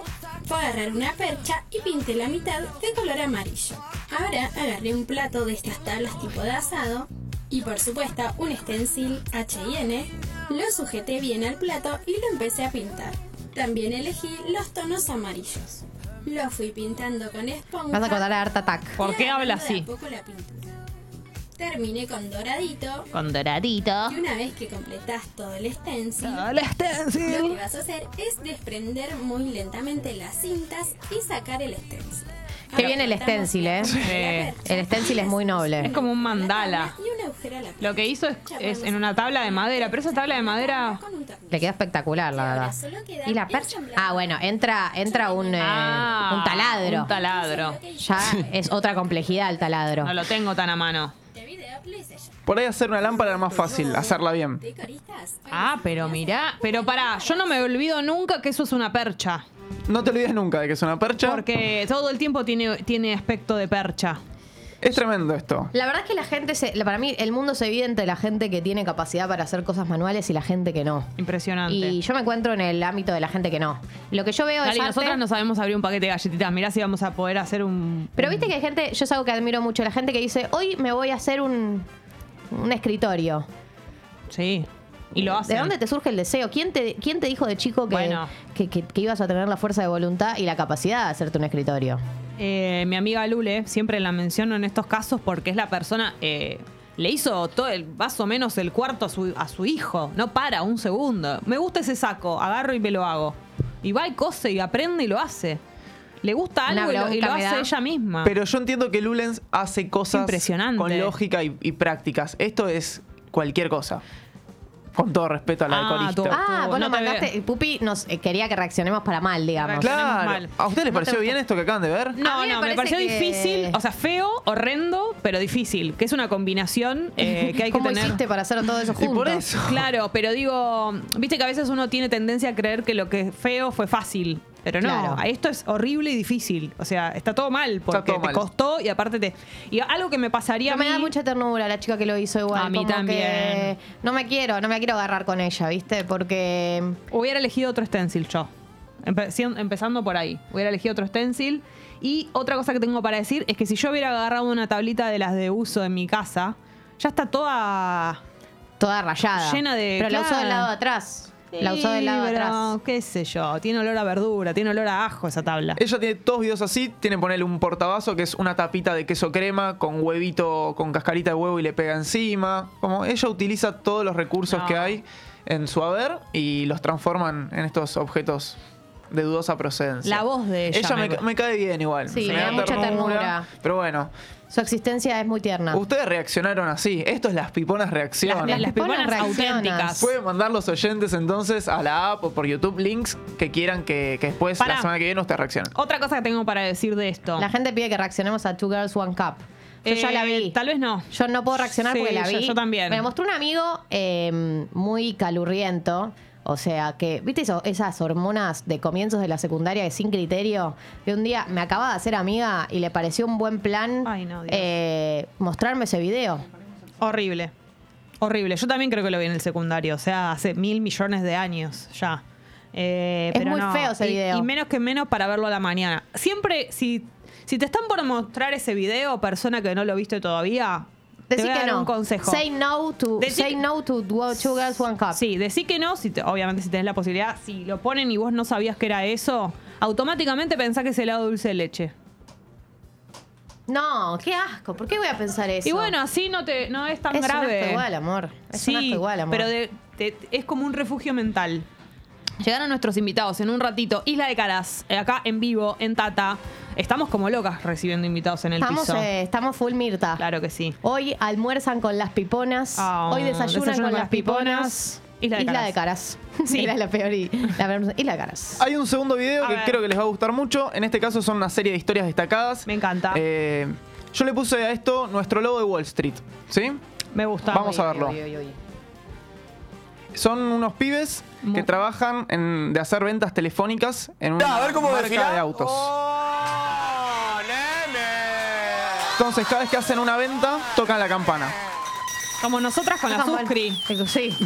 [SPEAKER 20] fue agarrar una percha y pinté la mitad de color amarillo. Ahora agarré un plato de estas tablas tipo de asado y por supuesto un stencil H&N. Lo sujeté bien al plato y lo empecé a pintar. También elegí los tonos amarillos. Lo fui pintando con esponja.
[SPEAKER 7] Vas a acordar a Art Attack.
[SPEAKER 20] y agarrando de a poco la pintura. Terminé con doradito
[SPEAKER 7] Con doradito.
[SPEAKER 20] y una vez que completas todo el stencil,
[SPEAKER 7] Todo el stencil.
[SPEAKER 20] lo que vas a hacer es desprender muy lentamente las cintas y sacar el stencil.
[SPEAKER 7] Qué bien el stencil, ¿eh? El stencil es muy noble.
[SPEAKER 6] Es como un mandala.
[SPEAKER 20] Y un agujero a la
[SPEAKER 6] Lo que hizo es, es en una tabla de madera, pero esa tabla de madera.
[SPEAKER 7] Le queda espectacular, la verdad. ¿Y la percha? Ah, bueno, entra, entra un, eh,
[SPEAKER 6] Ah,
[SPEAKER 7] un taladro.
[SPEAKER 6] Un taladro.
[SPEAKER 7] Ya es otra complejidad el taladro.
[SPEAKER 6] No lo tengo tan a mano.
[SPEAKER 5] Por ahí hacer una lámpara era más fácil, hacerla bien.
[SPEAKER 6] Ah, pero mirá. Pero pará, yo no me olvido nunca que eso es una percha.
[SPEAKER 5] No te olvides nunca de que es una percha.
[SPEAKER 6] Porque todo el tiempo tiene, tiene aspecto de percha.
[SPEAKER 5] Es tremendo esto.
[SPEAKER 7] La verdad es que la gente, se, la- para mí, el mundo se divide entre la gente que tiene capacidad para hacer cosas manuales y la gente que no.
[SPEAKER 6] Impresionante.
[SPEAKER 7] Y yo me encuentro en el ámbito de la gente que no. Lo que yo veo
[SPEAKER 6] Dale,
[SPEAKER 7] es. arte-
[SPEAKER 6] nosotras no sabemos abrir un paquete de galletitas. Mirá si vamos a poder hacer un.
[SPEAKER 7] Pero viste que hay gente, yo es algo que admiro mucho, la gente que dice, hoy me voy a hacer un, un escritorio.
[SPEAKER 6] Sí. Y lo hacen.
[SPEAKER 7] ¿De dónde te surge el deseo? ¿Quién te, quién te dijo de chico que,
[SPEAKER 6] Bueno.
[SPEAKER 7] que, que- que ibas a tener la fuerza de voluntad y la capacidad de hacerte un escritorio?
[SPEAKER 6] Eh, mi amiga Lule, siempre la menciono en estos casos porque es la persona. eh, le hizo todo el, más o menos el cuarto a su, a su hijo. No para un segundo. Me gusta ese saco, agarro y me lo hago. Y va y cose y aprende y lo hace. Le gusta
[SPEAKER 7] Una
[SPEAKER 6] algo y lo, y lo
[SPEAKER 7] bronca me
[SPEAKER 6] hace
[SPEAKER 7] da.
[SPEAKER 6] ella misma.
[SPEAKER 5] Pero yo entiendo que Lulens hace cosas
[SPEAKER 6] Impresionante.
[SPEAKER 5] con lógica y, y prácticas. Esto es cualquier cosa. Con todo respeto a la alcoholista.
[SPEAKER 7] Ah, vos
[SPEAKER 6] no
[SPEAKER 7] lo
[SPEAKER 6] te
[SPEAKER 7] mandaste. y Pupi nos eh, quería que reaccionemos para mal, digamos.
[SPEAKER 5] Claro. ¿A ustedes les pareció bien esto que acaban de ver?
[SPEAKER 6] No,
[SPEAKER 7] A mí me
[SPEAKER 6] no, me
[SPEAKER 7] parece
[SPEAKER 6] pareció
[SPEAKER 7] que-
[SPEAKER 6] difícil, o sea, feo, horrendo, pero difícil, que es una combinación eh, que hay
[SPEAKER 7] ¿Cómo
[SPEAKER 6] que tener.
[SPEAKER 7] hiciste para hacer todo eso junto?
[SPEAKER 6] Claro, pero digo, viste que a veces uno tiene tendencia a creer que lo que es feo fue fácil. Pero no,
[SPEAKER 7] Claro.
[SPEAKER 6] esto es horrible y difícil. O sea, está todo mal porque
[SPEAKER 7] todo
[SPEAKER 6] te
[SPEAKER 7] mal.
[SPEAKER 6] costó y aparte te. Y algo que me pasaría
[SPEAKER 7] Pero
[SPEAKER 6] a
[SPEAKER 7] me
[SPEAKER 6] mí.
[SPEAKER 7] da mucha ternura la chica que lo hizo igual.
[SPEAKER 6] A mí
[SPEAKER 7] como que
[SPEAKER 6] también.
[SPEAKER 7] no me quiero, no me quiero agarrar con ella, ¿viste? Porque.
[SPEAKER 6] Hubiera elegido otro stencil yo. Empe- si- empezando por ahí. Hubiera elegido otro stencil. Y otra cosa que tengo para decir es que si yo hubiera agarrado una tablita de las de uso en mi casa, ya está toda.
[SPEAKER 7] Toda rayada.
[SPEAKER 6] Llena de.
[SPEAKER 7] Pero la usó
[SPEAKER 6] claro.
[SPEAKER 7] del lado de atrás. la usó del
[SPEAKER 6] Sí,
[SPEAKER 7] lado de
[SPEAKER 6] pero
[SPEAKER 7] atrás.
[SPEAKER 6] qué sé yo. Tiene olor a verdura, tiene olor a ajo esa tabla.
[SPEAKER 5] Ella tiene dos videos así, tiene ponerle un portabazo que es una tapita de queso crema con huevito, con cascarita de huevo y le pega encima. Como ella utiliza todos los recursos
[SPEAKER 6] No.
[SPEAKER 5] que hay en su haber y los transforman en estos objetos de dudosa procedencia.
[SPEAKER 7] La voz de ella
[SPEAKER 5] Ella me,
[SPEAKER 7] me-
[SPEAKER 5] me cae bien igual.
[SPEAKER 7] Sí, me da mucha ternura.
[SPEAKER 5] Pero bueno,
[SPEAKER 7] Su existencia es muy tierna.
[SPEAKER 5] ustedes reaccionaron así. Esto es las piponas reaccionan.
[SPEAKER 7] Las- las piponas Piponas reaccionan. auténticas.
[SPEAKER 5] Pueden mandar los oyentes entonces a la app o por YouTube links que quieran que, que después
[SPEAKER 6] Pará.
[SPEAKER 5] la semana que viene ustedes reaccionen.
[SPEAKER 7] Oh.
[SPEAKER 6] Otra cosa que tengo para decir de esto.
[SPEAKER 7] La gente pide que reaccionemos a Two Girls One Cup. Yo ya
[SPEAKER 6] Eh,
[SPEAKER 7] la vi.
[SPEAKER 6] Tal vez no.
[SPEAKER 7] Yo no puedo reaccionar
[SPEAKER 6] Sí,
[SPEAKER 7] porque la
[SPEAKER 6] yo-
[SPEAKER 7] vi.
[SPEAKER 6] yo también.
[SPEAKER 7] Me la mostró un amigo eh, muy calurriento. O sea, que, ¿viste eso- esas hormonas de comienzos de la secundaria que sin criterio? Que un día me acababa de hacer amiga y le pareció un buen plan eh, mostrarme ese video.
[SPEAKER 6] Horrible. Horrible. Yo también creo que lo vi en el secundario. O sea, hace mil millones de años ya. Eh,
[SPEAKER 7] Es
[SPEAKER 6] pero
[SPEAKER 7] muy
[SPEAKER 6] no.
[SPEAKER 7] feo ese
[SPEAKER 6] Y-
[SPEAKER 7] video.
[SPEAKER 6] Y menos que menos para verlo a la mañana. Siempre, si, si te están por mostrar ese video, persona que no lo viste todavía, te
[SPEAKER 7] Decí
[SPEAKER 6] voy a
[SPEAKER 7] que
[SPEAKER 6] dar
[SPEAKER 7] no.
[SPEAKER 6] un consejo.
[SPEAKER 7] Say no to,
[SPEAKER 6] Decí-
[SPEAKER 7] say no to two two girls, one cup.
[SPEAKER 6] Sí, decí que no, si te- obviamente si tenés la posibilidad, si lo ponen y vos no sabías que era eso, automáticamente pensás que es helado dulce de leche.
[SPEAKER 7] No, qué asco. ¿Por qué voy a pensar eso?
[SPEAKER 6] Y bueno, así no te no es tan
[SPEAKER 7] es Un
[SPEAKER 6] grave.
[SPEAKER 7] asco igual, amor. Es
[SPEAKER 6] sí,
[SPEAKER 7] un asco igual, amor.
[SPEAKER 6] pero de- te- es como un refugio mental. Llegaron nuestros invitados en un ratito, Isla de Caras, eh, acá en vivo, en Tata. Estamos como locas recibiendo invitados en el
[SPEAKER 7] Estamos,
[SPEAKER 6] piso.
[SPEAKER 7] eh, estamos full Mirta.
[SPEAKER 6] Claro que sí.
[SPEAKER 7] Hoy almuerzan con las piponas.
[SPEAKER 6] Ah,
[SPEAKER 7] Hoy desayunan
[SPEAKER 6] desayuno
[SPEAKER 7] con las piponas.
[SPEAKER 6] Isla de Caras.
[SPEAKER 7] Sí. Era la peor. y- la peor- Isla de Caras.
[SPEAKER 5] Hay un segundo video que creo que les va a gustar mucho. En este caso son una serie de historias destacadas. Me
[SPEAKER 6] encanta.
[SPEAKER 5] yo le puse a esto nuestro logo de Wall Street. ¿Sí?
[SPEAKER 6] Me gusta.
[SPEAKER 5] Vamos a verlo. Son unos pibes que trabajan en- de hacer ventas telefónicas en una
[SPEAKER 12] Da, a ver cómo Oh,
[SPEAKER 5] marca
[SPEAKER 12] desfila.
[SPEAKER 5] de autos. Entonces, cada vez que hacen una venta, tocan la campana.
[SPEAKER 6] Como nosotras con la
[SPEAKER 7] Tocan mal.
[SPEAKER 6] Suscri.
[SPEAKER 7] Sí.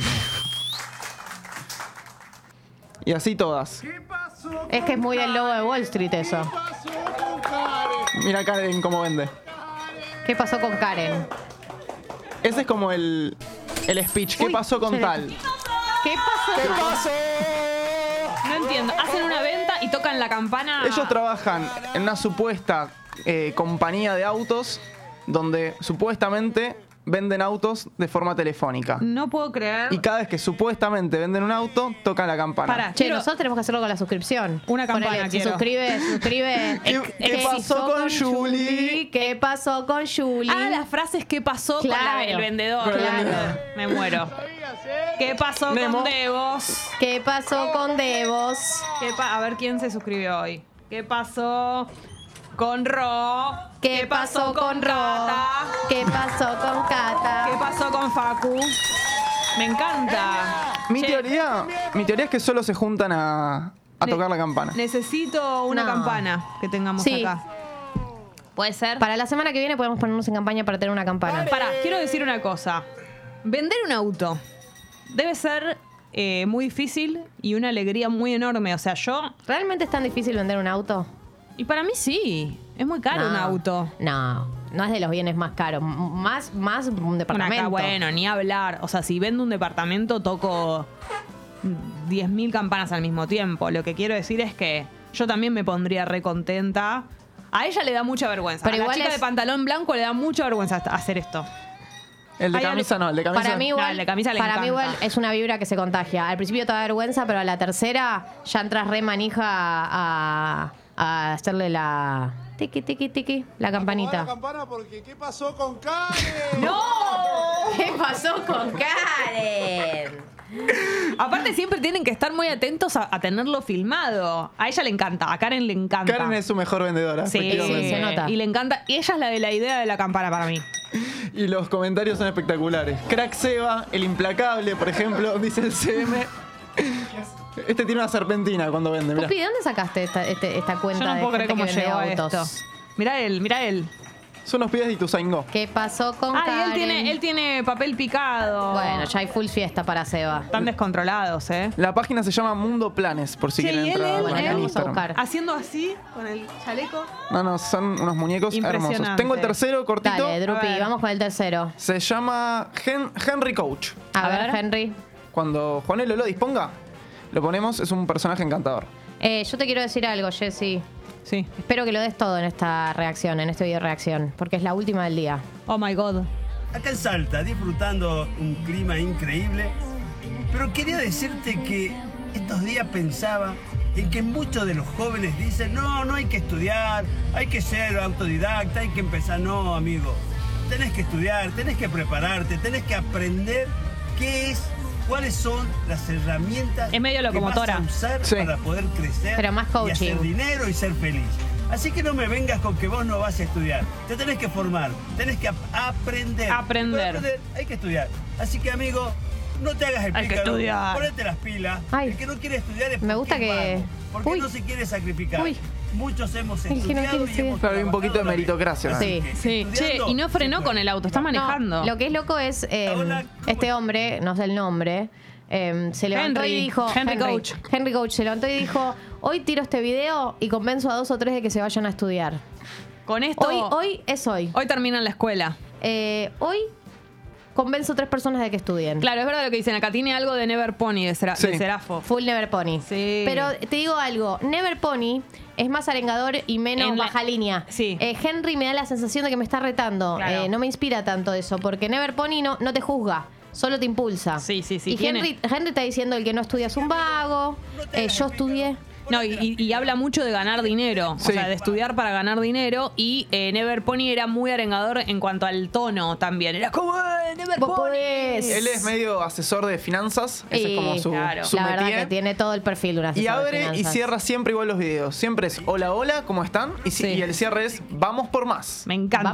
[SPEAKER 5] Y así todas.
[SPEAKER 7] Es que es muy del logo de Wall Street eso.
[SPEAKER 5] Mira Karen cómo vende.
[SPEAKER 7] ¿Qué pasó con Karen?
[SPEAKER 5] Ese es como el, el speech. ¿Qué
[SPEAKER 7] Uy,
[SPEAKER 5] pasó con
[SPEAKER 7] se le-
[SPEAKER 5] tal?
[SPEAKER 7] ¿Qué pasó?
[SPEAKER 6] ¿Qué pasó? No entiendo. Hacen una venta y tocan la campana.
[SPEAKER 5] Ellos trabajan en una supuesta eh, compañía de autos donde supuestamente venden autos de forma telefónica.
[SPEAKER 6] No puedo creer.
[SPEAKER 5] Y cada vez que supuestamente venden un auto, tocan la campana.
[SPEAKER 7] che, nosotros tenemos que hacerlo con la suscripción. Una
[SPEAKER 5] campana
[SPEAKER 7] Si
[SPEAKER 5] quiero.
[SPEAKER 7] suscribe, suscribe.
[SPEAKER 5] ¿Qué- qué pasó con Julie?
[SPEAKER 7] ¿Qué pasó con Julie?
[SPEAKER 6] Ah, las frases ¿qué pasó con la- el vendedor? Claro. Me muero. ¿Qué pasó
[SPEAKER 7] Nemo.
[SPEAKER 6] con Devos?
[SPEAKER 7] ¿Qué pasó con Devos?
[SPEAKER 6] ¿Qué pa- a ver quién se suscribió hoy. ¿Qué pasó con Ro?
[SPEAKER 7] ¿Qué pasó con Ro?
[SPEAKER 6] Cata?
[SPEAKER 7] ¿Qué pasó con Cata?
[SPEAKER 6] ¿Qué pasó con Facu? Me encanta.
[SPEAKER 5] Mi teoría, mi teoría es que solo se juntan a, a
[SPEAKER 6] Ne-
[SPEAKER 5] tocar la campana.
[SPEAKER 6] Necesito una
[SPEAKER 7] No.
[SPEAKER 6] campana que tengamos
[SPEAKER 7] Sí.
[SPEAKER 6] acá. Puede ser.
[SPEAKER 7] Para la semana que viene podemos ponernos en campaña para tener una campana.
[SPEAKER 6] Pará, quiero decir una cosa. Vender un auto debe ser eh, muy difícil y una alegría muy enorme. O sea, yo.
[SPEAKER 7] ¿Realmente es tan difícil vender un auto?
[SPEAKER 6] Y para mí sí. Es muy caro
[SPEAKER 7] No.
[SPEAKER 6] un auto.
[SPEAKER 7] No, no es de los bienes más caros. M- Más, más un departamento.
[SPEAKER 6] Acá, bueno, ni hablar. O sea, si vendo un departamento, toco 10.000 campanas al mismo tiempo. Lo que quiero decir es que yo también me pondría recontenta. A ella le da mucha vergüenza.
[SPEAKER 7] Pero
[SPEAKER 6] a la
[SPEAKER 7] igual
[SPEAKER 6] chica
[SPEAKER 7] es-
[SPEAKER 6] de pantalón blanco le da mucha vergüenza hasta hacer esto.
[SPEAKER 5] El de
[SPEAKER 6] Hay algo-
[SPEAKER 5] camisa no, el de camisa.
[SPEAKER 7] Para mí
[SPEAKER 6] No,
[SPEAKER 7] igual,
[SPEAKER 6] el de camisa le
[SPEAKER 7] para mí
[SPEAKER 6] encanta.
[SPEAKER 7] igual es una vibra que se contagia. Al principio te da vergüenza, pero a la tercera ya entras re manija a, a hacerle la tiqui tiqui tiqui la campanita.
[SPEAKER 9] campana porque ¿qué pasó con Karen?
[SPEAKER 7] ¿Qué pasó con Karen?
[SPEAKER 6] Aparte, siempre tienen que estar muy atentos a, a tenerlo filmado. A ella le encanta, a Karen le encanta.
[SPEAKER 5] Karen es su mejor vendedora.
[SPEAKER 6] Sí,
[SPEAKER 5] efectivamente.
[SPEAKER 6] se nota. Y le encanta. Y ella es la de la idea de la campana para mí.
[SPEAKER 5] Y los comentarios son espectaculares. Crack Seba, el implacable, por ejemplo, dice el CM. Este tiene una serpentina cuando vende, mirá.
[SPEAKER 7] Pupi, ¿de dónde sacaste esta, este- esta cuenta
[SPEAKER 6] Yo no
[SPEAKER 7] de
[SPEAKER 6] puedo creer
[SPEAKER 7] gente
[SPEAKER 6] cómo
[SPEAKER 7] que vende
[SPEAKER 6] llegó a
[SPEAKER 7] autos?
[SPEAKER 6] esto. Mirá él, mirá él.
[SPEAKER 5] Son los pibes de Ituzaingó.
[SPEAKER 7] ¿Qué pasó con
[SPEAKER 6] Ah, y
[SPEAKER 7] Karen?
[SPEAKER 6] él tiene, él tiene papel picado.
[SPEAKER 7] Bueno, ya hay full fiesta para Seba.
[SPEAKER 6] Están descontrolados, ¿eh?
[SPEAKER 5] La página se llama Mundo Planes, por si
[SPEAKER 6] Che,
[SPEAKER 5] quieren
[SPEAKER 6] y él,
[SPEAKER 5] entrar.
[SPEAKER 6] él,
[SPEAKER 5] en
[SPEAKER 6] él,
[SPEAKER 5] Instagram.
[SPEAKER 6] haciendo así con el chaleco.
[SPEAKER 5] No, no, son unos muñecos hermosos.
[SPEAKER 6] Impresionante.
[SPEAKER 5] Tengo el tercero cortito.
[SPEAKER 7] Dale, Drupi, vamos con el tercero.
[SPEAKER 5] Se llama Hen- Henry Coach.
[SPEAKER 7] A, ver, Henry.
[SPEAKER 5] Cuando Juanelo lo disponga, lo ponemos, es un personaje encantador.
[SPEAKER 7] Eh, yo te quiero decir algo, Jessy.
[SPEAKER 6] Sí.
[SPEAKER 7] Espero que lo des todo en esta reacción, en este video reacción, porque es la última del día.
[SPEAKER 6] Oh my god.
[SPEAKER 21] Acá en Salta, disfrutando un clima increíble, pero quería decirte que estos días pensaba en que muchos de los jóvenes dicen, no, no hay que estudiar, hay que ser autodidacta, hay que empezar, no, amigo, tenés que estudiar, tenés que prepararte, tenés que aprender qué es, cuáles son las herramientas
[SPEAKER 6] Es medio locomotora.
[SPEAKER 21] que vas a usar para poder crecer
[SPEAKER 7] Pero más
[SPEAKER 21] y hacer
[SPEAKER 7] coaching.
[SPEAKER 21] dinero y ser feliz. Así que no me vengas con que vos no vas a estudiar. Te tenés que formar, tenés que ap- aprender.
[SPEAKER 6] Aprender.
[SPEAKER 21] Para hay que estudiar. Así que, amigo, no te hagas el
[SPEAKER 6] Hay que
[SPEAKER 21] pícaro.
[SPEAKER 6] estudiar.
[SPEAKER 21] Ponete las pilas.
[SPEAKER 7] Ay.
[SPEAKER 21] El que no quiere estudiar es
[SPEAKER 7] Me gusta
[SPEAKER 21] porque es
[SPEAKER 7] que-
[SPEAKER 21] vago, Porque no se quiere sacrificar.
[SPEAKER 7] Uy.
[SPEAKER 21] Muchos hemos
[SPEAKER 7] El que no
[SPEAKER 21] estudiado
[SPEAKER 7] quiere
[SPEAKER 21] y hemos
[SPEAKER 5] Claro, hay un poquito de meritocracia.
[SPEAKER 7] Sí.
[SPEAKER 6] Sí. Che, y no frenó con el auto, está manejando.
[SPEAKER 7] No, lo que es loco es eh, este hombre, no sé el nombre, eh, se levantó
[SPEAKER 6] Henry,
[SPEAKER 7] y dijo.
[SPEAKER 6] Henry Coach.
[SPEAKER 7] Henry Coach se levantó y dijo: Hoy tiro este video y convenzo a dos o tres de que se vayan a estudiar.
[SPEAKER 6] Con esto.
[SPEAKER 7] Hoy, hoy es hoy.
[SPEAKER 6] Hoy terminan la escuela.
[SPEAKER 7] Eh, hoy convenzo a tres personas de que estudien.
[SPEAKER 6] Claro, es verdad lo que dicen. Acá tiene algo de Never Pony de, Sera-
[SPEAKER 7] Sí.
[SPEAKER 6] de Serafo.
[SPEAKER 7] Full Never Pony.
[SPEAKER 6] Sí.
[SPEAKER 7] Pero te digo algo, Never Pony es más arengador y menos
[SPEAKER 6] En la-
[SPEAKER 7] baja línea. Eh, Henry me da la sensación de que me está retando.
[SPEAKER 6] Claro.
[SPEAKER 7] Eh, no me inspira tanto eso, porque Never Pony no, no te juzga, solo te impulsa. Sí, sí,
[SPEAKER 6] sí,
[SPEAKER 7] Y
[SPEAKER 6] tiene-
[SPEAKER 7] Henry, Henry está diciendo el que no estudia es un vago, eh, yo estudié.
[SPEAKER 6] No, y, y- y habla mucho de ganar dinero, o sea, de estudiar para ganar dinero. Y eh, Never Pony era muy arengador en cuanto al tono también. Era como, "Eh, Never Pony.
[SPEAKER 5] Él es medio asesor de finanzas, ese es como su, su
[SPEAKER 7] la verdad
[SPEAKER 5] métier.
[SPEAKER 7] que tiene todo el perfil de una
[SPEAKER 5] Y
[SPEAKER 7] asesora de
[SPEAKER 5] abre y
[SPEAKER 7] finanzas.
[SPEAKER 5] cierra siempre igual los videos. Siempre es hola, hola, ¿cómo están? Y, si- y el cierre es vamos por más.
[SPEAKER 6] Me encanta.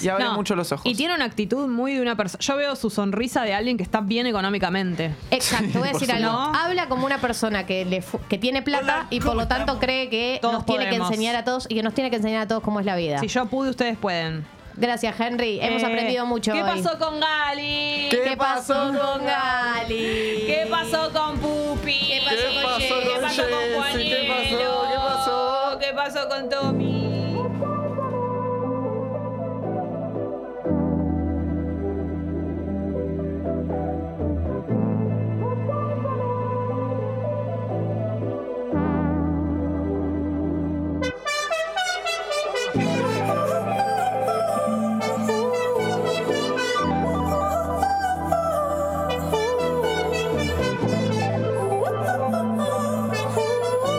[SPEAKER 5] Y abre
[SPEAKER 6] No,
[SPEAKER 5] mucho los ojos.
[SPEAKER 6] Y tiene una actitud muy de una persona. Yo veo su sonrisa de alguien que está bien económicamente.
[SPEAKER 7] Exacto, voy a
[SPEAKER 6] por
[SPEAKER 7] decir algo.
[SPEAKER 6] supuesto.
[SPEAKER 7] Habla como una persona que, le fu- que tiene plata y por lo tanto cree que
[SPEAKER 6] Todos
[SPEAKER 7] nos tiene
[SPEAKER 6] podemos.
[SPEAKER 7] que enseñar a todos y que nos tiene que enseñar a todos cómo es la vida.
[SPEAKER 6] Si yo pude, ustedes pueden.
[SPEAKER 7] Gracias, Henry. Hemos
[SPEAKER 6] Eh,
[SPEAKER 7] aprendido mucho.
[SPEAKER 6] ¿Qué
[SPEAKER 7] hoy.
[SPEAKER 6] pasó con Gali?
[SPEAKER 7] ¿Qué ¿Qué pasó pasó con con Gali?
[SPEAKER 6] ¿Qué pasó con Pupi? ¿Qué
[SPEAKER 7] pasó
[SPEAKER 6] ¿Qué
[SPEAKER 7] con
[SPEAKER 6] pasó
[SPEAKER 7] Jessy?
[SPEAKER 6] con,
[SPEAKER 7] Jessy? ¿Qué pasó?
[SPEAKER 6] Juanelo?
[SPEAKER 7] ¿Qué pasó?
[SPEAKER 6] ¿Qué pasó con Tommy?
[SPEAKER 12] Ooh.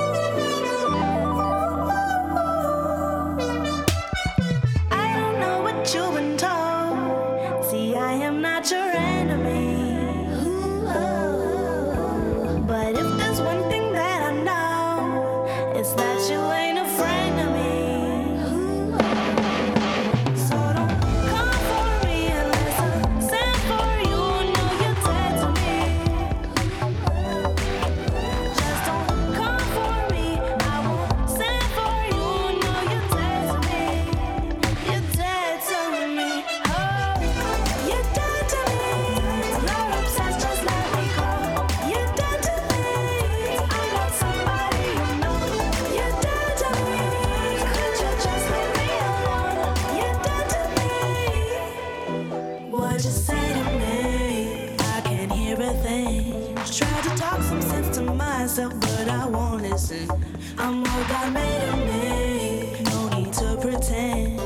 [SPEAKER 4] Oh, myself, but I won't listen. I'm all God made of me. No need to pretend.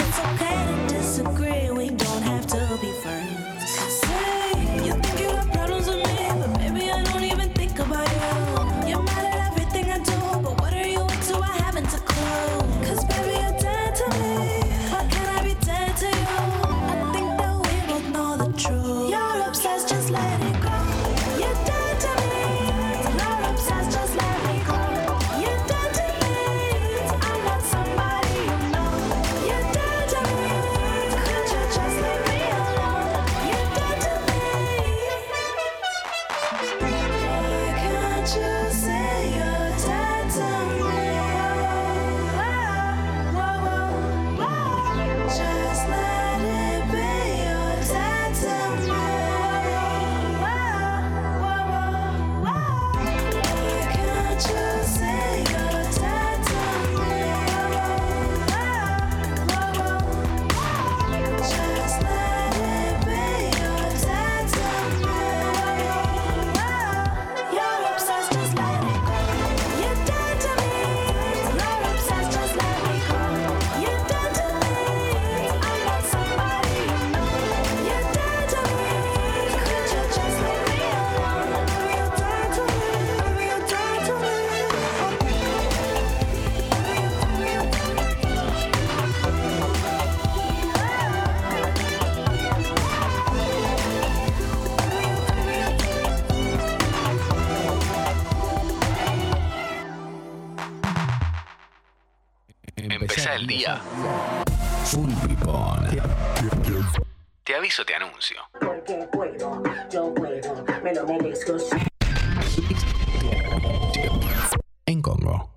[SPEAKER 4] It's okay to disagree. We don't have to be friends. Say you think you have problems with me, but baby I don't even think about you. You're mad at everything I do, but what are you into? I haven't a clue. Cause baby you're dead to me. Why can't I be dead to you? I think that we both know the truth. You're obsessed, just let it go. You're dead to me. You're obsessed, just let me go. You're dead to me. I'm not somebody you know. You're dead to me. Could you just leave me alone? You're dead to me. Why can't you say you're dead to me? Whoa, whoa, whoa, whoa. Just let it be. You're dead to me. Whoa, whoa, whoa.
[SPEAKER 16] Empezá el día. Full pipón. Te aviso, te anuncio.
[SPEAKER 4] Porque puedo, yo puedo, me lo merezco.
[SPEAKER 16] En Congo.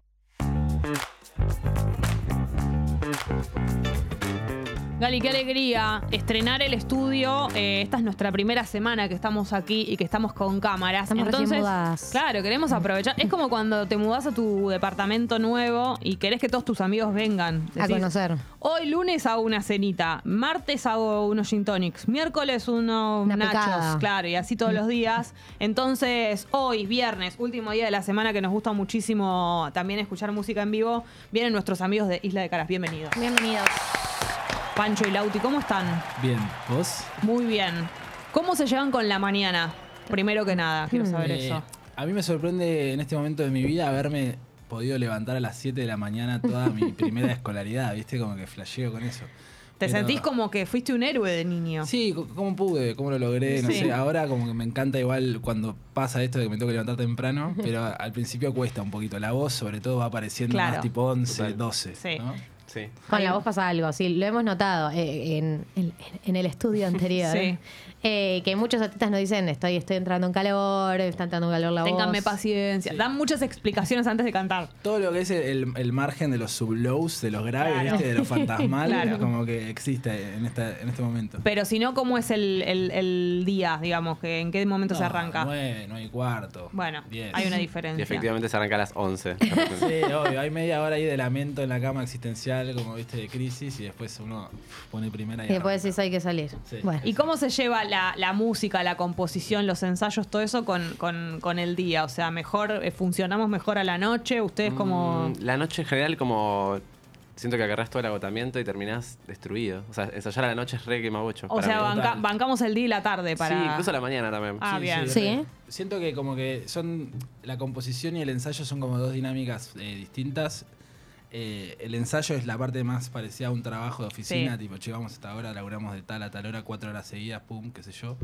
[SPEAKER 6] Gali, qué alegría estrenar el estudio. Eh, esta es nuestra primera semana que estamos aquí y que estamos con cámaras.
[SPEAKER 7] Estamos recién
[SPEAKER 6] Entonces,
[SPEAKER 7] mudadas.
[SPEAKER 6] claro, queremos aprovechar. Es como cuando te mudas a tu departamento nuevo y querés que todos tus amigos vengan.
[SPEAKER 7] A
[SPEAKER 6] Decís,
[SPEAKER 7] conocer.
[SPEAKER 6] Hoy lunes hago una cenita, martes hago unos gin tonics, miércoles unos nachos,
[SPEAKER 7] picada. Mm.
[SPEAKER 6] claro, y así todos los días. Entonces, hoy, viernes, último día de la semana que nos gusta muchísimo también escuchar música en vivo, vienen nuestros amigos de Isla de Caras. Bienvenidos.
[SPEAKER 7] Bienvenidos.
[SPEAKER 6] Pancho y Lauti, ¿cómo están?
[SPEAKER 22] Bien, ¿vos?
[SPEAKER 6] Muy bien. ¿Cómo se llevan con la mañana? Primero que nada, quiero saber
[SPEAKER 22] Eh,
[SPEAKER 6] eso.
[SPEAKER 22] A mí me sorprende en este momento de mi vida haberme podido levantar a las 7 de la mañana toda mi primera escolaridad, ¿viste? Como que flasheo con eso.
[SPEAKER 6] ¿Te
[SPEAKER 22] Pero-
[SPEAKER 6] sentís como que fuiste un héroe de niño?
[SPEAKER 22] Sí, co- ¿cómo pude? ¿Cómo lo logré? No
[SPEAKER 6] Sí.
[SPEAKER 22] sé, ahora como que me encanta igual cuando pasa esto de que me tengo que levantar temprano, pero al principio cuesta un poquito. La voz sobre todo va apareciendo
[SPEAKER 7] Claro.
[SPEAKER 22] más tipo 11, 12.
[SPEAKER 6] Sí.
[SPEAKER 22] Sí.
[SPEAKER 7] Con la voz pasa algo, sí, lo hemos notado eh, en, en- en el estudio anterior.
[SPEAKER 6] Sí.
[SPEAKER 7] Eh, que muchos artistas nos dicen, estoy, estoy entrando en calor, está entrando en calor la voz.
[SPEAKER 6] Ténganme paciencia. Dan muchas explicaciones antes de cantar.
[SPEAKER 22] Todo lo que es el, el margen de los sublows, de los graves,
[SPEAKER 6] Claro.
[SPEAKER 22] ¿viste? de los fantasmales,
[SPEAKER 6] Claro.
[SPEAKER 22] como que existe en, esta, en este momento.
[SPEAKER 6] Pero si no, ¿cómo es el, el- el día, digamos? que ¿En qué momento se
[SPEAKER 22] No,
[SPEAKER 6] arranca?
[SPEAKER 22] Nueve, nueve y Ah, cuarto.
[SPEAKER 6] Bueno,
[SPEAKER 22] diez.
[SPEAKER 6] hay una
[SPEAKER 23] Y
[SPEAKER 6] diferencia.
[SPEAKER 23] efectivamente se arranca a las 11.
[SPEAKER 22] Sí, obvio, hay media hora ahí de lamento en la cama existencial, como viste, de crisis, y después uno pone primera y
[SPEAKER 7] Y después decís, hay que salir.
[SPEAKER 22] Sí.
[SPEAKER 7] Bueno.
[SPEAKER 6] ¿Y cómo se lleva la, la música, la composición, los ensayos, todo eso con, con- con el día? O sea, mejor eh, funcionamos mejor a la noche, ustedes como...
[SPEAKER 23] Mm, La noche en general como... Siento que agarrás todo el agotamiento y terminás destruido. O sea, ensayar a la noche es re quemabocho.
[SPEAKER 6] O sea, banca- bancamos el día y la tarde para...
[SPEAKER 23] Sí, incluso a la mañana también.
[SPEAKER 6] Ah, bien.
[SPEAKER 22] re. Siento que como que son, la composición y el ensayo son como dos dinámicas eh, distintas. Eh, el ensayo es la parte más parecida a un trabajo de oficina,
[SPEAKER 6] Sí.
[SPEAKER 22] tipo, che, vamos hasta ahora, laburamos de tal a tal hora, cuatro horas seguidas, pum, qué sé yo.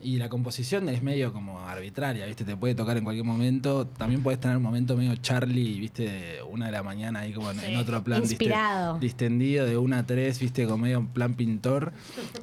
[SPEAKER 22] Y la composición es medio como arbitraria, ¿viste? Te puede tocar en cualquier momento. También puedes tener un momento medio Charlie, ¿viste? De una de la mañana ahí como en, en otro plan. diste-
[SPEAKER 7] Inspirado.
[SPEAKER 22] distendido de una a tres, ¿viste? Como medio un plan pintor.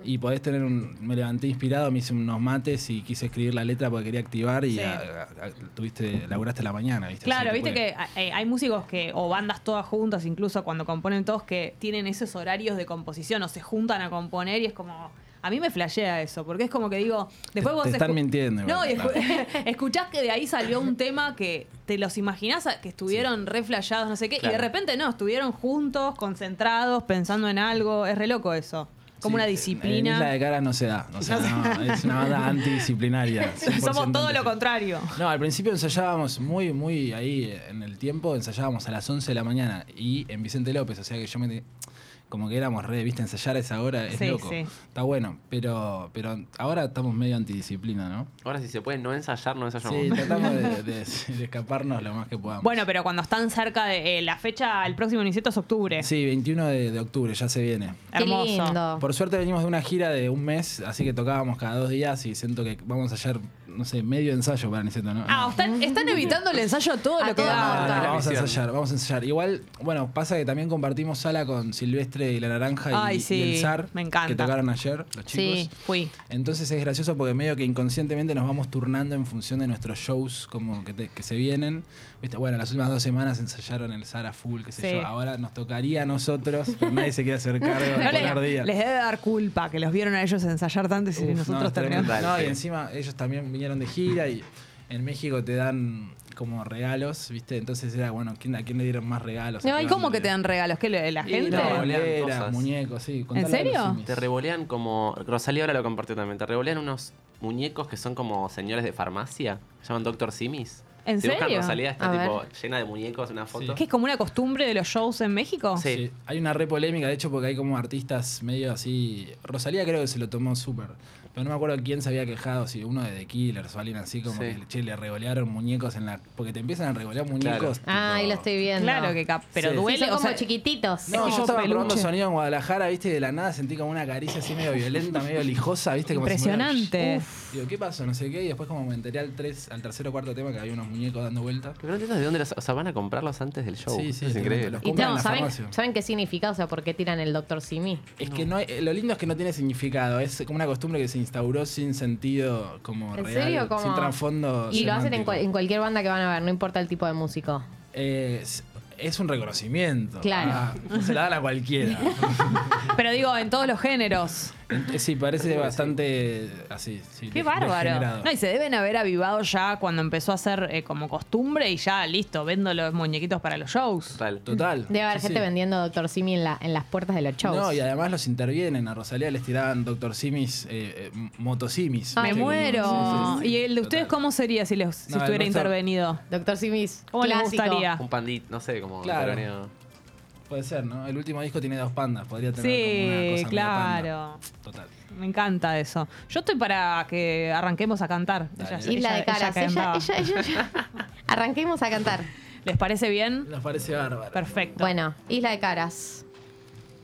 [SPEAKER 22] Y podés tener un... Me levanté inspirado, me hice unos mates y quise escribir la letra porque quería activar y
[SPEAKER 6] Sí.
[SPEAKER 22] a- a- a- tuviste, laburaste la mañana, ¿viste?
[SPEAKER 6] Claro,
[SPEAKER 22] Así
[SPEAKER 6] viste
[SPEAKER 22] puede-
[SPEAKER 6] que eh, hay músicos que, o bandas todas juntas, incluso cuando componen todos, que tienen esos horarios de composición o se juntan a componer y es como. A mí me flashea eso, porque es como que digo. Después
[SPEAKER 22] Te-
[SPEAKER 6] vos.
[SPEAKER 22] te están
[SPEAKER 6] escu-
[SPEAKER 22] mintiendo igual,
[SPEAKER 6] No, y escu-
[SPEAKER 22] claro.
[SPEAKER 6] escuchás que de ahí salió un tema que te los imaginás a- que estuvieron re flasheados, no sé qué, y
[SPEAKER 22] Claro.
[SPEAKER 6] de repente no, estuvieron juntos, concentrados, pensando en algo. Es re loco eso. Como una
[SPEAKER 22] En Isla
[SPEAKER 6] disciplina.
[SPEAKER 22] de Cara no se da. No se da, no. es una banda antidisciplinaria. 100%
[SPEAKER 6] Somos todo lo contrario.
[SPEAKER 22] No, al principio ensayábamos muy, muy ahí eh, en el tiempo, ensayábamos a las 11 de la mañana y en Vicente López, o sea que yo me... Como que éramos re, viste, ensayar a esa hora es
[SPEAKER 23] Sí,
[SPEAKER 22] loco.
[SPEAKER 23] sí.
[SPEAKER 22] Está bueno, pero, pero ahora estamos medio antidisciplina, ¿no?
[SPEAKER 23] Ahora si se puede no ensayar, no ensayamos.
[SPEAKER 22] Sí, tratamos de, de- de escaparnos lo más que podamos.
[SPEAKER 6] Bueno, pero cuando están cerca de eh, la fecha, el próximo Niceto es octubre.
[SPEAKER 22] Sí, 21 de, de octubre, ya se viene.
[SPEAKER 6] Qué Hermoso. lindo.
[SPEAKER 22] Por suerte venimos de una gira de un mes, así que tocábamos cada dos días y siento que vamos a hallar, no sé, medio ensayo para Niceto, ¿no?
[SPEAKER 6] Ah, están, están evitando el ensayo todo lo que
[SPEAKER 22] Ah,
[SPEAKER 6] da.
[SPEAKER 22] vamos a ensayar, vamos a ensayar. Igual, bueno, pasa que también compartimos sala con Silvestre y la Naranja y,
[SPEAKER 6] Ay, sí,
[SPEAKER 22] y el Zar,
[SPEAKER 6] me encanta.
[SPEAKER 22] que tocaron ayer, los chicos.
[SPEAKER 6] Sí, fui.
[SPEAKER 22] Entonces es gracioso porque medio que inconscientemente nos vamos turnando en función de nuestros shows como que, te- que se vienen. Viste, bueno, las últimas dos semanas ensayaron el Zar a full, qué sé
[SPEAKER 6] Sí.
[SPEAKER 22] yo. Ahora nos tocaría a nosotros, pero nadie se quiere hacer cargo de
[SPEAKER 6] No
[SPEAKER 22] poner
[SPEAKER 6] le-
[SPEAKER 22] día.
[SPEAKER 6] les debe dar culpa que los vieron a ellos ensayar tanto y si
[SPEAKER 22] Uf, no,
[SPEAKER 6] nosotros
[SPEAKER 22] es tremendo.
[SPEAKER 6] terminamos.
[SPEAKER 22] No, y encima ellos también vinieron de gira y en México te dan como regalos, ¿viste? Entonces era, bueno, ¿quién, ¿a quién le dieron más regalos? ¿A
[SPEAKER 6] No, ¿y
[SPEAKER 22] qué
[SPEAKER 6] cómo
[SPEAKER 22] banda
[SPEAKER 6] que te
[SPEAKER 22] le-
[SPEAKER 6] dan regalos? ¿Qué le- la gente?
[SPEAKER 22] No,
[SPEAKER 23] Revolean
[SPEAKER 22] boleras,
[SPEAKER 23] cosas.
[SPEAKER 22] muñecos, sí.
[SPEAKER 6] ¿En
[SPEAKER 22] contale a los
[SPEAKER 6] serio?
[SPEAKER 22] simis.
[SPEAKER 23] Te revolean como. Rosalía ahora lo compartió también. Te revolean unos muñecos que son como señores de farmacia. Se llaman Doctor Simis.
[SPEAKER 6] ¿En
[SPEAKER 23] Si buscan
[SPEAKER 6] serio?
[SPEAKER 23] Rosalía está
[SPEAKER 6] A ver.
[SPEAKER 23] tipo llena de muñecos, una foto.
[SPEAKER 6] ¿Qué es como una costumbre de los shows en México?
[SPEAKER 22] Sí. Hay una re polémica, de hecho, porque hay como artistas medio así. Rosalía creo que se lo tomó súper. Pero no me acuerdo quién se había quejado, si uno de The Killers o alguien así, como
[SPEAKER 6] Sí.
[SPEAKER 22] que che, le revolearon muñecos en la. Porque te empiezan a revolear muñecos.
[SPEAKER 7] Ah, ahí lo estoy viendo.
[SPEAKER 22] Claro que cap- pero Sí. duele,
[SPEAKER 7] Sí, son
[SPEAKER 22] o
[SPEAKER 7] como
[SPEAKER 22] sea-
[SPEAKER 7] chiquititos.
[SPEAKER 22] No, yo estaba probando sonido en Guadalajara, viste, y de la nada sentí como una caricia así medio violenta, medio lijosa, viste, como si fuera-
[SPEAKER 6] Impresionante.
[SPEAKER 22] Uf. Digo, ¿qué pasó? No sé qué, y después como me enteré al, tres, al tercer o cuarto tema que había unos muñecos dando vueltas.
[SPEAKER 23] Pero no entiendo de dónde los. O sea, van a comprarlos antes del show.
[SPEAKER 22] Sí, sí,
[SPEAKER 23] es
[SPEAKER 22] te
[SPEAKER 23] increíble.
[SPEAKER 22] los
[SPEAKER 7] Y no, ¿saben, ¿saben qué significa? O sea, ¿por qué tiran el Doctor Simi?
[SPEAKER 22] Es que no hay- eh, lo lindo es que no tiene significado, es como una costumbre que se instauró sin sentido como
[SPEAKER 7] ¿En
[SPEAKER 22] real,
[SPEAKER 7] serio? Como-
[SPEAKER 22] sin trasfondo.
[SPEAKER 7] Y lo hacen en,
[SPEAKER 22] semántico.
[SPEAKER 7] cual- en cualquier banda que van a ver, no importa el tipo de músico.
[SPEAKER 22] Eh, es, es un reconocimiento.
[SPEAKER 7] Claro.
[SPEAKER 22] Ah, se la dan a cualquiera.
[SPEAKER 6] Pero digo, en todos los géneros.
[SPEAKER 22] Eh, sí, parece bastante así. sí,
[SPEAKER 6] Qué
[SPEAKER 22] de-
[SPEAKER 6] bárbaro.
[SPEAKER 22] degenerado.
[SPEAKER 6] No, y se deben haber avivado ya cuando empezó a ser eh, como costumbre y ya listo, vendo los muñequitos para los shows.
[SPEAKER 23] Total.
[SPEAKER 22] Total.
[SPEAKER 7] Debe haber
[SPEAKER 22] Sí,
[SPEAKER 7] gente
[SPEAKER 22] sí.
[SPEAKER 7] vendiendo Doctor Simi en, la- en las puertas de los shows.
[SPEAKER 22] No, y además los intervienen. A Rosalía les tiraban Doctor Simis, eh, eh, motosimis.
[SPEAKER 6] Me
[SPEAKER 22] ¿viste? Como-
[SPEAKER 6] muero.
[SPEAKER 22] Sí, sí, sí.
[SPEAKER 6] ¿Y el de ustedes cómo sería si, les, si
[SPEAKER 22] No, el
[SPEAKER 6] estuviera
[SPEAKER 22] nuestro-
[SPEAKER 6] intervenido?
[SPEAKER 7] Doctor Simis,
[SPEAKER 6] ¿Cómo les
[SPEAKER 7] clásico.
[SPEAKER 6] gustaría?
[SPEAKER 23] Un pandit, no sé, como.
[SPEAKER 22] Claro.
[SPEAKER 23] intervenido.
[SPEAKER 22] Puede ser, ¿no? El último disco tiene dos pandas. Podría tener como una cosa
[SPEAKER 6] Sí,
[SPEAKER 22] medio panda.
[SPEAKER 6] claro.
[SPEAKER 22] Total.
[SPEAKER 6] Me encanta eso. Yo estoy para que arranquemos a cantar. Ella-
[SPEAKER 7] Isla
[SPEAKER 6] ella-
[SPEAKER 7] de caras.
[SPEAKER 6] ella
[SPEAKER 7] Ella,
[SPEAKER 6] cantaba.
[SPEAKER 7] ella, ella, ella. Arranquemos a cantar.
[SPEAKER 6] ¿Les parece bien?
[SPEAKER 22] Nos parece bárbaro.
[SPEAKER 6] Perfecto.
[SPEAKER 7] Bueno, Isla de caras.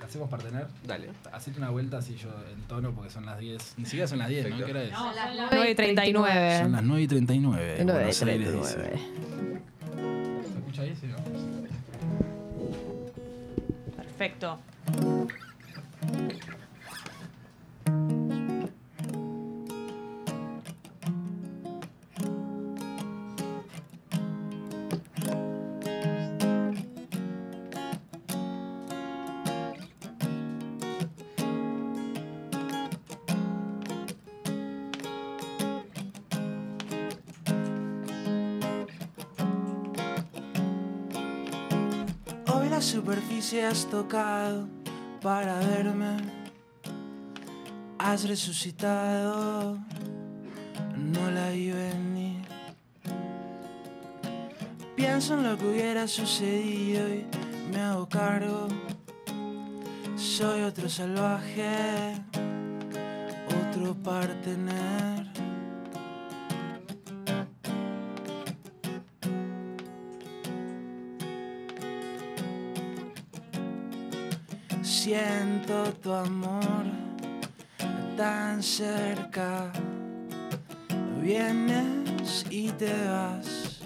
[SPEAKER 22] ¿Hacemos partener?
[SPEAKER 23] Dale.
[SPEAKER 22] Hacete una vuelta así yo en tono porque son las 10. Ni siquiera son las 10, ¿no? ¿Qué hora es?
[SPEAKER 6] No, las
[SPEAKER 7] 9 y 39.
[SPEAKER 22] Son las 9 y 39. en
[SPEAKER 7] Nueve y
[SPEAKER 22] Buenos Aires,
[SPEAKER 7] 39.
[SPEAKER 22] dice. ¿Se escucha ahí? Sí, ¿no?
[SPEAKER 6] Perfecto.
[SPEAKER 1] Hoy la superficie has tocado para verme. Has resucitado, no la vi venir. Pienso en lo que hubiera sucedido y me hago cargo. Soy otro salvaje, otro partener. Siento tu amor tan cerca. Vienes y te vas.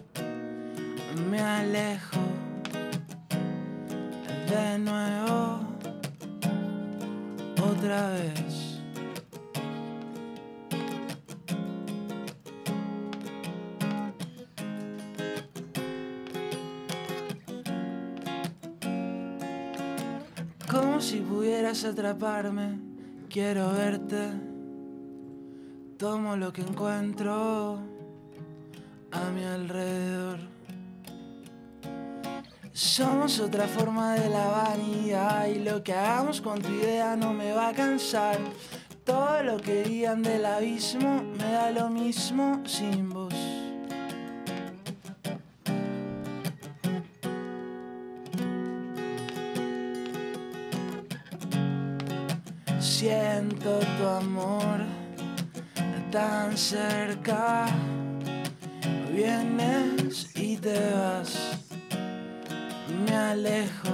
[SPEAKER 1] Me alejo de nuevo. Otra vez. Como si pudieras atraparme, quiero verte. Tomo lo que encuentro a mi alrededor. Somos otra forma de la vanidad y lo que hagamos con tu idea no me va a cansar. Todo lo que digan del abismo me da lo mismo sin vos. Siento tu amor tan cerca. Vienes y te vas me alejo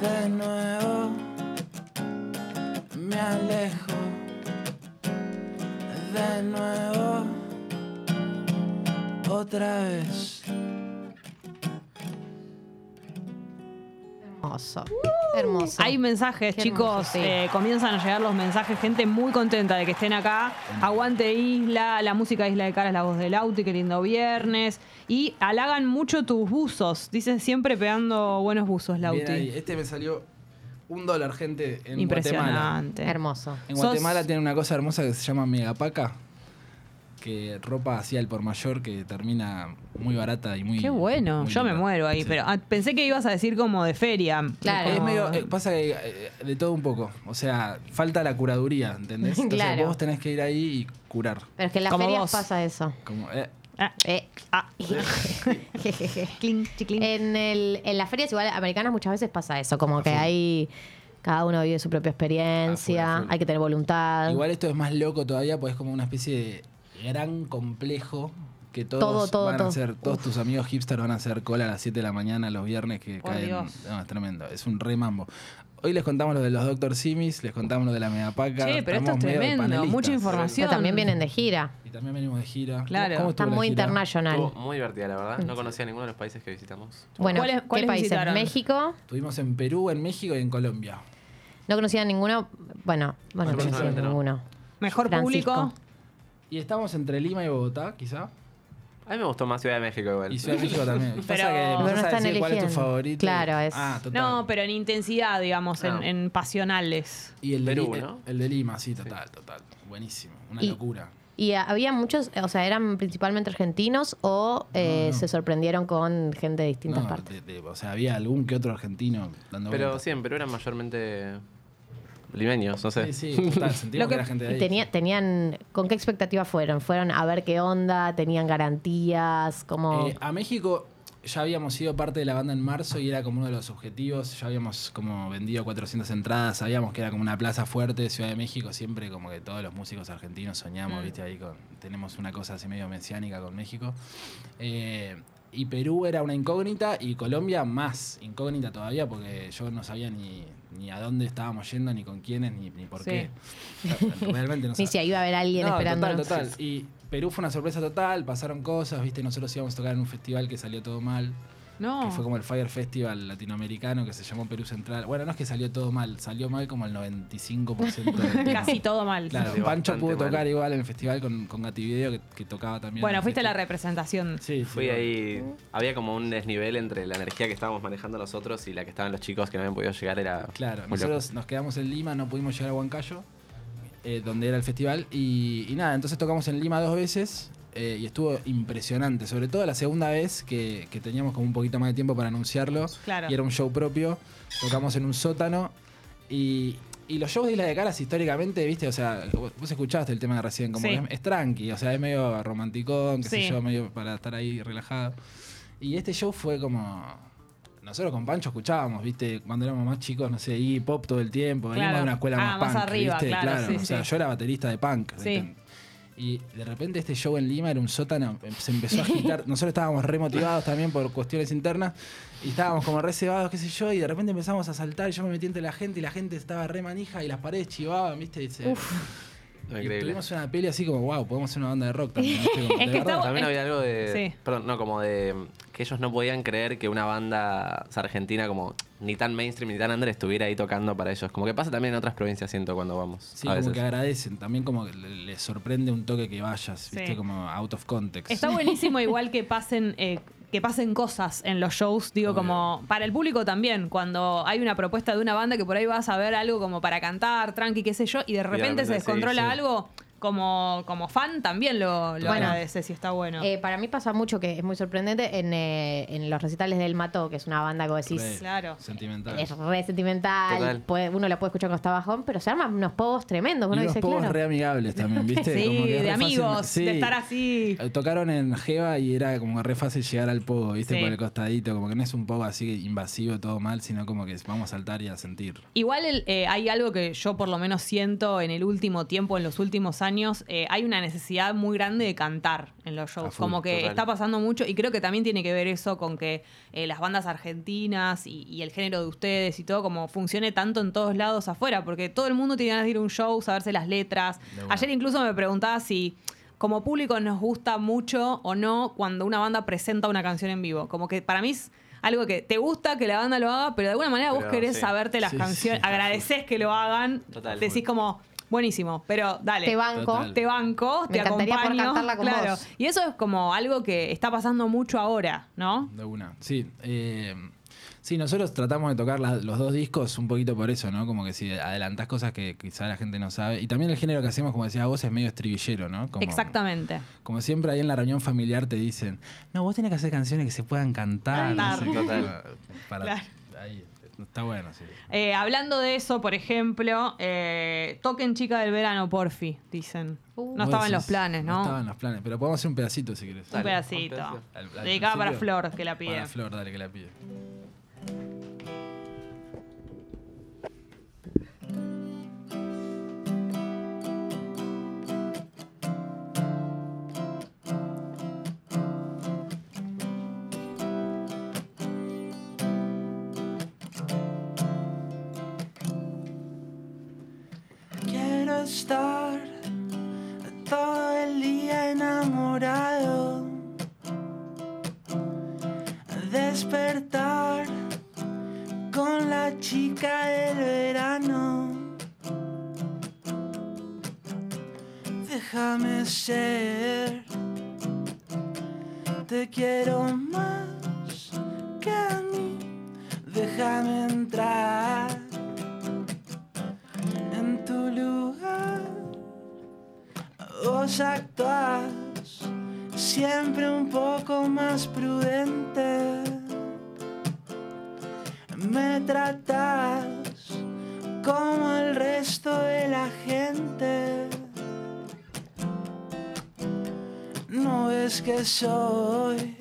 [SPEAKER 1] de nuevo, me alejo de nuevo, otra vez.
[SPEAKER 7] Hermoso. Hermoso.
[SPEAKER 6] Hay mensajes,
[SPEAKER 7] Qué
[SPEAKER 6] chicos.
[SPEAKER 7] hermoso, sí.
[SPEAKER 6] eh, comienzan a llegar los mensajes. Gente muy contenta de que estén acá. Aguante Isla, la música de Isla de Cara es la voz del auto y qué lindo viernes. Y halagan mucho tus buzos. Dicen siempre pegando buenos buzos,
[SPEAKER 22] Bien ahí.
[SPEAKER 6] Lauti.
[SPEAKER 22] Este me salió un dólar, gente, en
[SPEAKER 6] Impresionante.
[SPEAKER 22] Guatemala.
[SPEAKER 7] Hermoso.
[SPEAKER 22] En
[SPEAKER 6] Sos-
[SPEAKER 22] Guatemala tiene una cosa hermosa que se llama megapaca, que ropa así al por mayor que termina muy barata y muy...
[SPEAKER 6] Qué bueno.
[SPEAKER 22] muy
[SPEAKER 6] Yo me
[SPEAKER 22] linda.
[SPEAKER 6] muero ahí,
[SPEAKER 22] Sí.
[SPEAKER 6] pero ah, pensé que ibas a decir como de feria.
[SPEAKER 22] Es
[SPEAKER 6] Como-
[SPEAKER 22] medio- eh, pasa que, eh, de todo un poco. O sea, falta la curaduría, ¿entendés? Entonces
[SPEAKER 7] Claro.
[SPEAKER 22] vos tenés que ir ahí y curar.
[SPEAKER 7] Pero es que en las
[SPEAKER 22] Como
[SPEAKER 7] ferias
[SPEAKER 22] vos.
[SPEAKER 7] pasa eso.
[SPEAKER 22] Como, eh,
[SPEAKER 7] Eh. en, el, en las ferias igual americanas muchas veces pasa eso, como que hay cada uno vive su propia experiencia, hay que tener voluntad.
[SPEAKER 22] Igual esto es más loco todavía, pues es como una especie de gran complejo que todos
[SPEAKER 7] Todo, todo,
[SPEAKER 22] van
[SPEAKER 7] todo.
[SPEAKER 22] a hacer, todos tus amigos hipsters van a hacer cola a las 7 de la mañana los viernes que
[SPEAKER 6] Por
[SPEAKER 22] caen.
[SPEAKER 6] Dios.
[SPEAKER 22] No, es tremendo, es un remambo. Hoy les contamos lo de los Dr. Simis, les contamos lo de la Megapaca.
[SPEAKER 7] Che, pero esto
[SPEAKER 22] estamos
[SPEAKER 7] es
[SPEAKER 22] medio de
[SPEAKER 7] tremendo,
[SPEAKER 22] panelistas.
[SPEAKER 7] mucha información. Pero también vienen de gira.
[SPEAKER 22] Y también venimos de gira.
[SPEAKER 7] Claro.
[SPEAKER 22] ¿Cómo estuvo
[SPEAKER 7] Está
[SPEAKER 22] la
[SPEAKER 7] muy
[SPEAKER 22] gira?
[SPEAKER 7] internacional.
[SPEAKER 23] Estuvo muy divertida, la verdad. No conocía ninguno de los países que visitamos.
[SPEAKER 7] Bueno,
[SPEAKER 6] ¿Cuáles-
[SPEAKER 7] ¿qué
[SPEAKER 6] cuáles
[SPEAKER 7] países?
[SPEAKER 6] visitaron?
[SPEAKER 7] México,
[SPEAKER 22] Estuvimos en Perú, en México y en Colombia.
[SPEAKER 7] no conocía ninguno, bueno, bueno, no conocía
[SPEAKER 22] Aproximadamente no.
[SPEAKER 7] ninguno.
[SPEAKER 6] Mejor
[SPEAKER 7] Francisco. público.
[SPEAKER 22] Y estamos entre Lima y Bogotá, quizá.
[SPEAKER 23] A mí me gustó más Ciudad de México igual.
[SPEAKER 22] Y Ciudad de México también. Pasa
[SPEAKER 6] Pero-
[SPEAKER 22] que
[SPEAKER 6] Pero
[SPEAKER 22] empezás
[SPEAKER 6] no
[SPEAKER 22] a
[SPEAKER 6] están
[SPEAKER 22] decir cuál es tu
[SPEAKER 6] eligiendo.
[SPEAKER 22] favorito.
[SPEAKER 6] Claro, es-
[SPEAKER 22] Ah, total.
[SPEAKER 6] No, pero en intensidad, digamos, en,
[SPEAKER 22] Ah.
[SPEAKER 6] en pasionales.
[SPEAKER 22] Y el,
[SPEAKER 6] Perú,
[SPEAKER 22] de, Li-
[SPEAKER 6] ¿no?
[SPEAKER 22] el de Lima, sí, total, total. Buenísimo. Una
[SPEAKER 7] Y-
[SPEAKER 22] locura.
[SPEAKER 7] Y a- había muchos, o sea, eran principalmente argentinos o eh, se sorprendieron con gente de distintas
[SPEAKER 22] No,
[SPEAKER 7] partes.
[SPEAKER 22] de- de- o sea, había algún que otro argentino dando
[SPEAKER 23] Pero
[SPEAKER 22] vueltas.
[SPEAKER 23] sí, en Perú eran mayormente limeños, no sé.
[SPEAKER 22] Sí, sí, total, sentimos
[SPEAKER 7] Lo que- y tenía- tenían, ¿con qué expectativa fueron? ¿Fueron a ver qué onda? ¿Tenían garantías? Como,
[SPEAKER 22] Eh, a México ya habíamos sido parte de la banda en marzo y era como uno de los objetivos. Ya habíamos como vendido 400 entradas, sabíamos que era como una plaza fuerte de Ciudad de México. Siempre como que todos los músicos argentinos soñamos,
[SPEAKER 2] Mm.
[SPEAKER 22] viste, ahí con, tenemos una cosa así medio mesiánica con México. Eh, y Perú era una incógnita y Colombia más incógnita todavía porque yo no sabía ni, ni a dónde estábamos yendo, ni con quiénes, ni, ni por
[SPEAKER 7] Sí.
[SPEAKER 22] qué. Realmente no
[SPEAKER 7] ni si iba a haber alguien
[SPEAKER 22] no,
[SPEAKER 7] esperando.
[SPEAKER 22] Total, total. Y Perú fue una sorpresa total, pasaron cosas, viste, nosotros íbamos a tocar en un festival que salió todo mal.
[SPEAKER 6] No.
[SPEAKER 22] Que fue como el Fire Festival latinoamericano que se llamó Perú Central. Bueno, no es que salió todo mal, salió mal como el 95% del tiempo.
[SPEAKER 6] Casi todo mal.
[SPEAKER 22] Claro,
[SPEAKER 6] Sí,
[SPEAKER 22] Pancho
[SPEAKER 6] bastante
[SPEAKER 22] pudo
[SPEAKER 6] mal.
[SPEAKER 22] tocar igual en el festival con, con Gativideo que, que tocaba también. en
[SPEAKER 6] Bueno,
[SPEAKER 22] el
[SPEAKER 6] fuiste a la representación.
[SPEAKER 22] Sí,
[SPEAKER 23] Fui ahí, había como un desnivel entre la energía que estábamos manejando nosotros y la que estaban los chicos que no habían podido llegar. Era
[SPEAKER 22] Claro,
[SPEAKER 23] muy loco.
[SPEAKER 22] nosotros nos quedamos en Lima, no pudimos llegar a Huancayo, eh, donde era el festival, y, y nada, entonces tocamos en Lima dos veces eh, y estuvo impresionante, sobre todo la segunda vez que, que teníamos como un poquito más de tiempo para anunciarlo,
[SPEAKER 6] Claro.
[SPEAKER 22] y era un show propio, tocamos en un sótano y... y los shows de Isla de Caras históricamente, viste, o sea, vos vos escuchaste el tema de recién, como
[SPEAKER 6] Sí.
[SPEAKER 22] es, es tranqui, o sea, es medio romanticón, qué
[SPEAKER 6] Sí.
[SPEAKER 22] sé yo, medio para estar ahí relajado. Y este show fue como, nosotros con Pancho escuchábamos, ¿viste? Cuando éramos más chicos, no sé, hip hop todo el tiempo, venimos
[SPEAKER 6] Claro.
[SPEAKER 22] de una escuela
[SPEAKER 6] Ah,
[SPEAKER 22] más,
[SPEAKER 6] más
[SPEAKER 22] punk,
[SPEAKER 6] arriba,
[SPEAKER 22] ¿viste?
[SPEAKER 6] claro, sí,
[SPEAKER 22] o sea,
[SPEAKER 6] sí.
[SPEAKER 22] yo era baterista de punk.
[SPEAKER 6] Sí.
[SPEAKER 22] ¿viste? Y de repente este show en Lima era un sótano, em- se empezó a agitar. Nosotros estábamos re motivados también por cuestiones internas y estábamos como re cebados, qué sé yo, y de repente empezamos a saltar. y Yo me metí entre la gente y la gente estaba re manija y las paredes chivaban, ¿viste? Y se- y
[SPEAKER 23] Increíble.
[SPEAKER 22] tuvimos una peli así como, wow, podemos hacer una banda de rock también. ¿viste? Como, de verdad.
[SPEAKER 23] También había algo de.
[SPEAKER 22] Sí.
[SPEAKER 23] Perdón, no, como de. mm, Que ellos no podían creer que una banda o sea, argentina como ni tan mainstream ni tan under estuviera ahí tocando para ellos. Como que pasa también en otras provincias, siento, cuando vamos.
[SPEAKER 22] Sí,
[SPEAKER 23] a
[SPEAKER 22] como
[SPEAKER 23] veces.
[SPEAKER 22] que agradecen. También como que le- les sorprende un toque que vayas,
[SPEAKER 6] Sí.
[SPEAKER 22] viste, como out of context.
[SPEAKER 6] Está buenísimo igual que pasen eh, que pasen cosas en los shows, digo como para el público también, cuando hay una propuesta de una banda que por ahí vas a ver algo como para cantar, tranqui, qué sé yo, y de repente
[SPEAKER 22] repente
[SPEAKER 6] se
[SPEAKER 22] sí,
[SPEAKER 6] descontrola
[SPEAKER 22] sí.
[SPEAKER 6] algo, como, como fan también lo, lo
[SPEAKER 7] Bueno.
[SPEAKER 6] agradece si está bueno.
[SPEAKER 7] Eh, para mí pasa mucho que es muy sorprendente en, eh, en los recitales del Mató, que es una banda que vos decís.
[SPEAKER 6] claro.
[SPEAKER 22] Sentimental.
[SPEAKER 7] Es re sentimental,
[SPEAKER 22] Total.
[SPEAKER 7] puede- uno la puede escuchar cuando está bajón, pero se arman unos pogos tremendos. Uno
[SPEAKER 22] y unos
[SPEAKER 7] dice,
[SPEAKER 22] pocos
[SPEAKER 7] claro.
[SPEAKER 22] re amigables también, ¿viste?
[SPEAKER 6] Sí,
[SPEAKER 22] Como que es
[SPEAKER 6] de
[SPEAKER 22] re fácil-
[SPEAKER 6] amigos,
[SPEAKER 22] sí.
[SPEAKER 6] de estar así.
[SPEAKER 22] Eh, Tocaron en Jeva y era como re fácil llegar al pogo, ¿viste?
[SPEAKER 6] Sí.
[SPEAKER 22] Por el costadito, como que no es un pogo así invasivo, todo mal, sino como que vamos a saltar y a sentir.
[SPEAKER 6] Igual el- eh, hay algo que yo por lo menos siento en el último tiempo, en los últimos años, eh, hay una necesidad muy grande de cantar en los shows.
[SPEAKER 2] A full,
[SPEAKER 6] como que
[SPEAKER 2] total.
[SPEAKER 6] está pasando mucho y creo que también tiene que ver eso con que eh, las bandas argentinas y, y el género de ustedes y todo como funcione tanto en todos lados afuera, porque todo el mundo tiene ganas de ir a un show, saberse las letras.
[SPEAKER 2] De una.
[SPEAKER 6] Ayer incluso me preguntaba si... Como público nos gusta mucho o no cuando una banda presenta una canción en vivo. Como que para mí es algo que te gusta que la banda lo haga, pero de alguna manera vos
[SPEAKER 2] Pero,
[SPEAKER 6] querés
[SPEAKER 2] sí.
[SPEAKER 6] saberte las
[SPEAKER 2] Sí,
[SPEAKER 6] canciones, agradeces que lo hagan,
[SPEAKER 2] Total.
[SPEAKER 6] decís como, buenísimo, pero dale.
[SPEAKER 7] Te banco. Total.
[SPEAKER 6] Te banco,
[SPEAKER 7] Me
[SPEAKER 6] te
[SPEAKER 7] encantaría poder
[SPEAKER 6] acompaño.
[SPEAKER 7] cantarla con
[SPEAKER 6] claro.
[SPEAKER 7] vos.
[SPEAKER 6] Y eso es como algo que está pasando mucho ahora, ¿no?
[SPEAKER 22] De una. Sí. eh, sí, nosotros tratamos de tocar la- los dos discos un poquito por eso, ¿no? Como que si adelantás cosas que quizá la gente no sabe. Y también el género que hacemos, como decías vos, es medio estribillero, ¿no? Como,
[SPEAKER 6] Exactamente.
[SPEAKER 22] Como siempre ahí en la reunión familiar te dicen, no, vos tenés que hacer canciones que se puedan cantar. no sé qué".
[SPEAKER 6] Total.
[SPEAKER 22] Para-
[SPEAKER 6] Claro.
[SPEAKER 22] ahí, está bueno, sí.
[SPEAKER 6] Eh, hablando de eso, por ejemplo, eh, toquen Chica del Verano, porfi, dicen. no
[SPEAKER 7] Uh.
[SPEAKER 22] Vos
[SPEAKER 6] estaban
[SPEAKER 22] decís,
[SPEAKER 6] los planes, ¿no?
[SPEAKER 22] No estaban los planes, pero podemos hacer un pedacito si querés.
[SPEAKER 6] Un pedacito. Dedicada para Flor, que la pide.
[SPEAKER 22] Para Flor, dale, que la pide.
[SPEAKER 1] Quiero estar todo el día enamorado. Despertar con la chica del verano. Déjame ser. Te quiero más que a mí. Déjame entrar en tu lugar. Vos actuás siempre un poco más prudente. Me tratás como el resto de la gente. No es que soy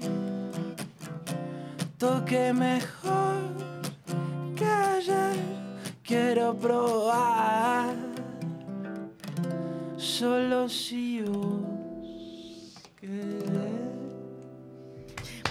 [SPEAKER 1] toque mejor que ayer quiero probar solo si vos querés.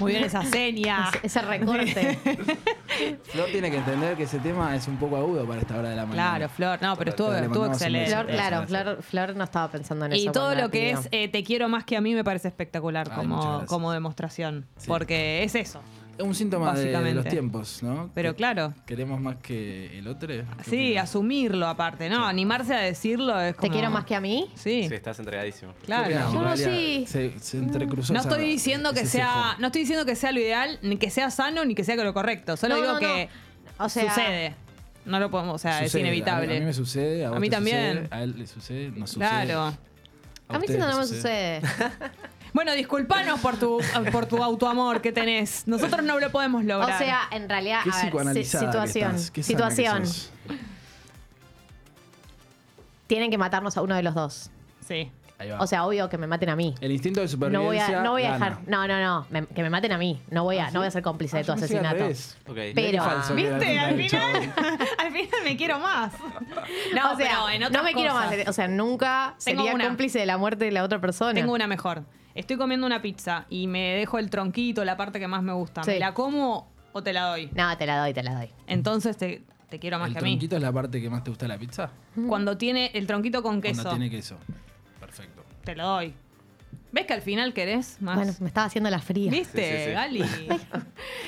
[SPEAKER 6] Muy bien esa seña.
[SPEAKER 7] Ese recorte.
[SPEAKER 22] Flor tiene que entender que ese tema es un poco agudo para esta hora de la mañana.
[SPEAKER 6] Claro, Flor. No, pero estuvo,
[SPEAKER 22] Le
[SPEAKER 6] estuvo
[SPEAKER 22] mandamos un
[SPEAKER 6] excelente.
[SPEAKER 22] beso.
[SPEAKER 7] Flor, claro, Flor, Flor no estaba pensando en eso.
[SPEAKER 6] Y todo
[SPEAKER 7] cuando la
[SPEAKER 6] lo que
[SPEAKER 7] pidió.
[SPEAKER 6] es eh, Te quiero más que a mí me parece espectacular
[SPEAKER 22] muchas
[SPEAKER 6] como,
[SPEAKER 22] gracias.
[SPEAKER 6] como demostración. Porque es eso.
[SPEAKER 22] Es un síntoma de- de, los tiempos, ¿no?
[SPEAKER 6] Pero
[SPEAKER 22] Que-
[SPEAKER 6] claro.
[SPEAKER 22] Queremos más que el otro. ¿eh?
[SPEAKER 6] Sí, asumirlo aparte, ¿no? Animarse a decirlo es como...
[SPEAKER 7] quiero más que a mí?
[SPEAKER 6] Sí.
[SPEAKER 23] Sí, estás entregadísimo.
[SPEAKER 6] Claro.
[SPEAKER 22] ¿Qué opinamos,
[SPEAKER 6] Yo no
[SPEAKER 22] Galia?
[SPEAKER 6] sí.
[SPEAKER 22] Se, se entrecruzó.
[SPEAKER 6] No
[SPEAKER 22] esa-
[SPEAKER 6] estoy diciendo que
[SPEAKER 22] ese
[SPEAKER 6] sea,
[SPEAKER 22] sesgo.
[SPEAKER 6] no estoy diciendo que sea lo ideal, ni que sea sano, ni que sea lo correcto. Solo
[SPEAKER 7] No,
[SPEAKER 6] digo
[SPEAKER 7] no,
[SPEAKER 6] que
[SPEAKER 7] no. O sea-
[SPEAKER 6] sucede. No lo podemos, o sea, Ah, es
[SPEAKER 22] Sucede. A mí, a mí
[SPEAKER 6] inevitable.
[SPEAKER 22] me sucede. A, vos
[SPEAKER 6] A mí
[SPEAKER 22] te
[SPEAKER 6] también.
[SPEAKER 22] sucede, a él le sucede, nos sucede.
[SPEAKER 6] Claro.
[SPEAKER 22] A mí
[SPEAKER 7] siento
[SPEAKER 22] no
[SPEAKER 7] que me
[SPEAKER 6] bueno, disculpanos por tu por tu autoamor que tenés. Nosotros no lo podemos lograr.
[SPEAKER 7] O sea, en realidad,
[SPEAKER 6] Qué
[SPEAKER 7] a ver, si-
[SPEAKER 6] psicoanalizada que
[SPEAKER 7] situación.
[SPEAKER 6] estás, qué sana que
[SPEAKER 7] Situación.
[SPEAKER 6] sos.
[SPEAKER 7] Tienen que matarnos a uno de los dos.
[SPEAKER 6] Sí.
[SPEAKER 22] Ahí va.
[SPEAKER 7] O sea, obvio que me maten a mí.
[SPEAKER 22] El instinto de
[SPEAKER 7] No voy
[SPEAKER 22] supervivencia.
[SPEAKER 7] a, no voy a
[SPEAKER 22] gana.
[SPEAKER 7] dejar. No, no, no. me- que me maten a mí. No
[SPEAKER 6] Ah,
[SPEAKER 7] voy a, no voy a ser cómplice de tu
[SPEAKER 22] yo pensé al
[SPEAKER 7] asesinato.
[SPEAKER 22] revés. Ok. Mirá qué
[SPEAKER 7] Pero,
[SPEAKER 22] falso que era
[SPEAKER 6] ¿Viste?
[SPEAKER 22] la
[SPEAKER 6] Al
[SPEAKER 22] pinta del
[SPEAKER 6] final, al final me quiero más. No,
[SPEAKER 7] o sea,
[SPEAKER 6] pero en
[SPEAKER 7] no
[SPEAKER 6] otras
[SPEAKER 7] me quiero
[SPEAKER 6] cosas.
[SPEAKER 7] más. O sea, nunca
[SPEAKER 6] Tengo
[SPEAKER 7] sería
[SPEAKER 6] una.
[SPEAKER 7] cómplice de la muerte de la otra persona.
[SPEAKER 6] Tengo una mejor. Estoy comiendo una pizza y me dejo el tronquito, la parte que más me gusta.
[SPEAKER 7] Sí.
[SPEAKER 6] ¿Me la como o te la doy?
[SPEAKER 7] No, te la doy, te la doy.
[SPEAKER 6] Entonces te, te quiero más
[SPEAKER 22] ¿El
[SPEAKER 6] que a mí.
[SPEAKER 22] tronquito es la parte que más te gusta de la pizza?
[SPEAKER 6] Cuando tiene el tronquito con queso,
[SPEAKER 22] Cuando tiene queso. Perfecto.
[SPEAKER 6] te lo doy. ¿Ves que al final querés más?
[SPEAKER 7] Bueno, me estaba haciendo la fría.
[SPEAKER 6] ¿Viste, Gali?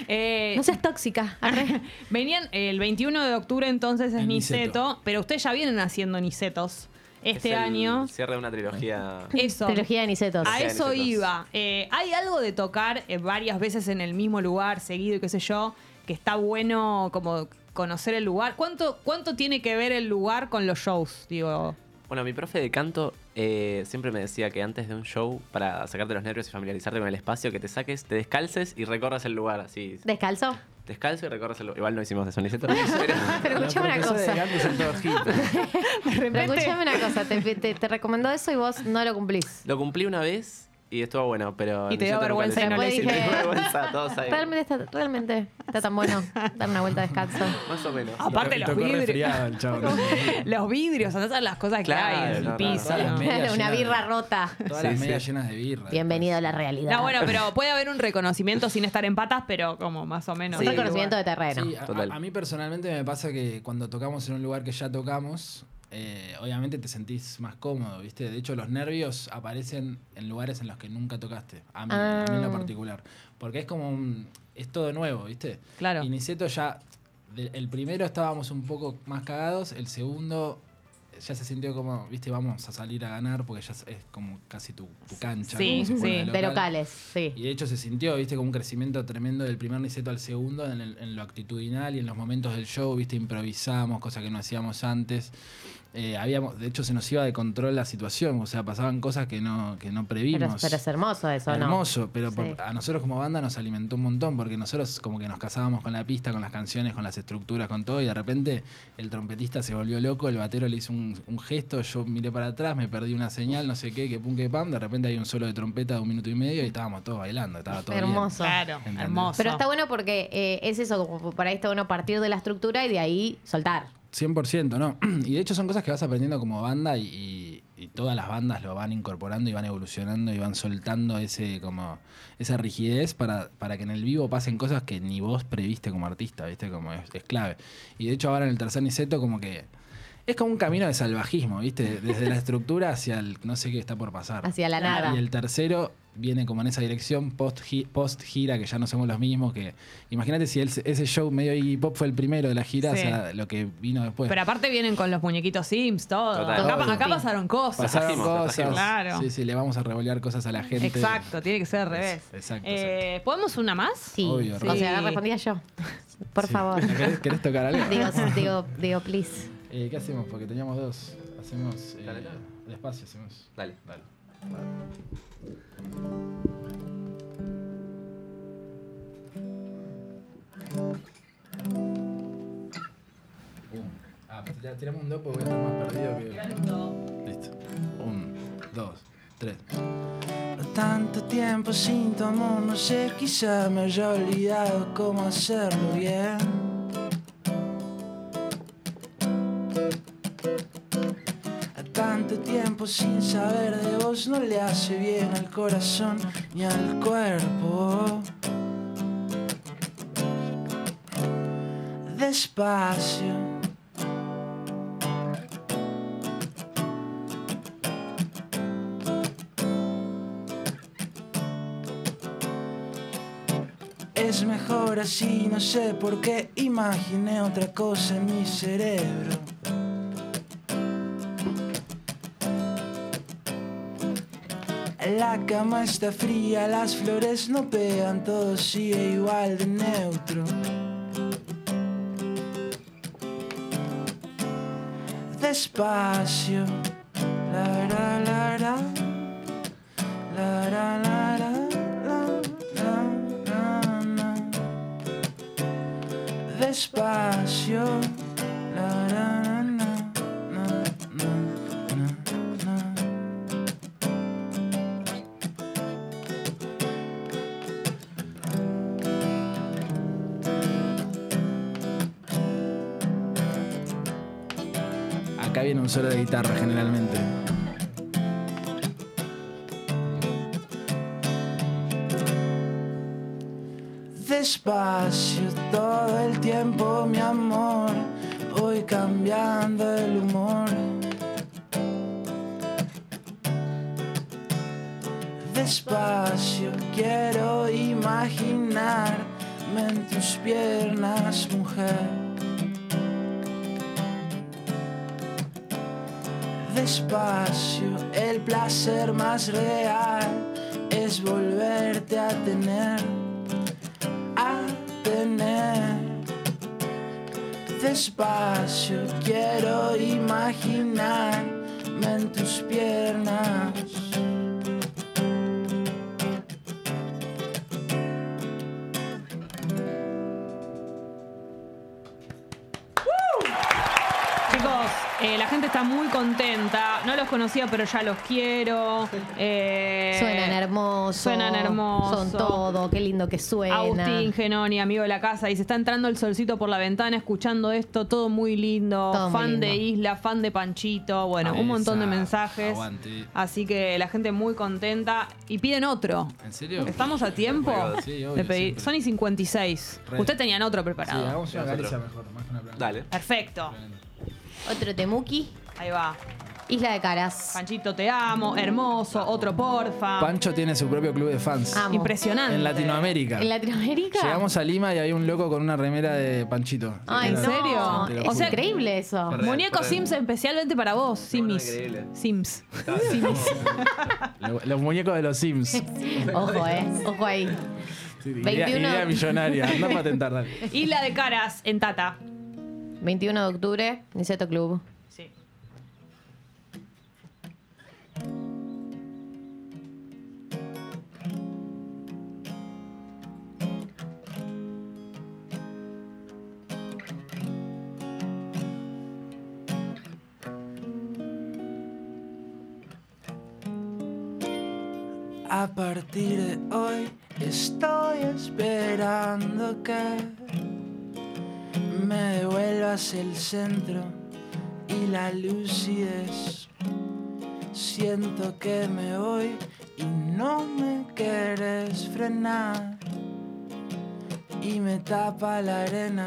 [SPEAKER 6] Eh,
[SPEAKER 7] No seas tóxica. Arre.
[SPEAKER 6] Venían el 21 de octubre, entonces es
[SPEAKER 23] El
[SPEAKER 6] Niceto, pero ustedes ya vienen haciendo Nicetos este
[SPEAKER 23] Es el
[SPEAKER 6] año.
[SPEAKER 23] Cierre de una trilogía.
[SPEAKER 6] Eso.
[SPEAKER 7] Este Trilogía de Nicetos.
[SPEAKER 6] A
[SPEAKER 23] Trilogía de
[SPEAKER 6] eso
[SPEAKER 23] Nicetos.
[SPEAKER 6] iba. Eh, hay algo de tocar eh, varias veces en el mismo lugar, seguido y qué sé yo, que está bueno como conocer el lugar. ¿Cuánto, cuánto tiene que ver el lugar con los shows? Digo,
[SPEAKER 23] Bueno, mi profe de canto eh, siempre me decía que antes de un show, para sacarte los nervios y familiarizarte con el espacio, que te saques, te descalces y recorras el lugar, así.
[SPEAKER 7] Descalzo.
[SPEAKER 23] Descalzo y recorres el lugar. Igual no hicimos eso, ni se
[SPEAKER 7] Pero escuchame una cosa. Pero escuchame una cosa. Te, te- te recomendó eso y vos no lo cumplís.
[SPEAKER 23] Lo cumplí una vez y estuvo bueno, pero...
[SPEAKER 7] Y te
[SPEAKER 23] dio
[SPEAKER 7] dio vergüenza y no lo
[SPEAKER 23] Me
[SPEAKER 7] hiciste.
[SPEAKER 23] dio vergüenza, todos ahí.
[SPEAKER 7] Realmente está, realmente está tan bueno dar una vuelta de descalzo.
[SPEAKER 23] Más o menos.
[SPEAKER 6] Aparte los vidrios. los vidrios, andás a las cosas que
[SPEAKER 22] Claro,
[SPEAKER 6] hay en el
[SPEAKER 22] no, no,
[SPEAKER 6] piso.
[SPEAKER 22] todas las medias
[SPEAKER 7] una
[SPEAKER 22] llenas de-
[SPEAKER 7] birra rota.
[SPEAKER 22] Todas las medias llenas de birra.
[SPEAKER 7] Bienvenido a la realidad.
[SPEAKER 6] No, bueno, pero puede haber un reconocimiento sin estar en patas, pero como más o menos.
[SPEAKER 7] Un reconocimiento de terreno.
[SPEAKER 22] Sí, a- a, a mí personalmente me pasa que cuando tocamos en un lugar que ya tocamos, eh, obviamente te sentís más cómodo, ¿viste? De hecho, los nervios aparecen en lugares en los que nunca tocaste, a mí, a mí en lo
[SPEAKER 6] Ah.
[SPEAKER 22] particular. Porque es como un- es todo nuevo, ¿viste?
[SPEAKER 6] Claro.
[SPEAKER 22] Y Niceto ya, de- el primero estábamos un poco más cagados, el segundo ya se sintió como, ¿viste? Vamos a salir a ganar porque ya es es como casi tu, tu cancha.
[SPEAKER 7] Sí,
[SPEAKER 22] como si fuera
[SPEAKER 7] sí. De locales, sí.
[SPEAKER 22] Y de hecho se sintió, viste, como un crecimiento tremendo del primer Niceto al segundo en, el- en lo actitudinal y en los momentos del show, viste, improvisamos, cosas que no hacíamos antes. Eh, habíamos, de hecho se nos iba de control la situación, o sea, pasaban cosas que no, que no
[SPEAKER 7] Pero,
[SPEAKER 22] previmos.
[SPEAKER 7] pero es hermoso eso, ¿no?
[SPEAKER 22] Hermoso, pero por-
[SPEAKER 7] Sí.
[SPEAKER 22] a nosotros como banda nos alimentó un montón, porque nosotros como que nos casábamos con la pista, con las canciones, con las estructuras, con todo, y de repente el trompetista se volvió loco, el batero le hizo un, un gesto, yo miré para atrás, me perdí una señal, no sé qué, que pum, que pam, de repente hay un solo de trompeta de un minuto y medio y estábamos todos bailando, estaba todo bien.
[SPEAKER 7] Hermoso.
[SPEAKER 22] ¿Entendés?
[SPEAKER 7] Pero está bueno porque eh, es eso, como para ahí está bueno partir de la estructura y de ahí soltar.
[SPEAKER 22] 100%, ¿no? Y de hecho son cosas que vas aprendiendo como banda y, y- y todas las bandas lo van incorporando y van evolucionando y van soltando ese como esa rigidez para, para que en el vivo pasen cosas que ni vos previste como artista, ¿viste? Como es, es clave. Y de hecho ahora en el tercer niceto como que es como un camino de salvajismo, ¿viste? Desde la estructura hacia el no sé qué está por pasar.
[SPEAKER 7] Hacia la nada.
[SPEAKER 22] Y el tercero viene como en esa dirección post, gi- post gira, que ya no somos los mismos, que imagínate si el- ese show medio Iggy Pop fue el primero de la gira,
[SPEAKER 6] Sí.
[SPEAKER 22] o sea, lo que vino después.
[SPEAKER 6] Pero aparte vienen con los muñequitos Sims, todo.
[SPEAKER 22] Total.
[SPEAKER 6] Acá,
[SPEAKER 22] pues. Obvio.
[SPEAKER 6] acá pasaron cosas.
[SPEAKER 22] Pasaron cosas.
[SPEAKER 6] Claro.
[SPEAKER 22] Sí, sí, le vamos a revolear cosas a la gente.
[SPEAKER 6] Exacto, tiene que ser al revés.
[SPEAKER 22] Exacto.
[SPEAKER 6] Eh, ¿Podemos una más? Sí.
[SPEAKER 22] Obvio,
[SPEAKER 7] O sea, respondía yo. Por favor.
[SPEAKER 22] ¿Querés, querés tocar algo?
[SPEAKER 7] digo, digo, digo, please.
[SPEAKER 22] Eh, ¿Qué hacemos? Porque teníamos dos. Hacemos. eh, Despacio hacemos.
[SPEAKER 23] Dale.
[SPEAKER 22] Dale. Un. Ah, pues ya tiramos un dos porque voy a estar más perdido que. Listo. Un, dos, tres.
[SPEAKER 1] Tanto tiempo sin tu amor, no sé, quizá me haya olvidado cómo hacerlo bien. Tanto tiempo sin saber de vos no le hace bien al corazón ni al cuerpo. Despacio. Es mejor así, no sé por qué imaginé otra cosa en mi cerebro. La cama está fría, las flores no pegan, todo sigue igual de neutro. Despacio. La la la la. La la la la la la la la. Despacio. La la la la la la la la.
[SPEAKER 22] Acá viene un solo de guitarra generalmente.
[SPEAKER 1] Despacio todo el tiempo, mi amor. Voy cambiando el humor. Despacio quiero imaginarme en tus piernas, mujer. Despacio el placer más real es volverte a tener a tener. Despacio quiero imaginarme en tus piernas.
[SPEAKER 6] Chicos, eh, la gente está muy contenta. No los conocía, pero ya los quiero. Eh,
[SPEAKER 7] Suenan hermosos.
[SPEAKER 6] Suenan hermosos.
[SPEAKER 7] Son todo, qué lindo que suena.
[SPEAKER 6] Agustín Genoni, amigo de la casa, dice, está entrando el solcito por la ventana escuchando esto, todo muy lindo,
[SPEAKER 7] Todo muy
[SPEAKER 6] fan de Isla, fan de Panchito, bueno, un montón de
[SPEAKER 22] Esa,
[SPEAKER 6] mensajes.
[SPEAKER 22] aguante.
[SPEAKER 6] Así que la gente muy contenta y piden otro.
[SPEAKER 22] ¿En serio?
[SPEAKER 6] ¿Estamos a tiempo
[SPEAKER 22] Sí, obvio,
[SPEAKER 6] de pedir? Sony 56.
[SPEAKER 22] Re.
[SPEAKER 6] Ustedes tenían otro preparado.
[SPEAKER 22] Sí, hagamos una Hagamos otro. Galicia mejor,
[SPEAKER 23] Dale.
[SPEAKER 6] Perfecto.
[SPEAKER 7] Otro temuki.
[SPEAKER 6] Ahí va.
[SPEAKER 7] Isla de Caras.
[SPEAKER 6] Panchito, te amo. Hermoso. Otro porfa.
[SPEAKER 22] Pancho tiene su propio club de fans.
[SPEAKER 6] Amo. Impresionante.
[SPEAKER 22] En Latinoamérica.
[SPEAKER 7] ¿En Latinoamérica?
[SPEAKER 22] Llegamos a Lima y había un loco con una remera de Panchito.
[SPEAKER 7] Ay, Ah, ¿en
[SPEAKER 22] Era-
[SPEAKER 7] serio?
[SPEAKER 22] Te lo
[SPEAKER 7] Es
[SPEAKER 22] juro.
[SPEAKER 7] increíble eso.
[SPEAKER 22] Por real,
[SPEAKER 6] Muñeco
[SPEAKER 22] por real.
[SPEAKER 6] Sims especialmente para vos, Simis.
[SPEAKER 22] increíble.
[SPEAKER 6] Sims.
[SPEAKER 22] Lo- Los muñecos de los Sims.
[SPEAKER 7] Ojo, eh. Ojo ahí.
[SPEAKER 22] Sí, idea,
[SPEAKER 7] 21.
[SPEAKER 22] idea millonaria. Anda a patentar, dale.
[SPEAKER 6] Isla de Caras en Tata.
[SPEAKER 7] 21 de octubre, Niceto Club.
[SPEAKER 6] Sí.
[SPEAKER 1] A partir de hoy estoy esperando que me devuelvas el centro y la lucidez. Siento que me voy y no me quieres frenar. Y me tapa la arena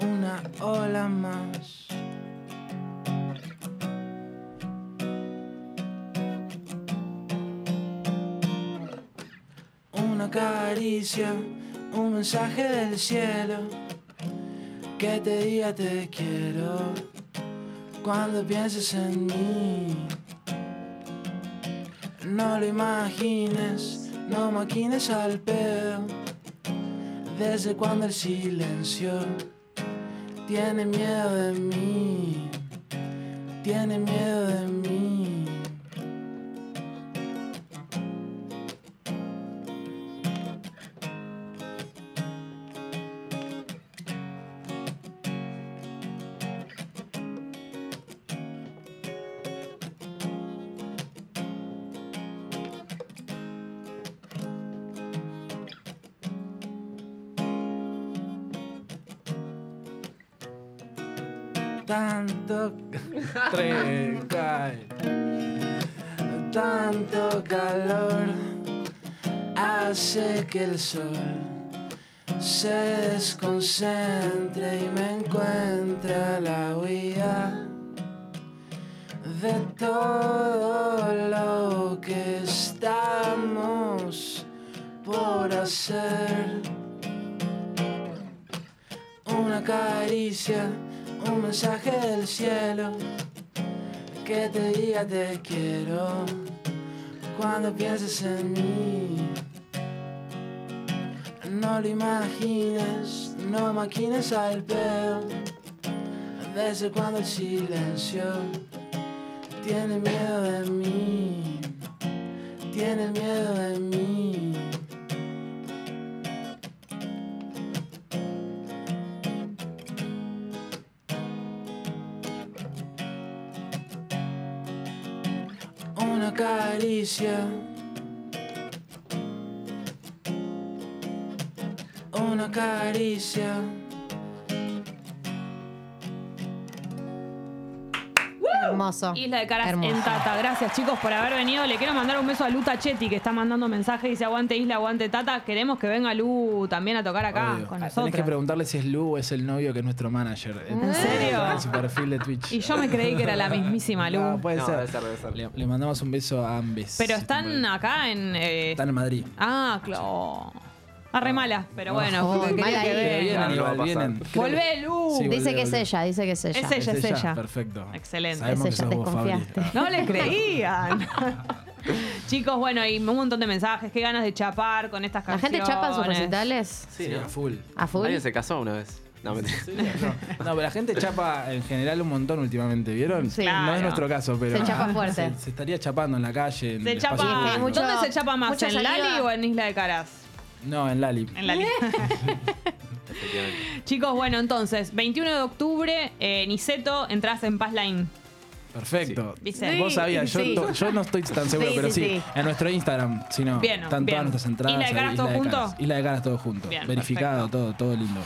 [SPEAKER 1] una ola más. una caricia, un mensaje del cielo que te diga te quiero cuando pienses en mí. No lo imagines, no maquines al pedo. Desde cuando el silencio tiene miedo de mí, tiene miedo de mí. tanto
[SPEAKER 22] Tres, cae.
[SPEAKER 1] tanto calor hace que el sol se desconcentre y me encuentra la huida de todo lo que estamos por hacer una caricia, un mensaje del cielo que te diga te quiero cuando pienses en mí. No lo imagines, no maquines al pedo. Desde cuando el silencio tiene miedo de mí, tiene miedo de mí. una caricia. Una caricia.
[SPEAKER 7] Hermoso.
[SPEAKER 6] Isla de Caras
[SPEAKER 7] Hermoso.
[SPEAKER 6] en Tata. Gracias, chicos, por haber venido. Le quiero mandar un beso a Lu Tachetti, que está mandando mensaje. Dice, aguante Isla, aguante Tata. Queremos que venga Lu también a tocar acá
[SPEAKER 22] Obvio.
[SPEAKER 6] con
[SPEAKER 22] Ah, Tenés que
[SPEAKER 6] nosotros.
[SPEAKER 22] preguntarle si es Lu o es el novio que es nuestro manager.
[SPEAKER 6] ¿En serio?
[SPEAKER 22] En su perfil de Twitch.
[SPEAKER 6] Y yo me creí que era la mismísima Lu.
[SPEAKER 22] No, puede
[SPEAKER 23] No,
[SPEAKER 22] ser.
[SPEAKER 23] debe ser, debe ser.
[SPEAKER 22] Le, le mandamos un beso a ambes. Este,
[SPEAKER 6] Pero están acá en... eh,
[SPEAKER 22] Están en Madrid.
[SPEAKER 6] Ah, claro. Ah, re mala, pero bueno.
[SPEAKER 7] Oh,
[SPEAKER 6] quería
[SPEAKER 7] mala
[SPEAKER 6] que
[SPEAKER 7] Isla.
[SPEAKER 6] venga.
[SPEAKER 22] Vienen,
[SPEAKER 7] Claro,
[SPEAKER 22] Aníbal,
[SPEAKER 7] va a pasar.
[SPEAKER 22] vienen. Creo que-
[SPEAKER 6] Volvé, Lu.
[SPEAKER 22] Sí,
[SPEAKER 7] dice
[SPEAKER 22] volvé,
[SPEAKER 7] que es
[SPEAKER 22] volvé.
[SPEAKER 7] ella, dice que es ella.
[SPEAKER 6] Es ella, es ella.
[SPEAKER 22] Perfecto.
[SPEAKER 6] Excelente.
[SPEAKER 22] Sabemos
[SPEAKER 7] Es
[SPEAKER 22] que
[SPEAKER 7] ella,
[SPEAKER 22] sos vos, Fabri.
[SPEAKER 7] desconfiaste.
[SPEAKER 6] No le creían. Chicos, bueno, y un montón de mensajes. Qué ganas de chapar con estas
[SPEAKER 7] ¿La
[SPEAKER 6] canciones.
[SPEAKER 7] gente chapa en sus recitales?
[SPEAKER 22] Sí, a full.
[SPEAKER 7] ¿A full?
[SPEAKER 23] Alguien se casó una vez. No, mentira.
[SPEAKER 22] No, pero la gente chapa en general un montón últimamente, ¿vieron?
[SPEAKER 7] Sí.
[SPEAKER 22] No
[SPEAKER 7] Claro.
[SPEAKER 22] es nuestro caso, pero.
[SPEAKER 7] Se chapa fuerte.
[SPEAKER 22] Se, se estaría chapando en la calle. En
[SPEAKER 6] Se
[SPEAKER 22] el
[SPEAKER 6] chapa,
[SPEAKER 22] espacio
[SPEAKER 6] ¿Dónde
[SPEAKER 22] público.
[SPEAKER 6] se chapa más?
[SPEAKER 7] mucha
[SPEAKER 6] ¿En Lali
[SPEAKER 7] saliva.
[SPEAKER 6] o en Isla de Caras?
[SPEAKER 22] No, en Lali.
[SPEAKER 6] En Lali.
[SPEAKER 7] ¿Eh?
[SPEAKER 6] Chicos, bueno, entonces, 21 de octubre, eh, Niceto, entras en Paz Line.
[SPEAKER 22] Perfecto.
[SPEAKER 6] Dice-
[SPEAKER 22] Vos sabías, yo,
[SPEAKER 6] Sí.
[SPEAKER 22] to- yo no estoy tan seguro,
[SPEAKER 6] Sí,
[SPEAKER 22] pero
[SPEAKER 6] sí,
[SPEAKER 22] sí,
[SPEAKER 6] sí.
[SPEAKER 22] En nuestro Instagram, si no,
[SPEAKER 6] Bien,
[SPEAKER 22] están
[SPEAKER 6] bien.
[SPEAKER 22] todas nuestras entradas.
[SPEAKER 6] ¿Isla de Caras
[SPEAKER 22] ahí,
[SPEAKER 6] todo junto?
[SPEAKER 22] Caras. Isla de Caras todo junto.
[SPEAKER 6] Bien,
[SPEAKER 22] Verificado, todo, todo lindo.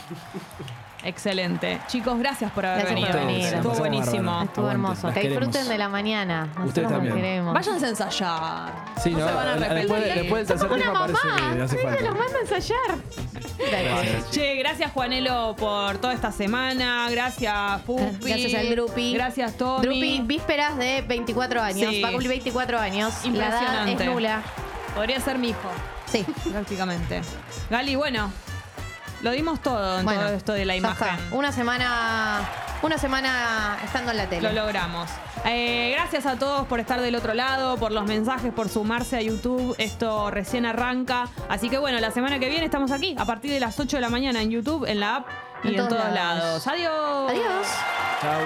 [SPEAKER 6] Excelente. Chicos, gracias por haber
[SPEAKER 22] Gracias por
[SPEAKER 6] venido.
[SPEAKER 22] venir.
[SPEAKER 6] Estuvo
[SPEAKER 22] Pasamos
[SPEAKER 6] buenísimo.
[SPEAKER 22] bárbaro.
[SPEAKER 7] Estuvo
[SPEAKER 22] Aguante,
[SPEAKER 7] hermoso.
[SPEAKER 22] las
[SPEAKER 7] Que
[SPEAKER 22] queremos.
[SPEAKER 7] disfruten de la mañana. Nosotros
[SPEAKER 22] Ustedes
[SPEAKER 7] los
[SPEAKER 22] también.
[SPEAKER 7] queremos.
[SPEAKER 6] Váyanse a ensayar.
[SPEAKER 22] Sí, no,
[SPEAKER 6] se van a
[SPEAKER 22] a- a- después,
[SPEAKER 6] arrepentir.
[SPEAKER 22] después del tercer
[SPEAKER 6] Somos
[SPEAKER 22] tema
[SPEAKER 6] una
[SPEAKER 22] parece
[SPEAKER 6] mamá.
[SPEAKER 22] que hace
[SPEAKER 6] Ustedes
[SPEAKER 22] falta.
[SPEAKER 6] los
[SPEAKER 7] mando a ensayar.
[SPEAKER 22] Gracias.
[SPEAKER 6] Che, gracias Juanelo por toda esta semana. Gracias Pupi.
[SPEAKER 7] Eh, Gracias al Drupi.
[SPEAKER 6] Gracias Tommy.
[SPEAKER 7] Drupi, vísperas de 24 años.
[SPEAKER 6] Sí.
[SPEAKER 7] Va a cumplir 24 años. La edad es
[SPEAKER 6] Impresionante.
[SPEAKER 7] nula.
[SPEAKER 6] Podría ser mi hijo.
[SPEAKER 7] Sí.
[SPEAKER 6] Prácticamente. Gali, bueno, lo dimos todo en
[SPEAKER 7] Bueno,
[SPEAKER 6] todo esto de la
[SPEAKER 7] ya
[SPEAKER 6] imagen.
[SPEAKER 7] está. Una semana, una semana estando en la tele.
[SPEAKER 6] Lo logramos. Eh, gracias a todos por estar del otro lado, por los mensajes, por sumarse a YouTube. Esto recién arranca. Así que bueno, la semana que viene estamos aquí a partir de las 8 de la mañana en YouTube, en la app y en, todos lados. Adiós.
[SPEAKER 7] Adiós.
[SPEAKER 22] Chao.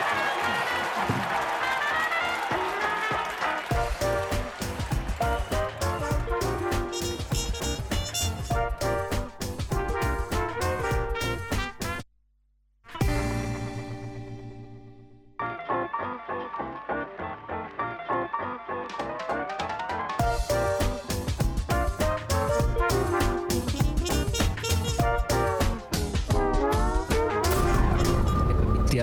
[SPEAKER 16] Te